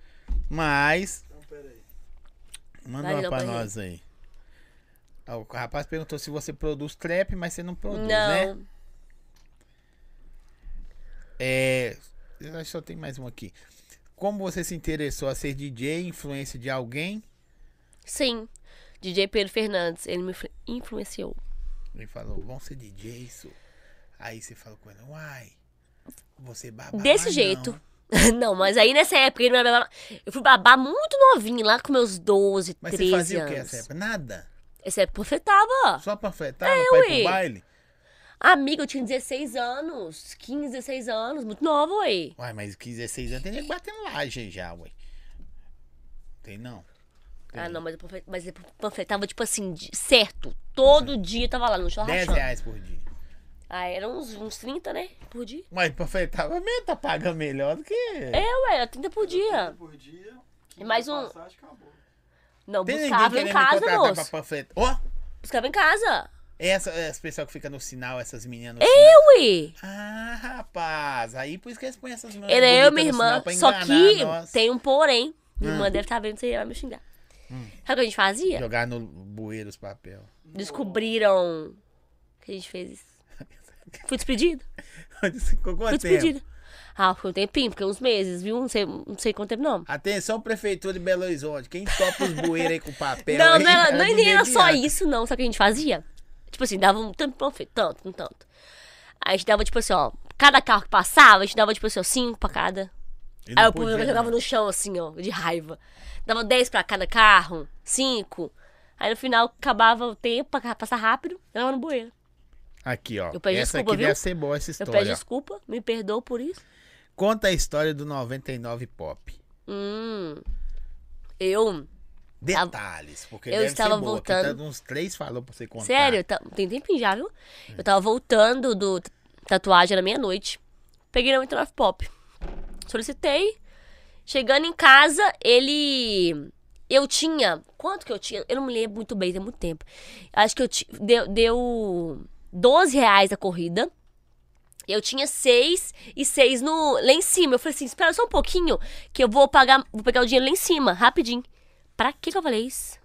S2: Mas,
S3: Então, pera aí.
S2: manda
S1: Vai,
S2: uma
S1: não,
S2: pra
S1: Parreira.
S2: nós aí. Ah, O rapaz perguntou se você produz trap, mas você não produz, né?
S1: Não.
S2: É. Eu acho que só tem mais um aqui. Como você se interessou a ser DJ, influência de alguém?
S1: Sim. DJ Pedro Fernandes, ele me influ- influenciou.
S2: Ele falou, vamos ser DJ, isso. Aí você falou com ele, uai, você babar.
S1: Desse
S2: não."
S1: jeito. Não, mas aí nessa época ele me babava- eu fui babar muito novinho, lá com meus 12,
S2: Mas
S1: 13
S2: você fazia o que
S1: anos.
S2: nessa época? Nada?
S1: Esse é profetava.
S2: Só pra afetar, pra ir pro
S1: ué.
S2: baile?
S1: Amiga, eu tinha 16 anos, 15, 16 anos, muito nova, ué.
S2: Uai, mas 15, 16 anos tem nego batendo laje já, ué. Tem não.
S1: Ah, não, mas eu profe- mas eu profetava, tipo assim, de- certo. Todo dia eu tava lá no
S2: 10
S1: churrasco.
S2: Uhum. reais por dia.
S1: Ah, eram uns, uns 30, né? Por dia.
S2: Mas pra afetar mesmo, tá pagando melhor do que.
S1: É, ué, era 30 por dia.
S3: Por dia.
S1: E mais um-
S3: Passagem, acabou.
S1: Não,
S2: Tem ninguém
S1: buscava
S2: querendo
S1: em
S2: me
S1: casa,
S2: contratar pra
S1: moço.
S2: panfletar. Ó, é
S1: Buscava em casa.
S2: essa, esse pessoal que fica no sinal, essas meninas. no sinal.
S1: Eu, ué.
S2: Ah, rapaz. Aí por isso que eles põem essas meninas.
S1: Era É, eu e minha
S2: bonitas né, no sinal
S1: irmã.
S2: pra
S1: Só
S2: enganar Ah.
S1: que
S2: nós.
S1: tem um porém. Minha irmã deve estar vendo isso aí, ela vai me xingar.
S2: Hum.
S1: Sabe o que a gente fazia?
S2: Jogar no bueiro os papel.
S1: Descobriram que a gente fez isso. Fui despedida. Fui
S2: Ficou quanto tempo?
S1: despedida. Ah, foi um tempinho, porque uns meses, viu? Não sei, não sei quanto tempo, não.
S2: Atenção, prefeitura de Belo Horizonte. Quem topa os bueiros aí com papel?
S1: Não,
S2: aí,
S1: não era, não, é
S2: de
S1: nem era só
S2: imediato.
S1: isso, não. Sabe o que a gente fazia? Tipo assim, dava um tanto panfleto, tanto, um tanto. Aí a gente dava, tipo assim, ó, cada carro que passava, a gente dava, tipo assim, ó, cinco pra cada.
S2: E não
S1: Aí o
S2: podia,
S1: povo jogava no chão, assim, ó, de raiva. Dava 10 pra cada carro, 5. Aí no final acabava o tempo pra ca- passar rápido, eu tava no bueiro.
S2: Aqui, ó.
S1: Eu peço
S2: essa
S1: desculpa,
S2: aqui
S1: viu?
S2: deve ser boa, essa
S1: Eu
S2: história.
S1: peço desculpa, me perdoa por isso.
S2: Conta a história do 99 Pop.
S1: Hum. Eu.
S2: Detalhes, porque
S1: Eu
S2: deve
S1: estava
S2: ser boa. porque
S1: voltando-
S2: tá uns três falou pra você contar.
S1: Sério, tá- tem tempinho já, viu? Eu tava voltando do t- tatuagem na meia-noite. Peguei na 89 Pop. Solicitei. Chegando em casa, ele. Eu tinha. Quanto que eu tinha? Eu não me lembro muito bem, tem muito tempo. Acho que eu ti- deu, deu 12 reais a corrida. Eu tinha seis e seis no, lá em cima. Eu falei assim: espera só um pouquinho, que eu vou pagar, vou pegar o dinheiro lá em cima, rapidinho. Pra que que eu falei isso?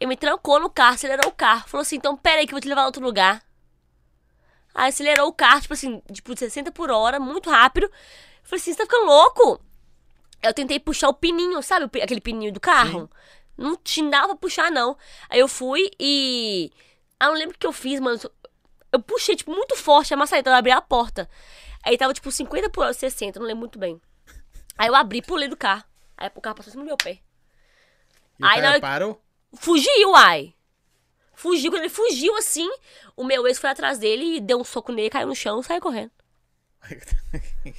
S1: Ele me trancou no carro, acelerou o carro. Falou assim, então pera aí que eu vou te levar a outro lugar. Aí acelerou o carro, tipo assim, tipo 60 por hora, muito rápido. Eu falei assim, você tá ficando louco? Eu tentei puxar o pininho, sabe? o pi- Aquele pininho do carro. Não te dava pra puxar, não. Aí eu fui e... Ah, não lembro o que eu fiz, mano. Eu puxei, tipo, muito forte a maçaneta, eu abri a porta. Aí tava, tipo, 50 por hora, 60, não lembro muito bem. Aí eu abri, pulei do carro. Aí o carro passou assim no meu pé.
S2: E o
S1: Aí
S2: cara
S1: na hora que-
S2: parou?
S1: Fugiu, uai. Fugiu, quando ele fugiu assim, o meu ex foi atrás dele e deu um soco nele, caiu no chão e saiu correndo.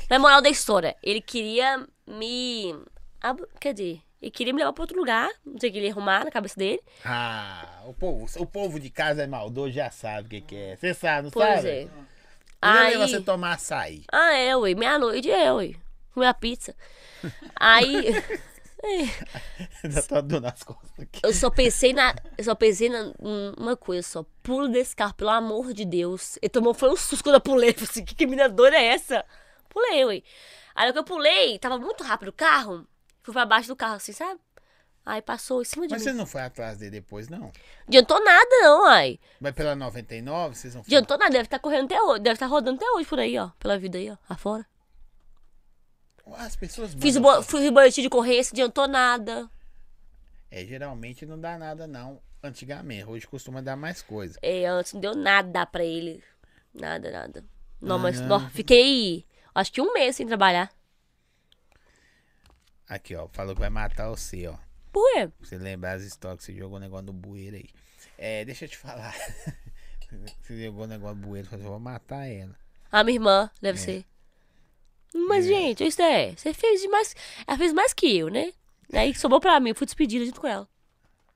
S1: Na moral da história, ele queria me. ab- Quer dizer, ele queria me levar pra outro lugar, não sei o que ele ia arrumar na cabeça dele.
S2: ah, o povo, o povo de casa é maldoso, já sabe o que, que é. Você sabe, não
S1: Pois
S2: sabe?
S1: é.
S2: Aí...
S1: Aí.
S2: você tomar açaí.
S1: Ah, é, ué. Meia-noite é, ué. Comer a pizza. Aí.
S2: Já tô doendo tá as costas aqui.
S1: Eu só pensei na. Eu só pensei na um- uma coisa só. Pulo desse carro, pelo amor de Deus. Ele tomou, foi um susto quando eu pulei. Falei assim, que, que mina doida é essa? Pulei, ué. Aí na hora que eu pulei, tava muito rápido o carro. Fui pra baixo do carro, assim, sabe? Aí passou em cima de
S2: Mas
S1: mim.
S2: você não foi atrás dele depois, não?
S1: Adiantou nada, não, ai.
S2: Mas pela 99, vocês não foram?
S1: Adiantou nada, deve estar correndo até hoje. Deve estar rodando até hoje por aí, ó. Pela vida aí, ó. Afora.
S2: As pessoas
S1: Fiz o,
S2: mandam-
S1: bo- fiz o boletim de ocorrência, adiantou nada.
S2: É, geralmente não dá nada, não. Antigamente, hoje costuma dar mais coisa.
S1: É, antes não deu nada pra ele. Nada, nada. Não, mas
S2: Ah.
S1: nó, fiquei acho que um mês sem trabalhar.
S2: Aqui, ó, falou que vai matar você, ó.
S1: Por quê?
S2: Pra você lembrar as histórias que você jogou um negócio no bueiro aí. É, deixa eu te falar. você jogou um negócio no bueiro, eu falei, eu vou matar ela.
S1: A Ah, minha irmã, deve
S2: É.
S1: ser. Mas, gente, isso é. Você fez demais. Ela fez mais que eu, né? Aí sobrou pra mim, eu fui despedida junto com ela.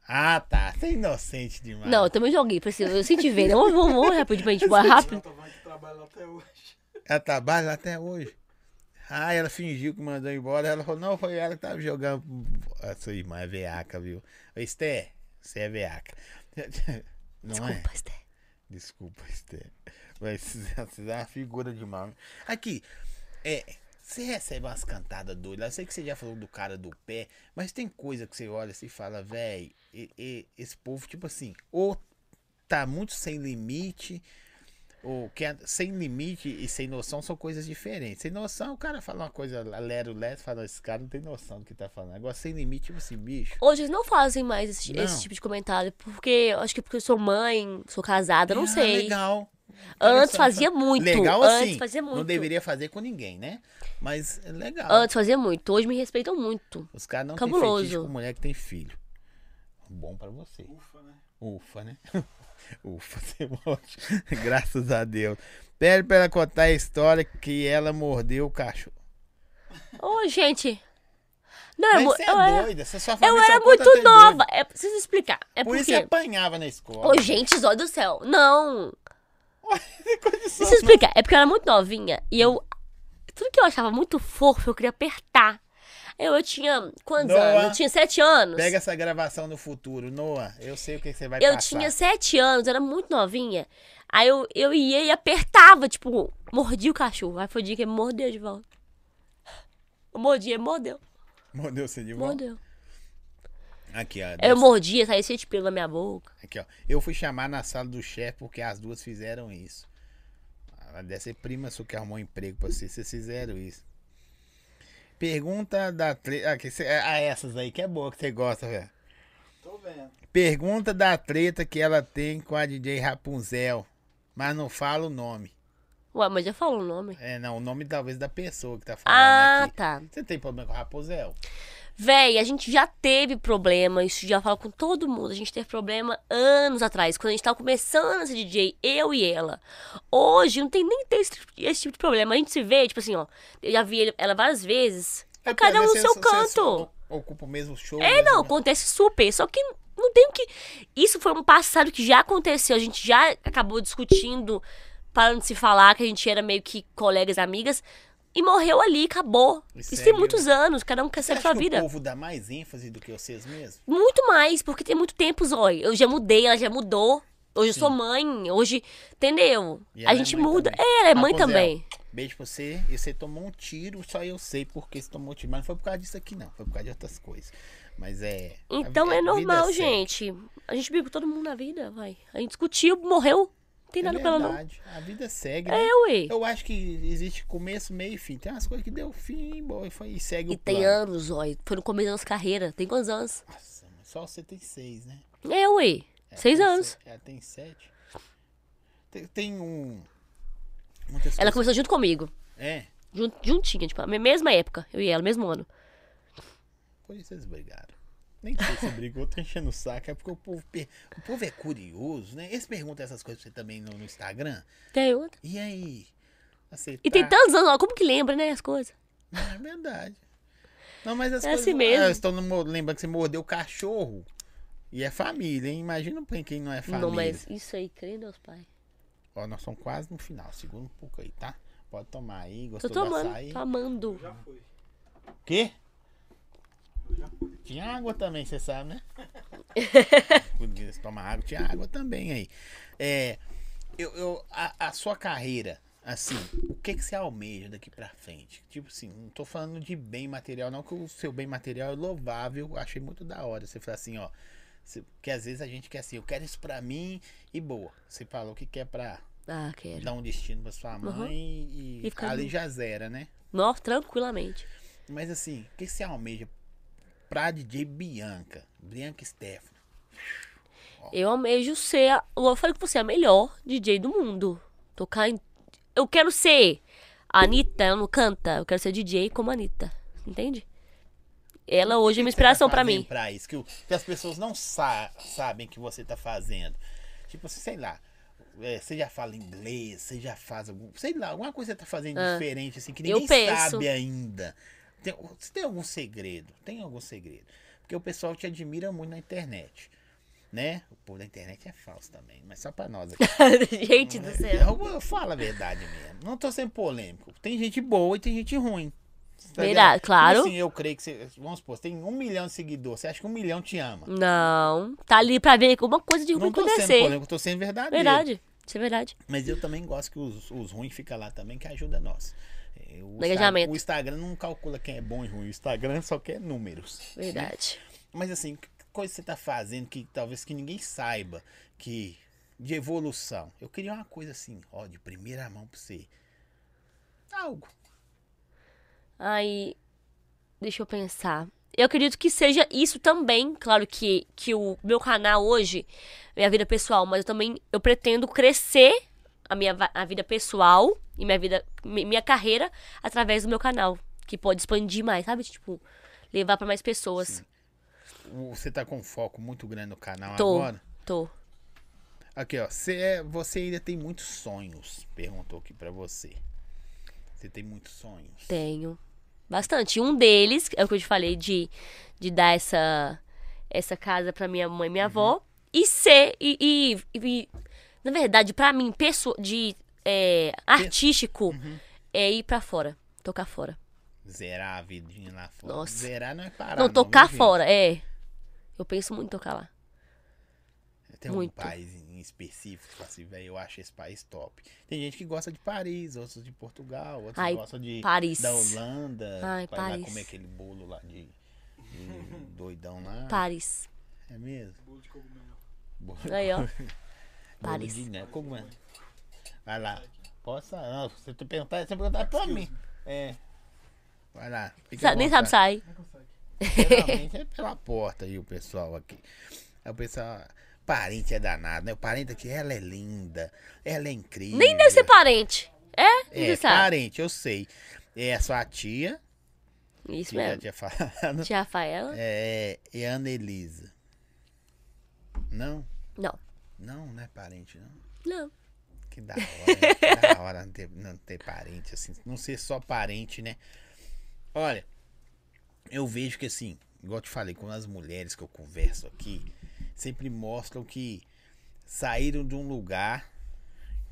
S2: Ah, tá. Você é inocente demais.
S1: Não, eu também joguei. Falei assim, eu senti ver. né? Vamos, vamos, vamos rapidinho pra gente voar rápido.
S3: Eu tô falando que trabalha lá até hoje.
S2: Ela trabalha lá até hoje. Ah, ela fingiu que mandou embora. Ela falou, não, foi ela que tava jogando. A sua irmã é veaca, viu? Ô, Esther, você é veaca. Não é?
S1: Desculpa, Esther.
S2: Desculpa, Esther. Mas você é uma figura de mal. Aqui, é. Você recebe umas cantadas doidas. Eu sei que você já falou do cara do pé, mas tem coisa que você olha assim e fala, véi, e- e- esse povo, tipo assim, ou tá muito sem limite, ou que sem limite e sem noção são coisas diferentes. Sem noção, o cara fala uma coisa lero lero, fala, esse cara não tem noção do que tá falando. Agora, sem limite, tipo assim, bicho.
S1: Hoje eles não fazem mais esse,
S2: Não.
S1: esse tipo de comentário, porque eu acho que é porque eu sou mãe, sou casada, não
S2: ah,
S1: sei.
S2: Legal.
S1: Antes
S2: Interessante.
S1: fazia muito.
S2: Legal
S1: Antes
S2: assim.
S1: fazia muito.
S2: Não deveria fazer com ninguém, né? Mas é legal.
S1: Antes fazia muito. Hoje me respeitam muito.
S2: Os caras não têm
S1: Cabuloso.
S2: fetiche com mulher que tem filho. Bom pra você.
S3: Ufa, né?
S2: Ufa, né? Ufa, você morte. Graças a Deus. Pede pra ela contar a história que ela mordeu o cachorro.
S1: Ô, gente. Não, eu,
S2: Mas
S1: mo-
S2: você é
S1: eu era,
S2: doida. Você só
S1: eu
S2: família só
S1: era
S2: conta tá até
S1: muito
S2: doida.
S1: nova. É, preciso explicar. É
S2: Por
S1: porque...
S2: isso você apanhava na escola.
S1: Ô, gente, zóio do céu. Não.
S2: Que condição.
S1: Deixa eu explicar. É porque eu era muito novinha e eu. Tudo que eu achava muito fofo, eu queria apertar. Eu, eu tinha. Quantos
S2: Noah,
S1: anos? Eu tinha sete anos.
S2: Pega essa gravação no futuro, Noah. Eu sei o que que você vai
S1: eu
S2: passar.
S1: tinha sete anos, era muito novinha. Aí eu, eu ia e apertava, tipo, mordia o cachorro. Aí foi o dia que ele me mordeu de volta. Eu mordi, ele mordeu.
S2: Mordeu você de volta?
S1: Mordeu.
S2: Aqui, ó.
S1: Eu mordia, saía sete pelos na minha boca.
S2: Aqui, ó. Eu fui chamar na sala do chefe porque as duas fizeram isso. Ah, Deve ser prima sua que arrumou um emprego pra você, vocês fizeram isso. Pergunta da treta. Ah, que cê- ah, essas aí que é boa que você gosta, velho.
S3: Tô vendo.
S2: Pergunta da treta que ela tem com a DJ Rapunzel. Mas não fala o nome.
S1: Ué, mas já falou o nome.
S2: É, não, o nome talvez da pessoa que tá falando
S1: Ah,
S2: aqui.
S1: tá.
S2: Você tem problema com a Rapunzel?
S1: Véi, a gente já teve problema, isso já falo com todo mundo. A gente teve problema anos atrás, quando a gente tava começando esse DJ, eu e ela. Hoje não tem nem ter esse, esse tipo de problema. A gente se vê, tipo assim, ó. Eu já vi ele- ela várias vezes.
S2: É porque
S1: cada
S2: às
S1: um no
S2: vezes
S1: seu
S2: você- você
S1: canto.
S2: só Ocupa o mesmo show.
S1: É, não, acontece super. Só que não tem o que. Isso foi um passado que já aconteceu. A gente já acabou discutindo, parando de se falar, que a gente era meio que colegas, amigas. E morreu ali, acabou.
S2: E
S1: Isso
S2: segue né?
S1: tem
S2: o-
S1: muitos anos, cada um quer
S2: Você
S1: ser
S2: acha
S1: sua
S2: que
S1: vida.
S2: o povo dá mais ênfase do que vocês mesmos?
S1: Muito mais, porque tem muito tempo, Zói. Eu já mudei, ela já mudou. Hoje eu sou mãe, hoje, entendeu?
S2: E ela
S1: A
S2: é
S1: gente
S2: mãe
S1: muda.
S2: também.
S1: É, ela é mãe
S2: Rapunzel,
S1: também.
S2: Beijo pra você. E você tomou um tiro, só eu sei porque você tomou um tiro. Mas não foi por causa disso aqui, não. Foi por causa de outras coisas. Mas é. a
S1: Então
S2: vi-
S1: é
S2: a vida
S1: normal,
S2: segue.
S1: gente. A gente briga com todo mundo na vida, vai. A gente discutiu, morreu. Não tem
S2: É
S1: nada com ela, não.
S2: verdade. A vida segue. né?
S1: É, ué.
S2: Eu acho que existe começo, meio e fim. Tem umas coisas que deu fim, boy, foi, e segue
S1: E
S2: o
S1: tem
S2: plano.
S1: anos, Zói. Foi no começo da nossa carreira. Tem quantos anos?
S2: Nossa, mas só você tem seis, né?
S1: É, ué.
S2: Ela
S1: Seis
S2: tem
S1: anos.
S2: se- Ela tem sete. Tem, tem um. muitas
S1: Ela
S2: coisas-
S1: começou junto comigo.
S2: É,
S1: jun- Juntinha, tipo, a mesma época. Eu e ela, mesmo ano.
S2: por isso vocês brigaram. Nem sei se brigou, tô enchendo o saco. É porque o povo, per- o povo é curioso, né? Eles perguntam essas coisas pra você também no, no Instagram.
S1: Tem outra.
S2: E aí? Aceitar?
S1: E tem tantos anos, ó, como que lembra, né, as coisas?
S2: Não, É verdade. Não, mas as
S1: É
S2: coisas...
S1: assim mesmo.
S2: Ah, estão no... mo- Lembrando que você mordeu o cachorro. E é família, hein? Imagina pra quem não é família.
S1: Não, mas isso aí, crê em Deus, pai.
S2: Ó, nós estamos quase no final. Segura um pouco aí, tá? Pode tomar aí.
S1: Tô
S2: Gostou do
S1: tomando,
S2: açaí?
S1: tá tô amando.
S3: Eu já fui.
S2: Quê?
S3: Eu já fui.
S2: Tinha água também, você sabe, né? Quando você toma água, tinha água também aí. É, eu, eu- a, a sua carreira, assim, o que, que você almeja daqui pra frente? Tipo assim, não tô falando de bem material, não, que o seu bem material é louvável, eu achei muito da hora. Você fala assim, ó, você, que às vezes a gente quer assim, eu quero isso pra mim e boa. Você falou que quer pra
S1: Ah, quero.
S2: dar um destino pra sua mãe
S1: Uhum.
S2: e,
S1: E ficar
S2: ali
S1: no-
S2: já zera, né?
S1: Nossa, tranquilamente.
S2: Mas assim, o que você almeja pra DJ Bianca? Bianca Stefano.
S1: Eu almejo ser. a- Eu falei que você é a melhor DJ do mundo. Tocar em. Eu quero ser. A Anitta, ela não canta. Eu quero ser DJ como a Anitta. Entende? Ela hoje é uma inspiração pra mim.
S2: tá Pra isso, que, o- que as pessoas não sa- sabem que você tá fazendo. Tipo assim, sei lá. é, você já fala inglês, você já faz algum. Sei lá, alguma coisa que você tá fazendo diferente, assim, que
S1: Ah, Eu
S2: ninguém
S1: penso.
S2: sabe ainda. Tem, você tem algum segredo? Tem algum segredo? Porque o pessoal te admira muito na internet. Né? O povo da internet é falso também, mas só pra nós aqui.
S1: Gente
S2: É,
S1: do céu.
S2: Eu, eu falo a verdade mesmo. Não tô sendo polêmico. Tem gente boa e tem gente ruim. Tá
S1: Verdade,
S2: ligado? Tipo
S1: claro.
S2: Assim, eu creio que você. Vamos supor, você tem um milhão de seguidores. Você acha que um milhão te ama?
S1: Não. Tá ali pra ver alguma coisa de ruim
S2: Não tô sendo
S1: acontecer.
S2: polêmico, eu tô sendo verdadeiro.
S1: Verdade. Isso é verdade.
S2: Mas eu também gosto que os, os ruins ficam lá também, que ajuda nós. É, O Instagram,
S1: engajamento.
S2: o Instagram não calcula quem é bom e ruim. O Instagram só quer números.
S1: Verdade.
S2: Mas assim, que coisa você tá fazendo que talvez que ninguém saiba que de evolução. Eu queria uma coisa assim, ó, de primeira mão pra você. Algo.
S1: Aí, deixa eu pensar. Eu acredito que seja isso também, claro que, que o meu canal hoje, minha vida pessoal, mas eu também eu pretendo crescer a minha va- a vida pessoal e minha vida mi- minha carreira através do meu canal, que pode expandir mais, sabe? Tipo, levar pra mais pessoas.
S2: o- você tá com um foco muito grande no canal
S1: Tô.
S2: agora.
S1: Tô.
S2: Aqui, ó. Você, é- você ainda tem muitos sonhos? Perguntou aqui pra você. Você tem muitos sonhos?
S1: Tenho. Bastante. Um deles, é o que eu te falei, de, de dar essa, essa casa pra minha mãe e minha
S2: Uhum.
S1: avó. E ser. E, e- e- na verdade, pra mim, pessoa, de é, artístico,
S2: Uhum.
S1: é ir pra fora. Tocar fora.
S2: Zerar a vidinha lá fora.
S1: Nossa.
S2: Zerar não é parar.
S1: não,
S2: viu,
S1: tocar
S2: gente?
S1: fora, é. Eu penso muito em tocar lá.
S2: Tem um
S1: Muito.
S2: país em específico, tipo assim, velho, eu acho esse país top. Tem gente que gosta de Paris, outros de Portugal, outros
S1: Ai,
S2: gostam de
S1: Paris.
S2: da Holanda,
S1: Ai,
S2: vai lá
S1: Paris.
S2: comer aquele bolo lá de, de doidão lá.
S1: Paris.
S2: É mesmo?
S3: Bolo de cogumelo.
S2: Bolo,
S1: Aí, ó.
S2: bolo
S1: Paris.
S2: de né, cogumelo. Vai lá. Possa, não, se tu perguntar, você perguntar pra mim. É. Vai lá. fica à
S1: Sa- nem sabe
S2: vontade.
S1: sair.
S3: Não consegue.
S2: Geralmente é pela porta aí o pessoal aqui. Aí o pessoal, parente é danado, né? O parente aqui, ela é linda, ela é incrível.
S1: Nem deve ser parente. É? Não se
S2: É,
S1: sabe.
S2: parente, eu sei. É a sua tia,
S1: Isso
S2: que eu já
S1: mesmo.
S2: tinha falado.
S1: Tia Rafaela?
S2: É, e a Ana Elisa. Não,
S1: Não.
S2: não, não é parente, não.
S1: Não.
S2: Que da hora, que da hora não ter, não ter parente, assim, não ser só parente, né? Olha, eu vejo que assim, igual eu te falei, com as mulheres que eu converso aqui, sempre mostram que saíram de um lugar,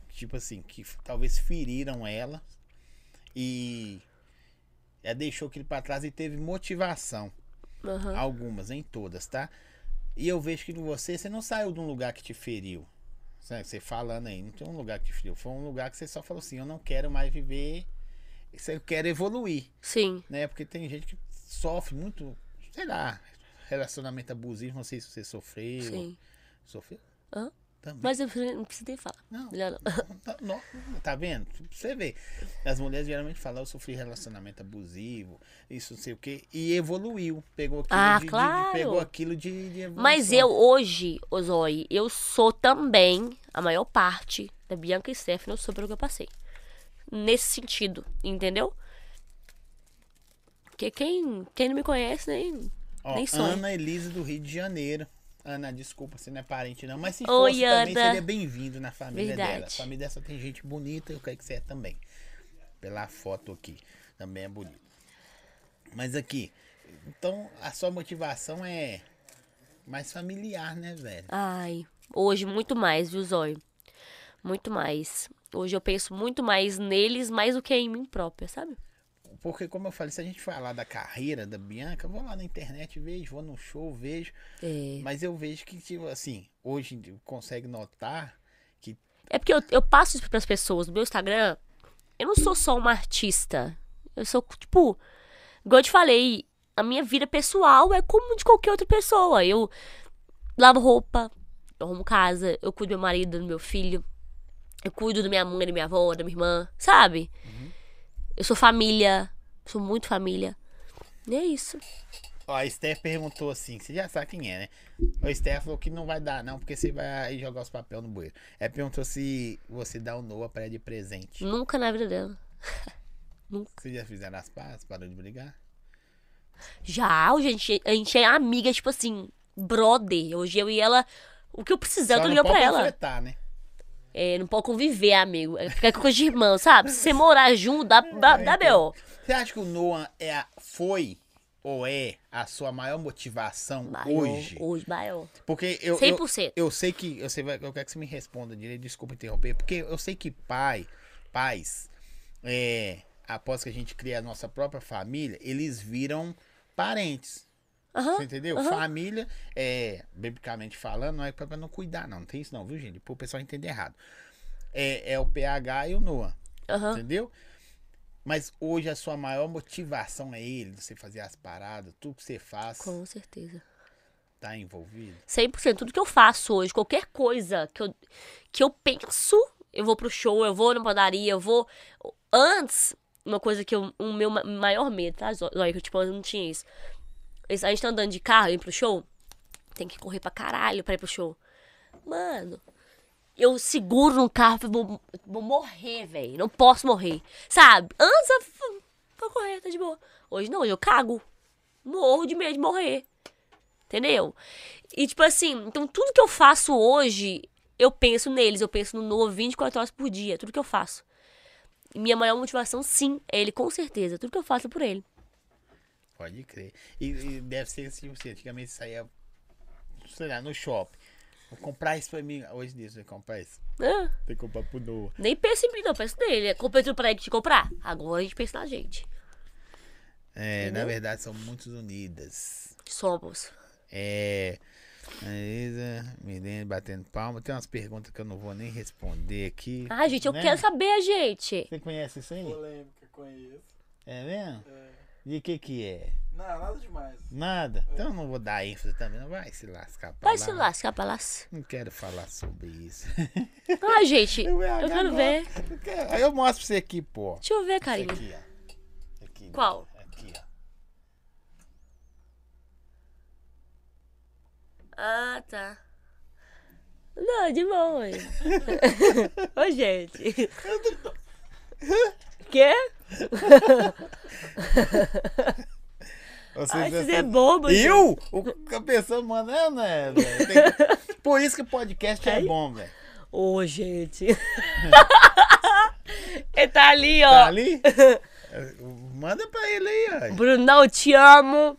S2: tipo assim, que f- talvez feriram ela e ela deixou aquilo pra trás e teve motivação.
S1: Aham.
S2: Algumas, nem todas, tá? E eu vejo que em você, você não saiu de um lugar que te feriu. Sabe, Você falando aí, não tem um lugar que te feriu. Foi um lugar que você só falou assim, eu não quero mais viver. isso aí, Eu quero evoluir,
S1: Sim.
S2: né? Porque tem gente que sofre muito, sei lá, relacionamento abusivo, não sei se você sofreu.
S1: Sim.
S2: Sofreu?
S1: Hã?
S2: Também.
S1: Mas eu prefiro- não preciso nem falar.
S2: Não.
S1: Melhor não.
S2: Tá, no- tá vendo? Você vê. As mulheres geralmente falam, eu sofri relacionamento abusivo, isso não sei o quê. E evoluiu. Pegou aquilo
S1: Ah,
S2: de- de, de-
S1: claro.
S2: pegou aquilo de, de evolução.
S1: Mas eu hoje, Ozói, eu sou também a maior parte da Bianca e Stephanie, eu sou pelo que eu passei. Nesse sentido, entendeu? Porque quem, quem não me conhece né? nem.
S2: Ó,
S1: nem sonho.
S2: Ana Elisa do Rio de Janeiro. Ana, desculpa, você não é parente não, mas se
S1: Oi,
S2: fosse também,
S1: Ana.
S2: seria bem-vindo na família
S1: Verdade.
S2: dela. A família dessa tem gente bonita, eu creio que você é também. Pela foto aqui, também é bonito. Mas aqui, então a sua motivação é mais familiar, né, velho?
S1: Ai, hoje muito mais, viu, Zói? Muito mais. Hoje eu penso muito mais neles, mais do que em mim própria, sabe?
S2: Porque, como eu falei, se a gente falar da carreira da Bianca, eu vou lá na internet, vejo, vou no show, vejo.
S1: É.
S2: Mas eu vejo que, tipo assim, hoje em dia consegue notar que.
S1: É porque eu, eu passo isso pras pessoas no meu Instagram. Eu não sou só uma artista. Eu sou, tipo, igual eu te falei, a minha vida pessoal é como de qualquer outra pessoa. Eu lavo roupa, eu arrumo casa, eu cuido do meu marido, do meu filho, eu cuido da minha mãe, da minha avó, da minha irmã, sabe? Eu sou família, sou muito família. E é isso.
S2: Ó, a Esther perguntou assim, você já sabe quem é, né? A Esther falou que não vai dar, não, porque você vai aí jogar os papel no bueiro. Ela perguntou se você dá o Noah pra ela de presente.
S1: Nunca na vida dela.
S2: Vocês já fizeram as pazes? Parou de brigar?
S1: Já, hoje a gente, a gente é amiga, tipo assim, brother. Hoje eu e ela, o que eu precisar, eu tô
S2: Só não
S1: ligando
S2: pode
S1: pra ela.
S2: Confetar, né?
S1: É, não pode conviver, amigo. É ficar com coisa de irmão, sabe? Se você morar junto, dá, dá, dá B.O.
S2: Você acha que o Noah é a- foi ou é a sua maior motivação
S1: Maior,
S2: hoje?
S1: Hoje, maior.
S2: Porque eu, eu,
S1: 100%.
S2: eu sei que. Eu, sei, eu quero que você me responda direito, desculpa interromper. Porque eu sei que pai, pais, é, após que a gente cria a nossa própria família, eles viram parentes.
S1: Aham.
S2: Você entendeu? Família, é, biblicamente falando, não é pra pra não cuidar, não. Não tem isso, não, viu, gente? Pro pessoal entender errado. É, é o PH e o Noah.
S1: Aham.
S2: Entendeu? Mas hoje a sua maior motivação é ele, você fazer as paradas, tudo que você faz,
S1: Com certeza.
S2: tá envolvido.
S1: 100%. Tudo que eu faço hoje, qualquer coisa que eu, que eu penso, eu vou pro show, eu vou na padaria, eu vou. Antes, uma coisa que eu, o meu ma- maior medo, tá? Zó- Zóia, que eu, tipo, eu não tinha isso. Esse- A gente tá andando de carro, indo pro show, tem que correr pra caralho pra ir pro show. Mano, eu seguro no carro, eu vou, vou morrer, velho. Não posso morrer. Sabe? Antes eu f- vou correr, tá de boa. Hoje não, hoje eu cago. Morro de medo de morrer. Entendeu? E tipo assim, então tudo que eu faço hoje, eu penso neles, eu penso no Noah 24 horas por dia, tudo que eu faço. E Minha maior motivação, sim, é ele, com certeza. Tudo que eu faço é por ele.
S2: Pode crer. E, e deve ser assim, você antigamente saía, sei lá, no shopping. Vou comprar isso pra mim. Hoje nisso, vou comprar isso.
S1: Ah,
S2: Tem que comprar pro Noah.
S1: nem penso em mim, não, penso nele. É Comprei tudo pra ele te comprar. Agora a gente pensa na gente.
S2: É, na verdade, são muito unidas.
S1: Somos.
S2: É. Anaísa, Milene batendo palma. Tem umas perguntas que eu não vou nem responder aqui.
S1: Ah, gente, eu
S2: né?
S1: quero saber, gente.
S2: Você conhece isso aí?
S3: Polêmica, conheço.
S2: É mesmo?
S3: É.
S2: De que que é?
S3: Não, nada demais.
S2: Nada? Então eu não vou dar ênfase também, não vai se lascar pra
S1: Vai se lascar, palácio.
S2: Não quero falar sobre isso.
S1: Ah, gente, eu
S2: Eu
S1: quero ver.
S2: Aí eu mostro pra você aqui, pô.
S1: Deixa eu ver, carinho.
S2: Aqui, ó. Aqui,
S1: Qual?
S2: né? Aqui, ó.
S1: Ah, tá. Não, de boa. hein? Ô, gente. Quê?
S2: Vocês
S1: Ai,
S2: já
S1: vocês é
S2: estão-
S1: bobo, gente.
S2: Eu? O cabeção, mano, é, né? velho? Tem- Por isso que podcast é
S1: Aí.
S2: bom, velho.
S1: Ô, gente. Ele tá ali, ó.
S2: Tá ali? Manda pra ele aí, ó.
S1: Brunão, eu te amo.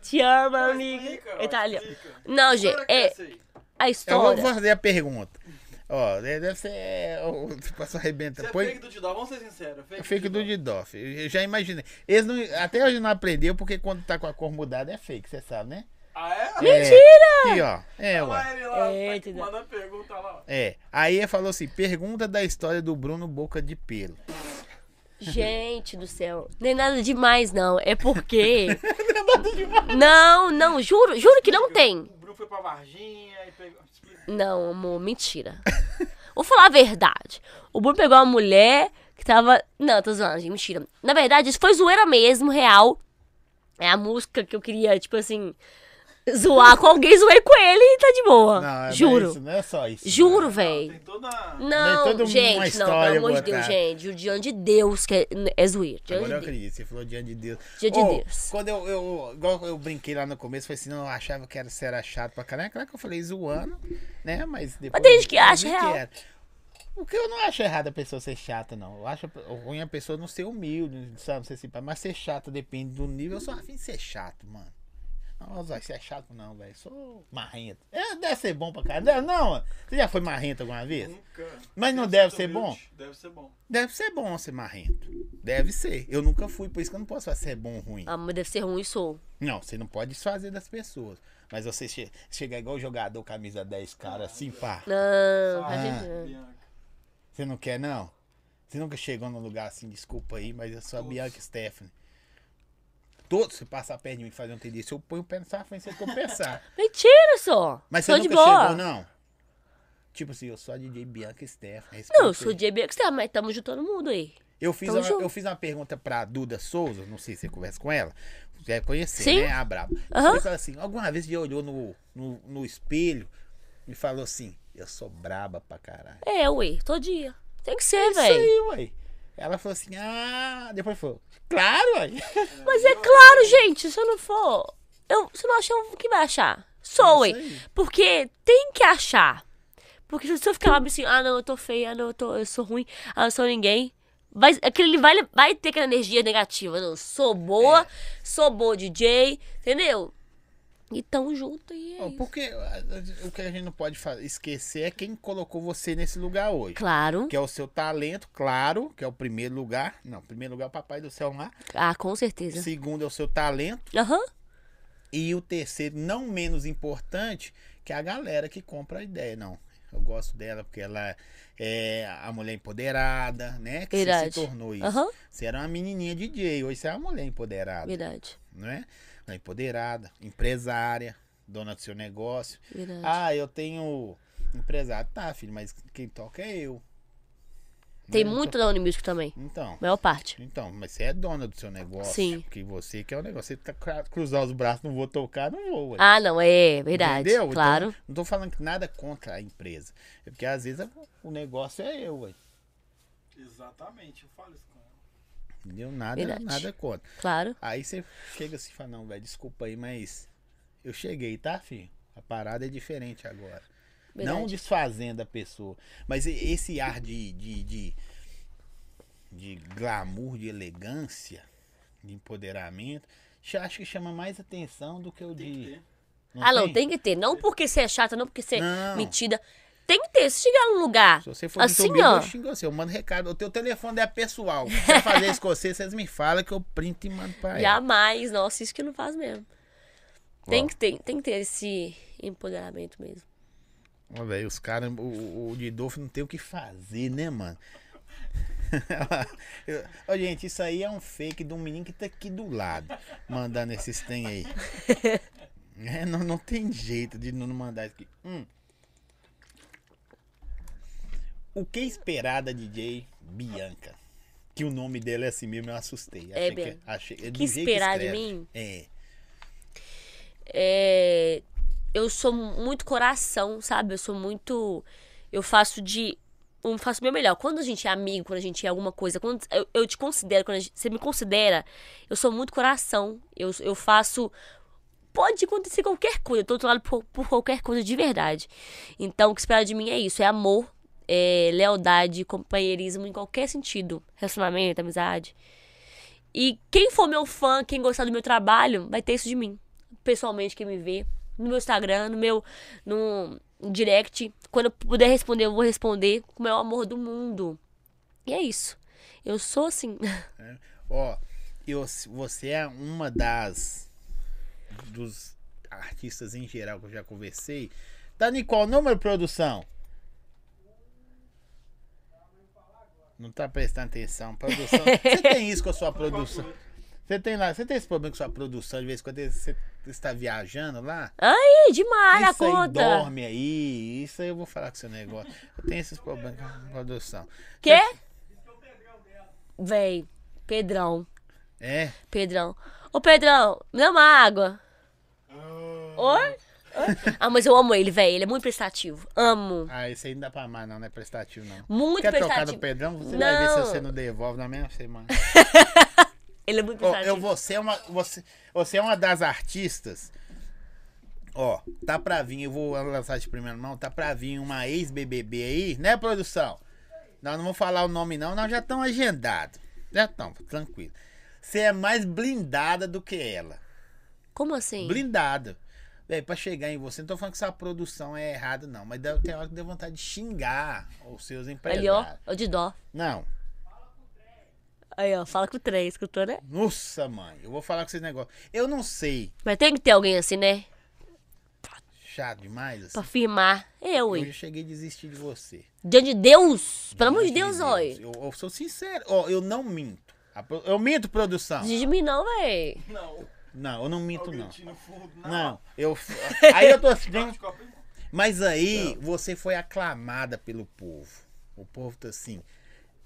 S1: Te amo, amigo.
S3: explica, ó,
S1: Ele tá ali, ó.
S3: explica.
S1: Não, gente,
S3: Agora que
S1: é
S3: eu sei.
S1: a
S2: Eu vou
S1: história.
S2: fazer a pergunta. Ó, deve ser. é, o- Você passou
S3: Você
S2: arrebenta.
S3: é
S2: Põe-
S3: fake do Didó, vamos ser sinceros. é Fake,
S2: Fake do Didoff. Eu já imaginei. Eles não, até hoje não aprendeu, porque quando tá com a cor mudada é fake, você sabe, né?
S3: Ah, é?
S2: Mentira! Aqui, ó. É,
S3: Olha
S2: ué.
S3: lá ele lá,
S1: É,
S3: tá
S1: Didó.
S3: mandando pergunta lá. ó.
S2: É. Aí ele falou assim: pergunta da história do Bruno Boca de Pelo.
S1: Gente do céu. Nem nada demais, não. É porque. não, não, juro, juro que não tem.
S3: O Bruno foi pra Varginha e pegou... Explica.
S1: Não, amor, mentira. Vou falar a verdade. O Bruno pegou uma mulher que tava. Não, tô zoando, gente, mentira. Na verdade, isso foi zoeira mesmo, real. É a música que eu queria, tipo assim, zoar com alguém, zoei com ele e tá de boa.
S2: Não,
S1: juro.
S2: Não é, isso, não é só isso.
S1: Juro,
S3: Tem
S1: véi.
S3: toda...
S2: toda
S1: Não,
S2: uma
S1: gente, não,
S2: história
S1: pelo amor de Deus,
S2: botada.
S1: gente. Juro diante de Deus que é, é zoeira. Diante
S2: Agora eu
S1: de Deus.
S2: acredito, você falou diante de Deus.
S1: Diante de
S2: Ô,
S1: Deus.
S2: Quando eu, eu, igual eu brinquei lá no começo, foi assim, não, eu achava que era, você era chato pra caramba. É Claro que eu falei zoando, né? Mas depois.
S1: tem gente que
S2: eu
S1: acha
S2: vi
S1: real.
S2: era. O que eu não acho errado a pessoa ser chata, não. Eu acho ruim a pessoa não ser humilde, sabe? Não ser simpática. Mas ser chata depende do nível. Eu sou afim de ser chato, mano. Não, Zói, você é chato não, velho. Sou marrento. É, deve ser bom pra caramba. Não, mano. Você já foi marrento alguma vez?
S3: Nunca.
S2: Mas não deve ser bom?
S3: humilde, Deve ser bom.
S2: Deve ser bom ser marrento. Deve ser. Eu nunca fui, por isso que eu não posso falar se é bom ou ruim.
S1: Ah, mas deve ser ruim, sou.
S2: Não, você não pode desfazer das pessoas. Mas você che chegar igual jogador camisa 10, cara, assim, pá.
S1: Não, tá
S2: Ah.
S1: gente-
S3: Bianca.
S2: Você não quer, não? Você nunca chegou num lugar assim, desculpa aí, mas eu sou a
S3: Todos.
S2: Bianca Stephanie. Todos, se passar perto de mim e fazer um TD, se eu ponho o pé na sua frente, você tropeçar.
S1: Mentira só.
S2: Mas
S1: sou
S2: você
S1: de
S2: nunca
S1: boa.
S2: chegou, né? não? Tipo assim, eu sou a DJ Bianca Stephanie.
S1: Não, eu
S2: respeita
S1: sou
S2: aí.
S1: de BXT, tá, mas tamo juntando todo mundo aí.
S2: Eu fiz,
S1: Tamo
S2: uma,
S1: junto.
S2: eu fiz uma pergunta pra Duda Souza, não sei se você conversa com ela. Você deve conhecer,
S1: Sim.
S2: né? A Braba.
S1: Aham.
S2: Eu falei assim, alguma vez você olhou no, no, no espelho e falou assim, eu sou braba pra caralho.
S1: É, ué, todo dia. Tem que ser,
S2: É Isso
S1: velho.
S2: aí, uai. Ela falou assim, ah... Depois falou, claro, uai.
S1: Mas é claro, gente, se eu não for. Eu, se eu não achar, o que vai achar? Sou, ué.
S2: É Isso aí.
S1: Porque tem que achar. Porque se eu ficar lá assim, ah, não, eu tô feia, ah, não, eu, tô, eu sou ruim, ah, eu não sou ninguém. Vai, aquele vai, vai ter aquela energia negativa. Não, sou boa,
S2: É.
S1: sou boa DJ, entendeu? E tamo junto e é
S2: Ó,
S1: isso.
S2: Porque ah, o que a gente não pode fa- esquecer é quem colocou você nesse lugar hoje.
S1: Claro.
S2: Que é o seu talento, claro, que é o primeiro lugar. Não, primeiro lugar é o papai do céu lá.
S1: Ah, com certeza.
S2: Segundo é o seu talento.
S1: Aham.
S2: E o terceiro, não menos importante, que é a galera que compra a ideia, não. Eu gosto dela porque ela é a mulher empoderada, né? Que você
S1: Verdade.
S2: se tornou isso.
S1: Aham.
S2: Você era uma menininha DJ, hoje você é uma mulher empoderada,
S1: Verdade.
S2: não é? Uma Empoderada, empresária, dona do seu negócio.
S1: Verdade.
S2: Ah, eu tenho empresário. Tá, filho, mas quem toca é eu.
S1: Tem
S2: Né?
S1: muito da Unimusic também.
S2: Então...
S1: Maior parte.
S2: Então, mas você é dona do seu negócio.
S1: Sim.
S2: Que você que é o negócio. Você tá cra- cruzar os braços, não vou tocar, não vou. ué.
S1: Ah, não, é verdade.
S2: Entendeu? Então,
S1: Claro.
S2: não tô falando que nada contra a empresa. É porque às vezes o negócio é eu, ué.
S3: Exatamente, eu falo isso com ela.
S2: Entendeu? Nada,
S1: Verdade.
S2: nada contra.
S1: Claro.
S2: Aí você chega assim e fala, não, velho, desculpa aí, mas Eu cheguei, tá, filho? A parada é diferente agora.
S1: Verdade.
S2: Não desfazendo a pessoa. Mas e- esse ar de, de, de, de glamour, de elegância, de empoderamento, cha- acho que chama mais atenção do que o
S3: Tem que
S2: de.
S3: ter.
S1: ah, não, tem que ter. Não porque você é chata, não porque você é
S2: Não.
S1: metida. Tem que ter. Se chegar num lugar.
S2: Se você for assim,
S1: Assim,
S2: YouTube,
S1: ó.
S2: eu xingo você, eu mando recado. O teu telefone é pessoal. Se você fazer isso com você, vocês me falam que eu printo e mando pra ela.
S1: Jamais, nossa, isso que não faz mesmo. Tem que, ter, tem que ter esse empoderamento mesmo.
S2: Ó, velho, os caras, o- o, o Didolfo não tem o que fazer, né, mano? Eu- Ó, gente, isso aí é um fake de um menino que tá aqui do lado, mandando esses tem aí. É, não, não tem jeito de não mandar isso aqui. Hum. O que esperar da DJ Bianca? Que o nome dela é assim mesmo, eu assustei.
S1: É,
S2: Achei que,
S1: Bianca.
S2: achei, é do
S1: que
S2: jeito
S1: esperar de
S2: escreve.
S1: mim?
S2: É.
S1: é, eu sou muito coração, sabe? Eu sou muito. Eu faço de. Eu faço o meu melhor. Quando a gente é amigo, quando a gente é alguma coisa, quando eu, eu te considero, quando a gente- você me considera, eu sou muito coração. Eu, eu faço. Pode acontecer qualquer coisa, eu tô do outro lado por, por qualquer coisa de verdade. Então, o que espera de mim é isso: é amor, é lealdade, companheirismo em qualquer sentido. Relacionamento, amizade. E quem for meu fã, quem gostar do meu trabalho, vai ter isso de mim pessoalmente quem me vê, no meu Instagram, no meu no direct, quando eu puder responder, eu vou responder com o maior amor do mundo. E é isso. Eu sou assim.
S2: Ó, eu, você é uma das dos artistas em geral que eu já conversei. Tá em qual número, produção? Não tá prestando atenção, produção. Você tem isso com a sua produção? Você tem lá, você tem esse problema com a sua produção de vez em quando você está viajando lá?
S1: Ih, demais a
S2: isso aí
S1: conta.
S2: dorme aí, isso aí eu vou falar com seu negócio. Eu tenho esses problemas com a produção.
S1: Quê? Véi, Pedrão.
S2: É,
S1: Pedrão. Ô, Pedrão, me dá uma água.
S2: Ah.
S1: Oi? Oi? Ah, mas eu amo ele, véi. Ele é muito prestativo. Amo.
S2: ah, isso aí não dá pra amar não, não é prestativo não.
S1: Muito
S2: Quer trocar
S1: prestativo.
S2: do Pedrão? Você vai ver se
S1: Não.
S2: você não devolve na mesma semana.
S1: Ele é muito
S2: Ó,
S1: prestativo.
S2: eu, você, é uma, você, você é uma das artistas. Ó, tá pra vir, eu vou lançar de primeira mão, tá pra vir uma ex-BBB aí, né, produção? Nós não vamos falar o nome não, nós já estamos agendados. Já estamos, tranquilo. Você é mais blindada do que ela.
S1: Como assim?
S2: Blindada. Véi, pra chegar em você, não tô falando que sua produção é errada, não, mas dá- tem hora que deu vontade de xingar os seus
S1: Ali, ó.
S2: empresários.
S1: Ó de dó.
S2: Não,
S1: Aí, ó. Fala com o trem, escutou, né?
S2: Nossa, mãe, eu vou falar com vocês um negócio. Eu não sei,
S1: Mas tem que ter alguém assim, né?
S2: chato demais, assim.
S1: Pra firmar. Eu,
S2: Eu já
S1: ui.
S2: cheguei a desistir de você.
S1: Diante de Deus. Pelo amor de
S2: Diante
S1: Deus, oi.
S2: Eu, eu sou sincero. Ó, eu não minto. A pro- Eu minto, produção.
S1: Diz de mim não, véi.
S3: Não.
S2: Não, eu não minto,
S3: Alguém
S2: não.
S3: tira o fundo.
S2: Não, eu. Aí eu tô assim.
S3: Não, de copo em mão.
S2: Mas aí você foi aclamada pelo povo. O povo tá assim,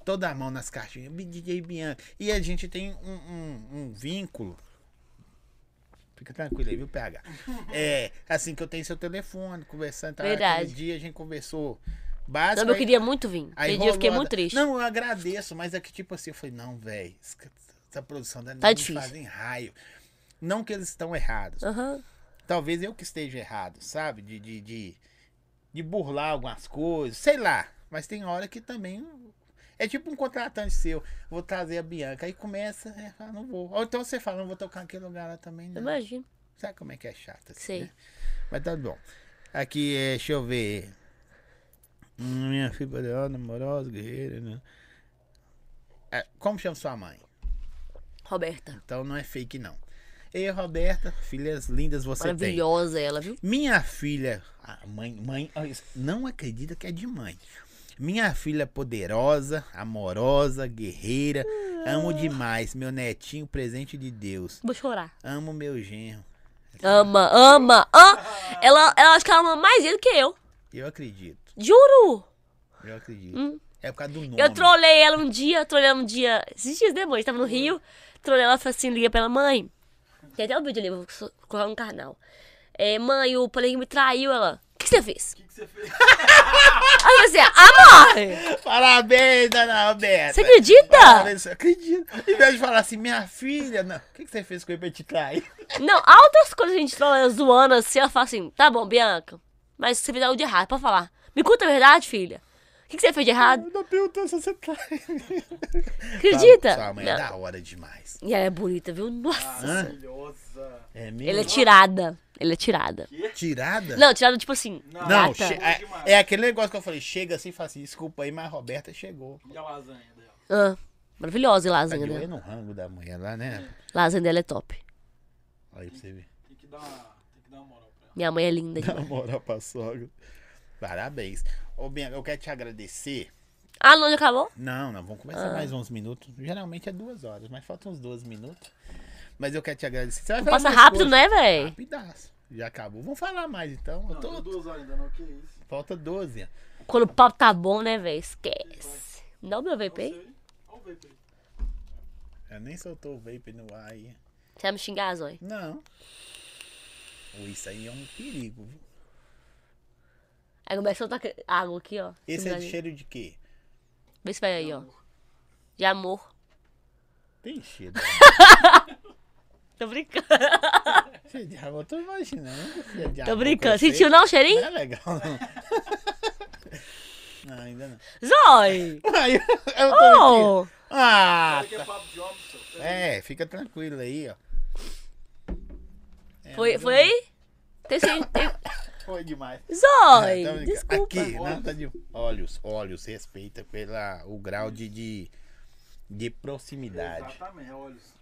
S2: toda a mão nas caixinhas, "Bi- DJ Bianca. E a gente tem um, um- um vínculo. Fica tranquilo aí, viu, PH? É, assim que eu tenho seu telefone, conversando. Tá,
S1: Verdade.
S2: Aquele dia a gente conversou
S1: Não,
S2: básico.
S1: eu
S2: aí-
S1: queria muito vir.
S2: aí
S1: Aquele dia eu fiquei
S2: rolou a-
S1: muito triste.
S2: Não, eu agradeço, mas é que tipo assim, eu falei, não, velho, essa produção da
S1: Tá
S2: me
S1: difícil.
S2: fazem raio. Não que eles estão errados,
S1: Aham.
S2: Talvez eu que esteja errado, sabe? De, de, de, de burlar algumas coisas, sei lá. Mas tem hora que também. É tipo um contratante seu. Vou trazer a Bianca. Aí começa, é, ah, não vou. Ou então você fala, não vou tocar naquele lugar lá também.
S1: Eu
S2: Não.
S1: imagino.
S2: Sabe como é que é chato assim?
S1: Sei.
S2: né? Mas tá bom. Aqui, é, deixa eu ver. Hum, Minha filha Leona, amorosa, guerreira. Né? É, como chama sua mãe?
S1: Roberta.
S2: Então não é fake, não. Ei, Roberta, filhas lindas você tem.
S1: Maravilhosa ela, viu?
S2: Minha filha, a mãe, mãe, ó, isso, não acredita que é de mãe. Minha filha é poderosa, amorosa, guerreira,
S1: Ah.
S2: amo demais meu netinho, presente de Deus.
S1: Vou chorar.
S2: Amo meu genro.
S1: Ama, ama, ama. Ela, ela acho que ela ama mais ele que eu.
S2: Eu acredito.
S1: Juro!
S2: Eu acredito.
S1: Hum.
S2: É por causa do nome.
S1: Eu trolei ela um dia, trolei ela um dia. Esses dias depois, tava no Rio, trolei ela falei assim, liga pra ela, mãe. Tem até um vídeo ali, vou so- colocar no canal. É, mãe, o Polengue me traiu, ela. O que que você fez?
S3: O que, que você fez?
S1: Aí você, amor!
S2: Parabéns, dona Roberta.
S1: Você acredita?
S2: Parabéns, eu acredito. Em vez de falar assim, minha filha, não. O que, que você fez com ele pra te trair?
S1: Não, há outras coisas que a gente fala zoando assim, ela fala assim, tá bom, Bianca, mas você fez algo de errado, pode falar. Me conta a verdade, filha. O que, que você fez de errado?
S2: Não perguntou se você trai.
S1: Acredita?
S2: Tá, Sua mãe é
S1: Não.
S2: da hora demais.
S1: E ela é bonita, viu? Nossa.
S3: Maravilhosa.
S2: É mesmo?
S1: Ela é tirada. Ela é tirada.
S2: Tirada?
S1: Não, tirada tipo assim.
S2: Não,
S1: Gata.
S2: che-
S3: boa
S1: tá.
S3: demais.
S2: é, é aquele negócio que eu falei, chega assim e fala assim, desculpa aí, mas a Roberta chegou.
S3: E a lasanha dela?
S1: Ah, maravilhosa e
S2: Tá de
S1: lasanha
S2: olho
S1: dela.
S2: no rango da mulher lá, né?
S1: Lasanha dela é top.
S2: Aí pra você ver.
S3: Tem que dar uma, tem que dar uma moral pra ela.
S1: Minha mãe é linda
S2: Dá
S1: demais.
S2: uma moral pra sogra. Parabéns. Ô, Bianca, eu quero te agradecer.
S1: Ah, não, já acabou?
S2: Não, não, vamos
S1: Ah.
S2: começar mais uns minutos. Geralmente é duas horas, mas faltam uns 12 minutos. Mas eu quero te agradecer. Você vai falar
S1: Passa
S2: mais
S1: rápido,
S2: coisa.
S1: né, véi?
S2: Rapidaço. Já acabou. Vamos falar mais então. Eu
S3: Não, deu
S2: tô-
S3: duas horas ainda não, que isso.
S2: Falta 12.
S1: Quando o papo tá bom, né, véi? Esquece. Me Dá o meu vape aí.
S3: Sei. Olha o vape aí.
S2: Eu nem soltou o vape no ar aí.
S1: Você vai me xingar, Zói?
S2: Não. Ô, Isso aí é um perigo, viu?
S1: Aí começa a soltar aquele- água aqui, ó.
S2: Esse é de
S1: Vê
S2: cheiro de quê?
S1: se vai aí, ó. De amor.
S2: Tem cheiro.
S1: Tô brincando.
S2: cheiro de água, eu tô imaginando. Cheiro de
S1: Tô
S2: água,
S1: brincando.
S2: com você.
S1: Sentiu não o cheirinho?
S2: Não é legal, não. não, ainda não.
S1: Zói!
S2: Ai, eu eu
S1: Oh!
S2: tô mentindo. Ah,
S3: Aqui é papo de homem, seu. Pera aí.
S2: é, fica tranquilo aí, ó. É,
S1: Foi,
S2: mas eu-
S1: foi aí? Tem sim- tem-
S2: É, Foi demais.
S1: Zói!
S2: Tá brincando.
S1: desculpa.
S2: Aqui, nada de olhos, olhos, respeita pela, o grau de, de, de proximidade.
S3: Exatamente, olha isso.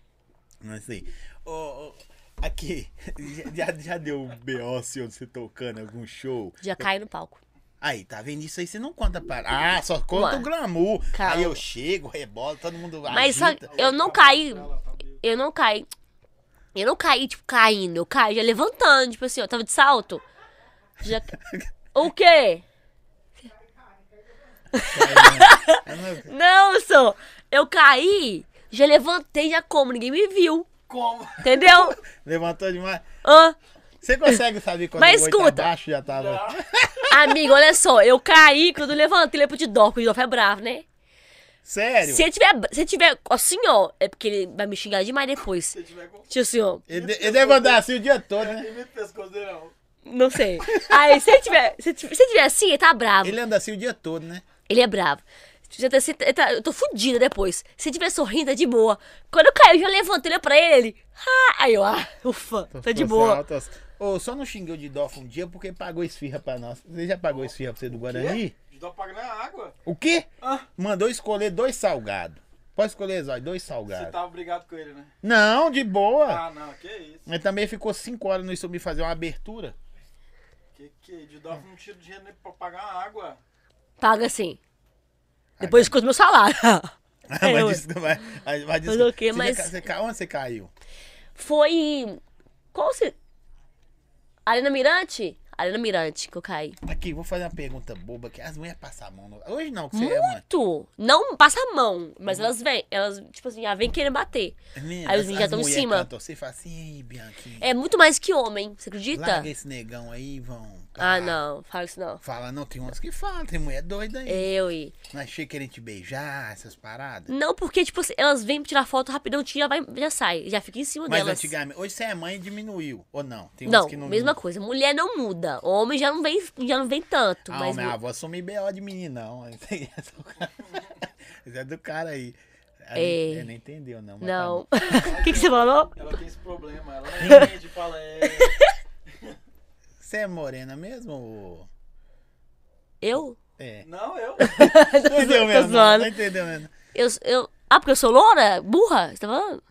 S2: Não sei. Ô, ô, aqui, já, já- já deu um B.O. se você tocando algum show?
S1: Já cai no palco.
S2: Aí, tá vendo isso aí? Você não conta para. Ah, só conta
S1: Ué.
S2: o glamour.
S1: Calma.
S2: Aí eu chego, rebolo, todo mundo
S1: Mas
S2: Tá agita.
S1: sabe- Eu não caí.
S3: Ela tá meio-
S1: Eu não caí. Eu não caí, tipo, caindo. Eu caí já levantando, tipo assim, eu tava de salto. Já... o quê?
S2: Eu não-
S1: Não, sou. Eu caí, já levantei, já como, ninguém me viu.
S3: Como?
S1: Entendeu?
S2: Levantou demais.
S1: Hã?
S2: Você consegue saber quando
S1: Mas
S2: o boi tá
S1: escuta.
S2: baixo já tava.
S1: Amigo, olha só, eu caí quando eu levantei, ele é pro Didó, porque o Didó é bravo, né?
S2: Sério?
S1: Se ele tiver, se ele tiver assim, ó, é porque ele vai me xingar demais depois.
S3: Se tiver com.
S1: Tipo assim, ó,
S2: Ele, ele deve andar assim o dia todo, né?
S3: Imita o pescoço dele, não.
S1: não sei. Aí, se ele tiver, se ele tiver- se ele tiver assim, ele tá bravo.
S2: Ele anda assim o dia todo, né?
S1: Ele é bravo. Se você tá- se tá- tá- Eu tô fudida depois. Se ele tiver sorrindo, é de boa. Quando eu caí, eu já levantei olhei pra ele. ele, Ah, aí eu, ah, ufa, tá de
S2: Tô
S1: boa.
S2: salto, assim. Ô, só não xinguei o Didolfo um dia porque pagou esfirra pra nós. Você já pagou esfirra pra você do Guarani?
S3: Ajudou a pagar na água.
S2: O quê?
S3: Ah,
S2: Mandou escolher dois salgados. Pode escolher, Zói, dois
S3: você
S2: salgados.
S3: tava brigado com ele, né?
S2: Não, de boa.
S3: Ah, não, que isso.
S2: Mas também ficou cinco horas no isso me fazer uma abertura.
S3: Que que? De dar um tiro de dinheiro nele pra pagar a água.
S1: Paga assim. Depois escuta meu salário. É, ué.
S2: tá. Ah, mas desculpa, mas, mas desculpa.
S1: o quê?
S2: Você
S1: Mas-
S2: já ca- você ca- Onde você caiu?
S1: Foi. Qual se. Arena Mirante? Arena Mirante que eu caí.
S2: Aqui, vou fazer uma pergunta boba que as mulheres passam a mão. no- Hoje não, que você é uma.
S1: Muito! Não passa a mão, mas elas vêm. Elas, tipo assim, já vêm querendo bater.
S2: Menina,
S1: Aí os
S2: né,
S1: meninos
S2: as-
S1: já
S2: É as
S1: estão em
S2: mulheres
S1: cima.
S2: cantam, Você fala assim, ei, Bianquinha.
S1: É muito mais que homem, você acredita?
S2: Larga esse negão aí, vão.
S1: Ah, não, fala isso não.
S2: Fala, não, tem umas que falam, tem mulher doida aí.
S1: Eu e.
S2: Não achei querendo te beijar, essas paradas.
S1: É. Não, porque, tipo, assim, elas vêm tirar foto rapidão, tira, vai, já sai. Já fica em cima
S2: Mas
S1: delas.
S2: antigamente, hoje você é mãe diminuiu, ou não? Tem
S1: Não, mesma coisa. Mulher não muda. Homem já não vem, já não vem tanto.
S2: Ah,
S1: mas
S2: minha avó sumi B.O. de menino, não. Isso aí é do cara- Isso é do cara aí. Ela
S1: É.
S2: ela não entendeu, não. mas tá
S1: Não.
S2: bom.
S1: O que, que você falou?
S3: Ela tem esse problema. Ela não entende, fala, é.
S2: Você é morena mesmo? Ou...
S1: Eu?
S2: É.
S3: Não, eu.
S2: Não
S1: zoando,
S2: entendeu
S1: tô
S2: mesmo, não.
S1: zoando.
S2: Não entendeu mesmo.
S1: Eu, eu... Ah, porque eu sou loura? Burra? Você tá falando?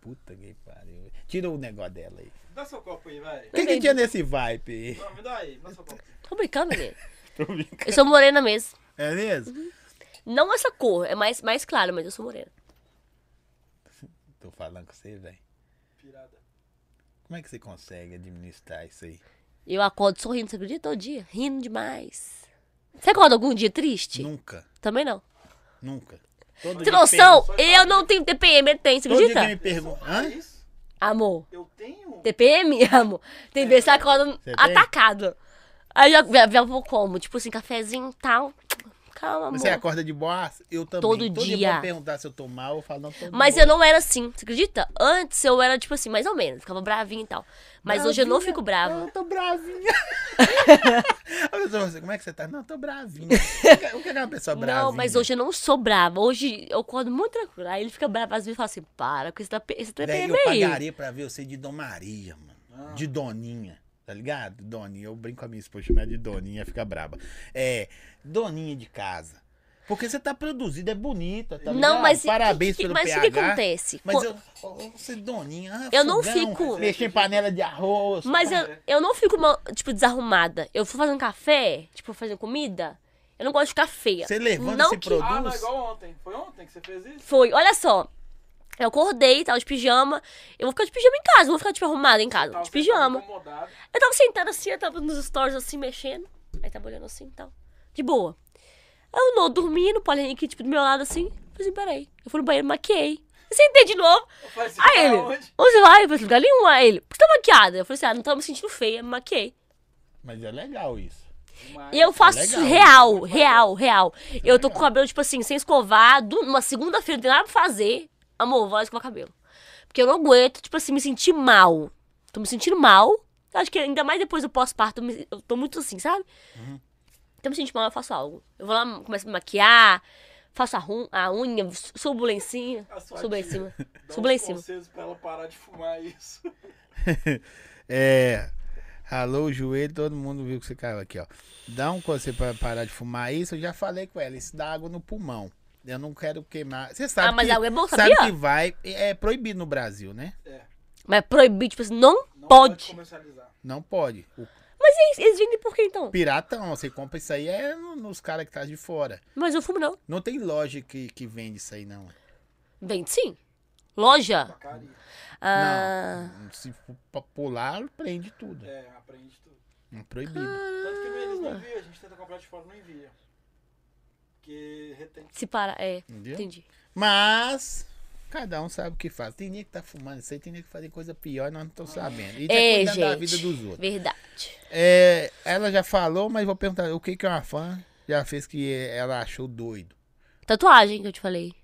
S2: Puta que pariu. Tira o negócio dela aí.
S3: Dá seu copo aí, vai.
S2: O que, que
S1: entendi.
S2: tinha nesse vibe?
S3: Não, me dá aí. Dá seu copo.
S1: Tô brincando, menino.
S2: Tô brincando.
S1: Eu sou morena mesmo.
S2: É mesmo?
S1: Não essa cor, é mais, mais claro, mas eu sou morena.
S2: Tô falando com você, velho.
S3: Pirada.
S2: Como é que você consegue administrar isso aí?
S1: Eu acordo sorrindo, você acredita? Todo dia. Rindo demais. Você acorda algum dia triste?
S2: Nunca.
S1: Também não.
S2: Nunca. Todo
S1: Tem
S2: dia
S1: noção?
S2: pergunta-
S3: pergunta.
S1: Eu não tenho TPM, ele tem, você
S2: Todo dia que me
S1: é acredita?
S2: pergunta.
S3: Ah,
S2: Hã?
S3: isso?
S1: Amor.
S3: Eu tenho?
S1: TPM, amor. Tem vezes que você acorda
S2: Você tem?
S1: atacado. Aí já, já, já vou como? Tipo assim, cafezinho e tal. Calma, amor.
S2: Você acorda de boa? Eu também.
S1: Todo dia.
S2: me perguntar se eu tô mal, eu falo, não, tô de
S1: Mas
S2: boa.
S1: eu não era assim, você acredita? Antes eu era, tipo assim, mais ou menos, ficava bravinha e tal. Mas hoje eu não
S2: Bravinha.
S1: fico brava.
S2: Não, eu tô bravinha. a pessoa fala assim, como é que você tá? Não, eu tô bravinha. O que- O que é uma pessoa bravinha?
S1: Não, mas hoje eu não sou brava. Hoje eu acordo muito tranquila. Aí ele fica bravo, às vezes fala assim, para, porque você tá, pe- você tá
S2: Véi,
S1: perdendo
S2: eu
S1: aí.
S2: pagaria pra ver você de Dom Maria,
S3: Ah.
S2: mano. De Doninha. Tá ligado? Doninha. Eu brinco com a minha esposa, chama ela de Doninha, fica braba. É, Doninha de casa. Porque você tá produzida, é bonita, tá ligado?
S1: Não, mas e-
S2: Parabéns
S1: que- que-
S2: pelo
S1: mas o
S2: PH.
S1: que acontece?
S2: Mas
S1: Quan-
S2: eu, eu vou ser doninha. ah,
S1: Eu não
S2: fogão,
S1: fico-
S2: Mexer em panela de arroz.
S1: Mas
S2: é.
S1: eu, eu não fico, mal- tipo, desarrumada. Eu fui fazendo café, tipo, fazendo comida. Eu não gosto de ficar feia.
S2: Você levanta
S1: não
S2: esse
S1: que-
S2: produto.
S3: Ah, não, é
S2: Produz.
S3: igual ontem. Foi ontem que você fez isso?
S1: Foi, olha só. Eu acordei, tava de pijama. Eu vou ficar de pijama em casa, não vou ficar, tipo, arrumada em casa.
S3: Tava
S1: De pijama.
S3: incomodado.
S1: Eu tava sentada assim, eu tava nos stories assim, mexendo. Aí tava olhando assim e tal. De boa. Aí Eu não, dormindo, o Paulo Henrique, tipo, do meu lado assim. Falei assim, peraí. Eu fui no banheiro, maquiei. Eu Sentei de novo.
S3: Eu falei assim,
S1: Aí
S3: pra
S1: Ah, ele, onde
S3: onde?
S1: você vai? Eu falei, assim, lugar nenhum. Aí ele, por que você tá maquiada? Eu falei assim, ah, não tava me sentindo feia, me maquiei.
S2: Mas é legal isso.
S1: E eu faço
S2: Legal.
S1: real, real, real. Eu tô com o cabelo, tipo assim, sem escovar, du- numa segunda-feira, não tem nada pra fazer. Amor, vou lá escovar cabelo. Porque eu não aguento, tipo assim, me sentir mal. Tô me sentindo mal. Eu Acho que ainda mais depois do pós-parto, eu me- eu tô muito assim, sabe? Então eu me sentindo mal, eu faço algo. Eu vou lá, começo a me maquiar, faço a, ru- a unha, su- subo lá em cima.
S3: A sua
S1: Subo lá em
S3: tia.
S1: cima.
S3: Dá um
S1: Subo lá em
S3: uns
S1: cima.
S3: conselhos pra ela parar de fumar isso.
S2: É. Ralou o joelho, todo mundo viu que você caiu aqui, ó. Dá um conselho pra parar de fumar isso. Eu já falei com ela, isso dá água no pulmão. Eu não quero queimar. Você sabe
S1: Ah, mas
S2: que,
S1: água é bom,
S2: sabe
S1: sabia?
S2: que vai. É proibido no Brasil, né?
S3: É.
S1: Mas proibir, tipo assim, não,
S3: Não pode.
S1: pode.
S3: comercializar.
S2: Não pode. O
S1: Mas eles, eles vendem por quê então?
S2: piratão, você compra isso aí é no- nos caras que tá de fora.
S1: Mas eu fumo não.
S2: Não tem loja que, que vende isso aí, não.
S1: Vende sim. Loja.
S3: Bacaria.
S1: Ah,
S2: Não. Se for pra pular, prende tudo.
S3: É, aprende tudo.
S2: É proibido.
S1: Ah,
S3: Tanto que eles não enviam, a gente tenta comprar de fora, não envia. Porque retém.
S1: Se para, é.
S2: Entendeu?
S1: Entendi.
S2: Mas cada um sabe o que faz. Tem nego que tá fumando isso aí, tem nego que fazer coisa pior e nós não estamos sabendo. E tá
S1: É,
S2: cuidando da
S1: gente.
S2: vida dos outros.
S1: Verdade.
S2: É, ela já falou, mas vou perguntar o que, que uma fã já fez que ela achou doido.
S1: Tatuagem que eu te falei.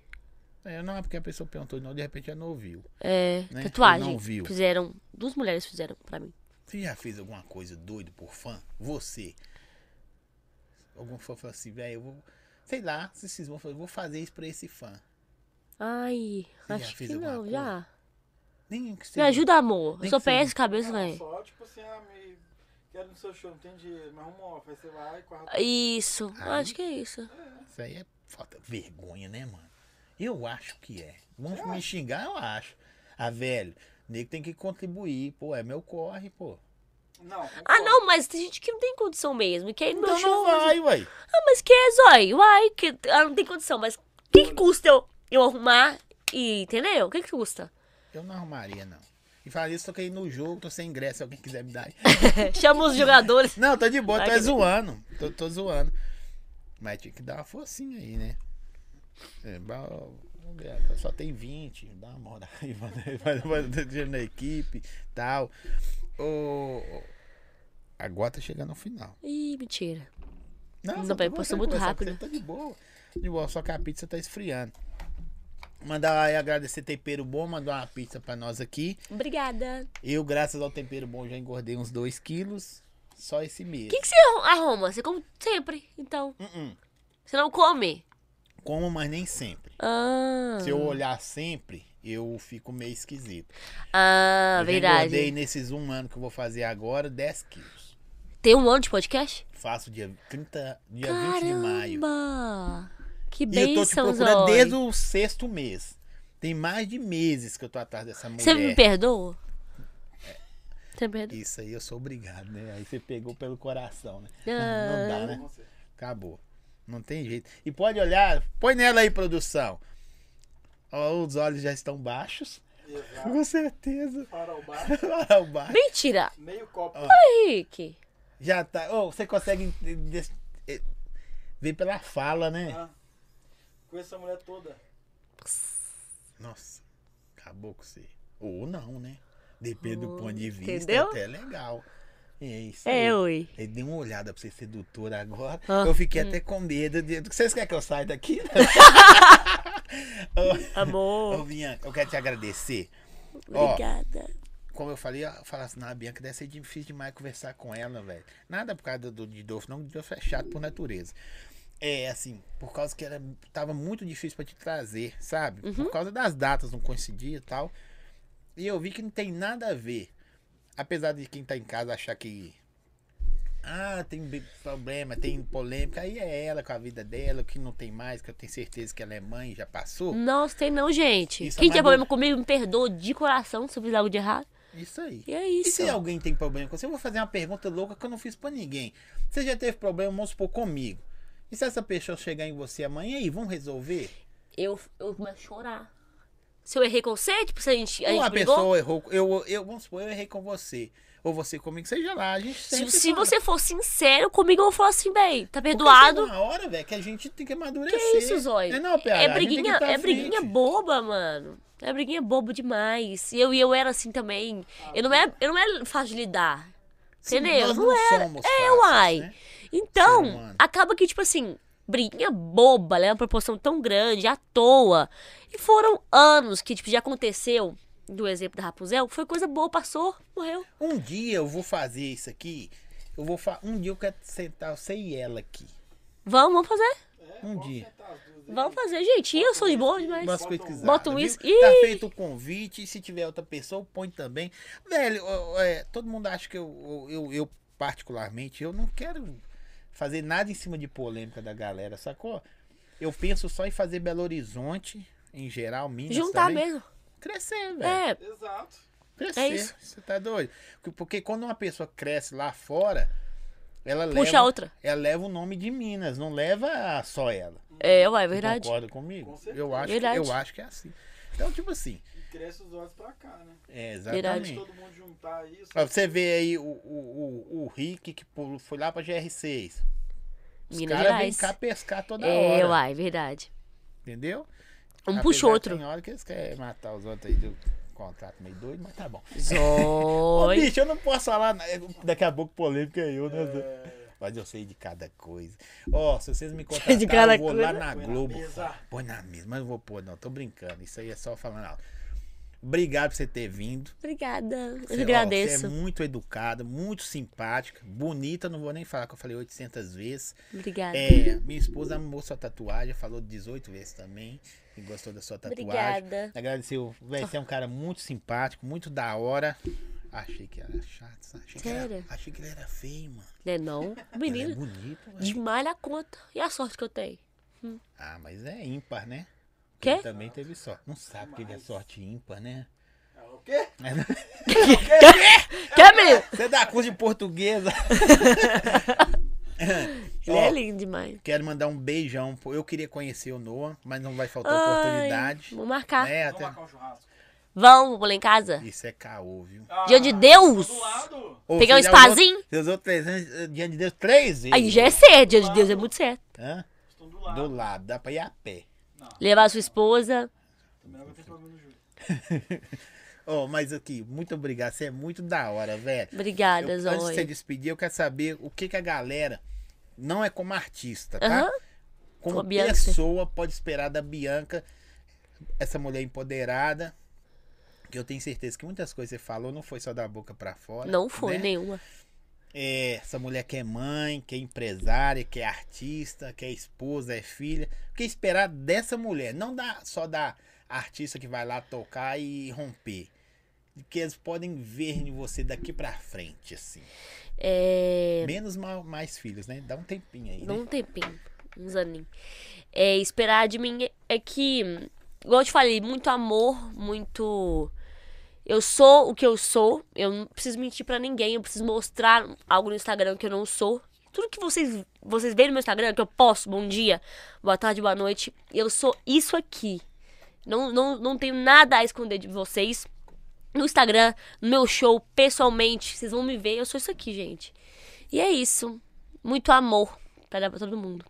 S2: É, não é porque a pessoa perguntou, não, de repente ela não ouviu.
S1: É,
S2: Né?
S1: tatuagem.
S2: Não viu.
S1: Fizeram, duas mulheres fizeram pra mim.
S2: Você já fez alguma coisa doido por fã? Você? Algum fã falou assim, velho, eu vou. Sei lá, se vocês vão fazer, vou fazer isso pra esse fã.
S1: Ai,
S2: Você já
S1: acho
S2: fez
S1: que
S2: alguma
S1: não,
S2: coisa?
S1: já.
S2: Nem que
S1: Me
S2: seja-
S1: ajuda, amor.
S2: Nem
S1: Eu sou
S2: que seja-
S1: PS de cabeça,
S3: Não,
S1: velho.
S3: só tipo assim, ah, me... quero ir no seu show, não tem dinheiro, me arruma off. Aí você vai, corre
S1: Isso,
S2: Ai.
S1: acho que é isso.
S2: Isso aí é falta vergonha, né, mano? Eu acho que é. Vão me xingar, eu acho. Ah, velho, nego tem que contribuir, pô, é meu corre, pô.
S3: Não, concordo.
S1: Ah, não, mas tem gente que não tem condição mesmo. E quer ir no meu
S2: Então
S1: show.
S2: não vai, ué.
S1: Ah, mas que é, zói? Uai, que ela não tem condição. Mas que, que custa eu, eu arrumar e, entendeu? O que que custa?
S2: Eu não arrumaria, não. E fala isso, tô querendo ir no jogo, tô sem ingresso, se alguém quiser me dar. É.
S1: Chama os jogadores.
S2: Não, tá de boa,
S1: Vai
S2: tô
S1: que-
S2: é zoando. Tô, tô zoando. Mas tinha que dar uma forcinha aí, né? É, ba- só tem 20, dá uma moral aí, mano. Vai- vai dando dinheiro na equipe tal. Ô, agora tá chegando ao final.
S1: Ih, mentira. Não,
S2: só
S1: bem,
S2: tô
S1: passou
S2: conversando
S1: muito
S2: com você,
S1: rápido.
S2: Você tá de boa. De boa, só que a pizza tá esfriando. Mandar aí agradecer Tempero Bom, mandar uma pizza pra nós aqui.
S1: Obrigada.
S2: Eu, graças ao Tempero Bom, já engordei uns 2 quilos. Só esse mês.
S1: O que, que você arruma? Você come sempre, então.
S2: Uh-uh.
S1: Você não come?
S2: Como, mas nem sempre.
S1: Ah,
S2: Se eu olhar sempre, eu fico meio esquisito.
S1: ah
S2: eu já engordei
S1: verdade.
S2: nesses um ano que eu vou fazer agora 10 quilos.
S1: Tem um ano de podcast?
S2: Faço dia 30, dia 20 de maio.
S1: Caramba! Que
S2: E eu tô te
S1: bênção,
S2: procurando
S1: Zói.
S2: desde o sexto mês. Tem mais de meses que eu tô atrás dessa mulher.
S1: Você me perdoa? Você me perdoa?
S2: Isso aí eu sou obrigado, né? Aí você pegou pelo coração, né?
S1: Ah.
S2: Não dá, né?
S3: Com você.
S2: Acabou. Não tem jeito. E pode olhar, põe nela aí, produção. Ó, os olhos já estão baixos.
S3: Exato.
S2: Com certeza.
S3: Para o bar,
S2: Olha o baixo.
S1: Mentira!
S3: meio copo.
S1: Henrique!
S2: Já tá. Ô, você consegue en- des- eh, ver pela fala, né?
S3: Ah. Com essa mulher toda.
S2: Nossa, acabou com você. Ou não, né? Depende do ponto de vista.
S1: entendeu?
S2: Até é legal. É isso. aí.
S1: É, oi.
S2: Ele deu uma olhada pra você sedutora agora.
S1: Ah.
S2: Eu fiquei até com medo. De... Vocês querem que eu saia daqui? Ô, ô,
S1: Amor.
S2: Bianca, eu quero te agradecer. Ó.
S1: Obrigada.
S2: Como eu falei, eu falava assim, não, a Bianca deve ser difícil demais conversar com ela, velho. Nada por causa do, do Didolfo, não, o Didolfo é chato por natureza. É, assim, por causa que era, tava muito difícil pra te trazer, sabe? Por causa das datas, não coincidia e tal. E eu vi que não tem nada a ver. Apesar de quem tá em casa achar que. Ah, tem bi- problema, tem polêmica. Aí é ela com a vida dela, o que não tem mais, que eu tenho certeza que ela é mãe, já passou.
S1: Nossa, tem não, gente.
S2: Isso, é
S1: Quem tiver
S2: Amadu.
S1: problema comigo, me perdoa de coração se eu fiz algo de errado.
S2: Isso aí.
S1: E é
S2: E
S1: isso.
S2: se alguém tem problema com você, eu vou fazer uma pergunta louca que eu não fiz pra ninguém. Você já teve problema, vamos supor, comigo. E se essa pessoa chegar em você amanhã, e aí, vamos resolver?
S1: Eu, eu começo a chorar. Se eu errei com você, tipo, se a gente, a
S2: Ou
S1: gente
S2: a
S1: brigou.
S2: pessoa errou, eu, eu, vamos supor, eu errei com você. Ou você comigo, seja lá, a gente
S1: se,
S2: sempre
S1: se
S2: fala.
S1: você é for sincero comigo, eu vou falar assim, bem, tá
S2: Porque
S1: perdoado.
S2: chega Uma hora, velho, que a gente tem que
S1: Que
S2: amadurecer.
S1: isso, Zóio?
S2: É, não, Piara,
S1: é
S2: a gente tem que
S1: briguinha,
S2: ir pra
S1: é briguinha
S2: frente.
S1: boba, mano. É briguinha boba demais. E eu, e eu era assim também.
S2: Ah,
S1: Eu não era, eu não era fácil de lidar.
S2: Sim,
S1: Entendeu?
S2: nós
S1: não,
S2: não
S1: era.
S2: somos
S1: é,
S2: fáceis,
S1: uai.
S2: né? Ser
S1: Então,
S2: humano.
S1: acaba que, tipo assim, briguinha boba, né? Uma proporção tão grande, à toa. E foram anos que, tipo, já aconteceu. Do exemplo da Rapunzel, foi coisa boa, passou, morreu.
S2: Um dia eu vou fazer isso aqui. Eu vou fa... Um dia eu quero sentar você e ela aqui.
S1: Vamos, vamos fazer.
S3: É,
S2: Um
S3: vamos
S2: dia.
S3: sentar as duas aí.
S1: Vamos fazer, gente. Eu sou de boa demais.
S2: Umas
S3: Bota
S2: coisas
S3: um-
S2: que
S1: bota um
S2: viu?
S1: isso.
S2: Tá
S1: Ih!
S2: feito o convite. Se tiver outra pessoa, põe também. Velho, ó, ó, é, todo mundo acha que eu, eu, eu, eu, particularmente, eu não quero fazer nada em cima de polêmica da galera, sacou? Eu penso só em fazer Belo Horizonte, em geral, Minas
S1: Juntar
S2: também.
S1: mesmo.
S2: Crescer, velho.
S1: É,
S3: Exato.
S2: Crescer.
S1: é isso.
S2: Você tá doido? Porque- Porque quando uma pessoa cresce lá fora, ela
S1: Puxa
S2: leva,
S1: outra.
S2: Ela leva o nome de Minas, não leva só ela.
S1: é, uai, é
S2: Você
S1: verdade.
S2: Concorda comigo?
S3: Com certeza.
S2: eu, acho,
S1: Verdade.
S2: eu acho que é assim. Então, tipo assim,
S3: E cresce os olhos pra cá, né?
S2: é,
S1: Verdade.
S2: exatamente.
S3: Todo mundo juntar isso.
S2: Ó, você vê aí o, o, o, o Rick que pulou- foi lá pra GR6. Os
S1: Minas
S2: caras vêm
S1: Gerais.
S2: cá pescar toda
S1: É,
S2: hora.
S1: uai, verdade.
S2: Entendeu?
S1: Um
S2: Apesar
S1: puxa
S2: que
S1: outro.
S2: Tem hora que eles querem matar os outros aí do contrato meio doido, mas tá bom. Ô,
S1: Zói.
S2: bicho, eu não posso falar. na- Daqui a pouco polêmica é eu, né? Zé?
S3: É,
S2: Mas eu sei de cada coisa. Ó, se vocês me
S1: Sei
S2: contratarem,
S1: de cada
S2: eu vou lá
S1: coisa.
S2: na
S3: Põe na
S2: Globo.
S3: mesa.
S2: Põe na mesa, mas não vou pôr, não. Tô brincando. Isso aí é só falando alto. Obrigado por você ter vindo.
S1: Obrigada. Eu
S2: Você- ó, Você
S1: agradeço.
S2: é muito educada, muito simpática, bonita, não vou nem falar que eu falei 800 vezes.
S1: Obrigada.
S2: É, minha esposa amou sua tatuagem, falou 18 vezes também, e gostou da sua tatuagem.
S1: Obrigada.
S2: Agradeceu. Véi, Você é um cara muito simpático, muito da hora. Achei que era chato, sabe? achei que era,
S1: Sério?
S2: achei que ele era feio, mano.
S1: Né não?
S2: Ele é
S1: Menino,
S2: bonito, velho.
S1: demais a conta. E a sorte que eu tenho.
S2: Ah, mas é ímpar, né?
S1: Quê?
S2: Ele também teve sorte. Não sabe que ele é
S3: Mas-
S2: sorte ímpar, né?
S3: é o quê?
S1: Quer, menino?
S2: Você dá curso de portuguesa.
S1: Ele é
S2: Ó,
S1: lindo demais.
S2: Quero mandar um beijão. pro- Eu queria conhecer o Noah, mas não vai faltar
S1: Ai,
S2: oportunidade.
S1: Vou marcar.
S2: Né?
S3: Vamos
S2: Até-
S3: marcar um churrasco.
S1: Vamos, vou lá em casa?
S2: Isso é caô, viu?
S3: Ah,
S1: Dia de Deus!
S3: Do lado.
S2: Ô,
S1: Pegar um
S2: você já usou-
S1: spazinho?
S2: Você usou 300 eh, diante de Deus três vezes.
S1: Aí já é certo, dia de Deus é muito certo.
S2: Hã?
S3: Estão do lado.
S2: Do lado, dá pra ir a pé.
S1: Levar sua esposa.
S3: Também não vai ter problema no jogo.
S2: Ó, mas aqui, muito obrigado. Você é muito da hora, velho. Eu-
S1: Obrigada,
S2: antes de você
S1: Zói.
S2: despedir, eu quero saber o que, que a galera, não é como artista, tá?
S1: Aham.
S2: Como
S1: Com a Bianca.
S2: pessoa pode esperar da Bianca, essa mulher empoderada, que eu tenho certeza que muitas coisas que você falou não foi só da boca pra fora.
S1: Não foi
S2: né?
S1: nenhuma.
S2: É, essa mulher que é mãe, que é empresária, que é artista, que é esposa, é filha. O que esperar dessa mulher? Não da, só da artista que vai lá tocar e romper. Que eles podem ver em você daqui pra frente, assim.
S1: É.
S2: Menos mal, mais filhos, né? Dá um tempinho aí,
S1: Não
S2: né?
S1: um tempinho, uns aninhos. É, esperar de mim é que, igual eu te falei, muito amor, muito. Eu sou o que eu sou, eu não preciso mentir pra ninguém, eu preciso mostrar algo no Instagram que eu não sou. Tudo que vocês, vocês veem no meu Instagram, que eu posto, bom dia, boa tarde, boa noite, eu sou isso aqui. Não, não, não tenho nada a esconder de vocês. No Instagram, no meu show, pessoalmente, vocês vão me ver, eu sou isso aqui, gente. E é isso. Muito amor pra dar pra todo mundo.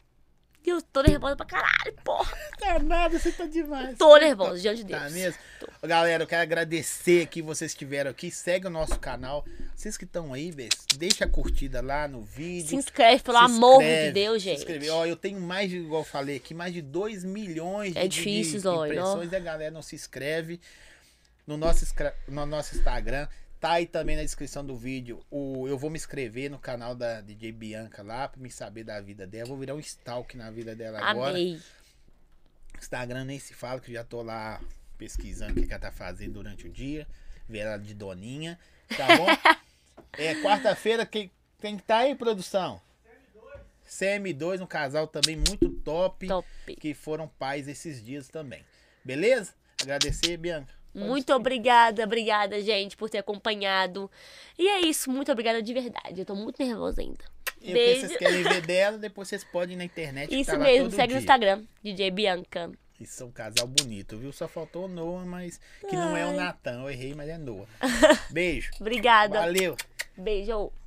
S1: eu tô nervosa pra caralho, porra.
S2: Tá nada, você tá demais.
S1: Tô nervosa, diante de Deus.
S2: Tá mesmo? Galera, eu quero agradecer que vocês estiveram aqui. Segue o nosso canal. Vocês que estão aí, bes, deixa a curtida lá no vídeo.
S1: Se inscreve, pelo
S2: Se
S1: amor
S2: inscreve,
S1: de Deus,
S2: se
S1: gente.
S2: inscreve. Ó, eu tenho mais de, igual eu falei aqui, mais de 2 milhões de,
S1: É difícil,
S2: de, de
S1: Zóio,
S2: impressões. A galera não se inscreve no nosso, escra- no nosso Instagram. Tá aí também na descrição do vídeo. O, eu vou me inscrever no canal da DJ Bianca lá pra me saber da vida dela. Vou virar um stalk na vida dela agora.
S1: Amei.
S2: Instagram nem se fala, que eu já tô lá pesquisando o que, que ela tá fazendo durante o dia. Ver ela de doninha, tá bom? é quarta-feira que tem que estar aí, produção. CM2, um casal também muito top,
S1: Top.
S2: que foram pais esses dias também. Beleza? Agradecer, Bianca. Pode
S1: Muito obrigada, obrigada, gente, por ter acompanhado. E é isso, muito obrigada de verdade. Eu tô muito nervosa ainda.
S2: E o que
S1: Beijo.
S2: vocês querem ver dela, depois vocês podem ir na internet. que
S1: Isso
S2: tá lá
S1: mesmo,
S2: todo
S1: segue no
S2: dia.
S1: Instagram, DJ Bianca.
S2: E são um casal bonito, viu? Só faltou o Noah, mas que não é o
S1: Ai.
S2: Natan. Eu errei, mas é Noah. Beijo.
S1: Obrigada.
S2: Valeu.
S1: Beijo.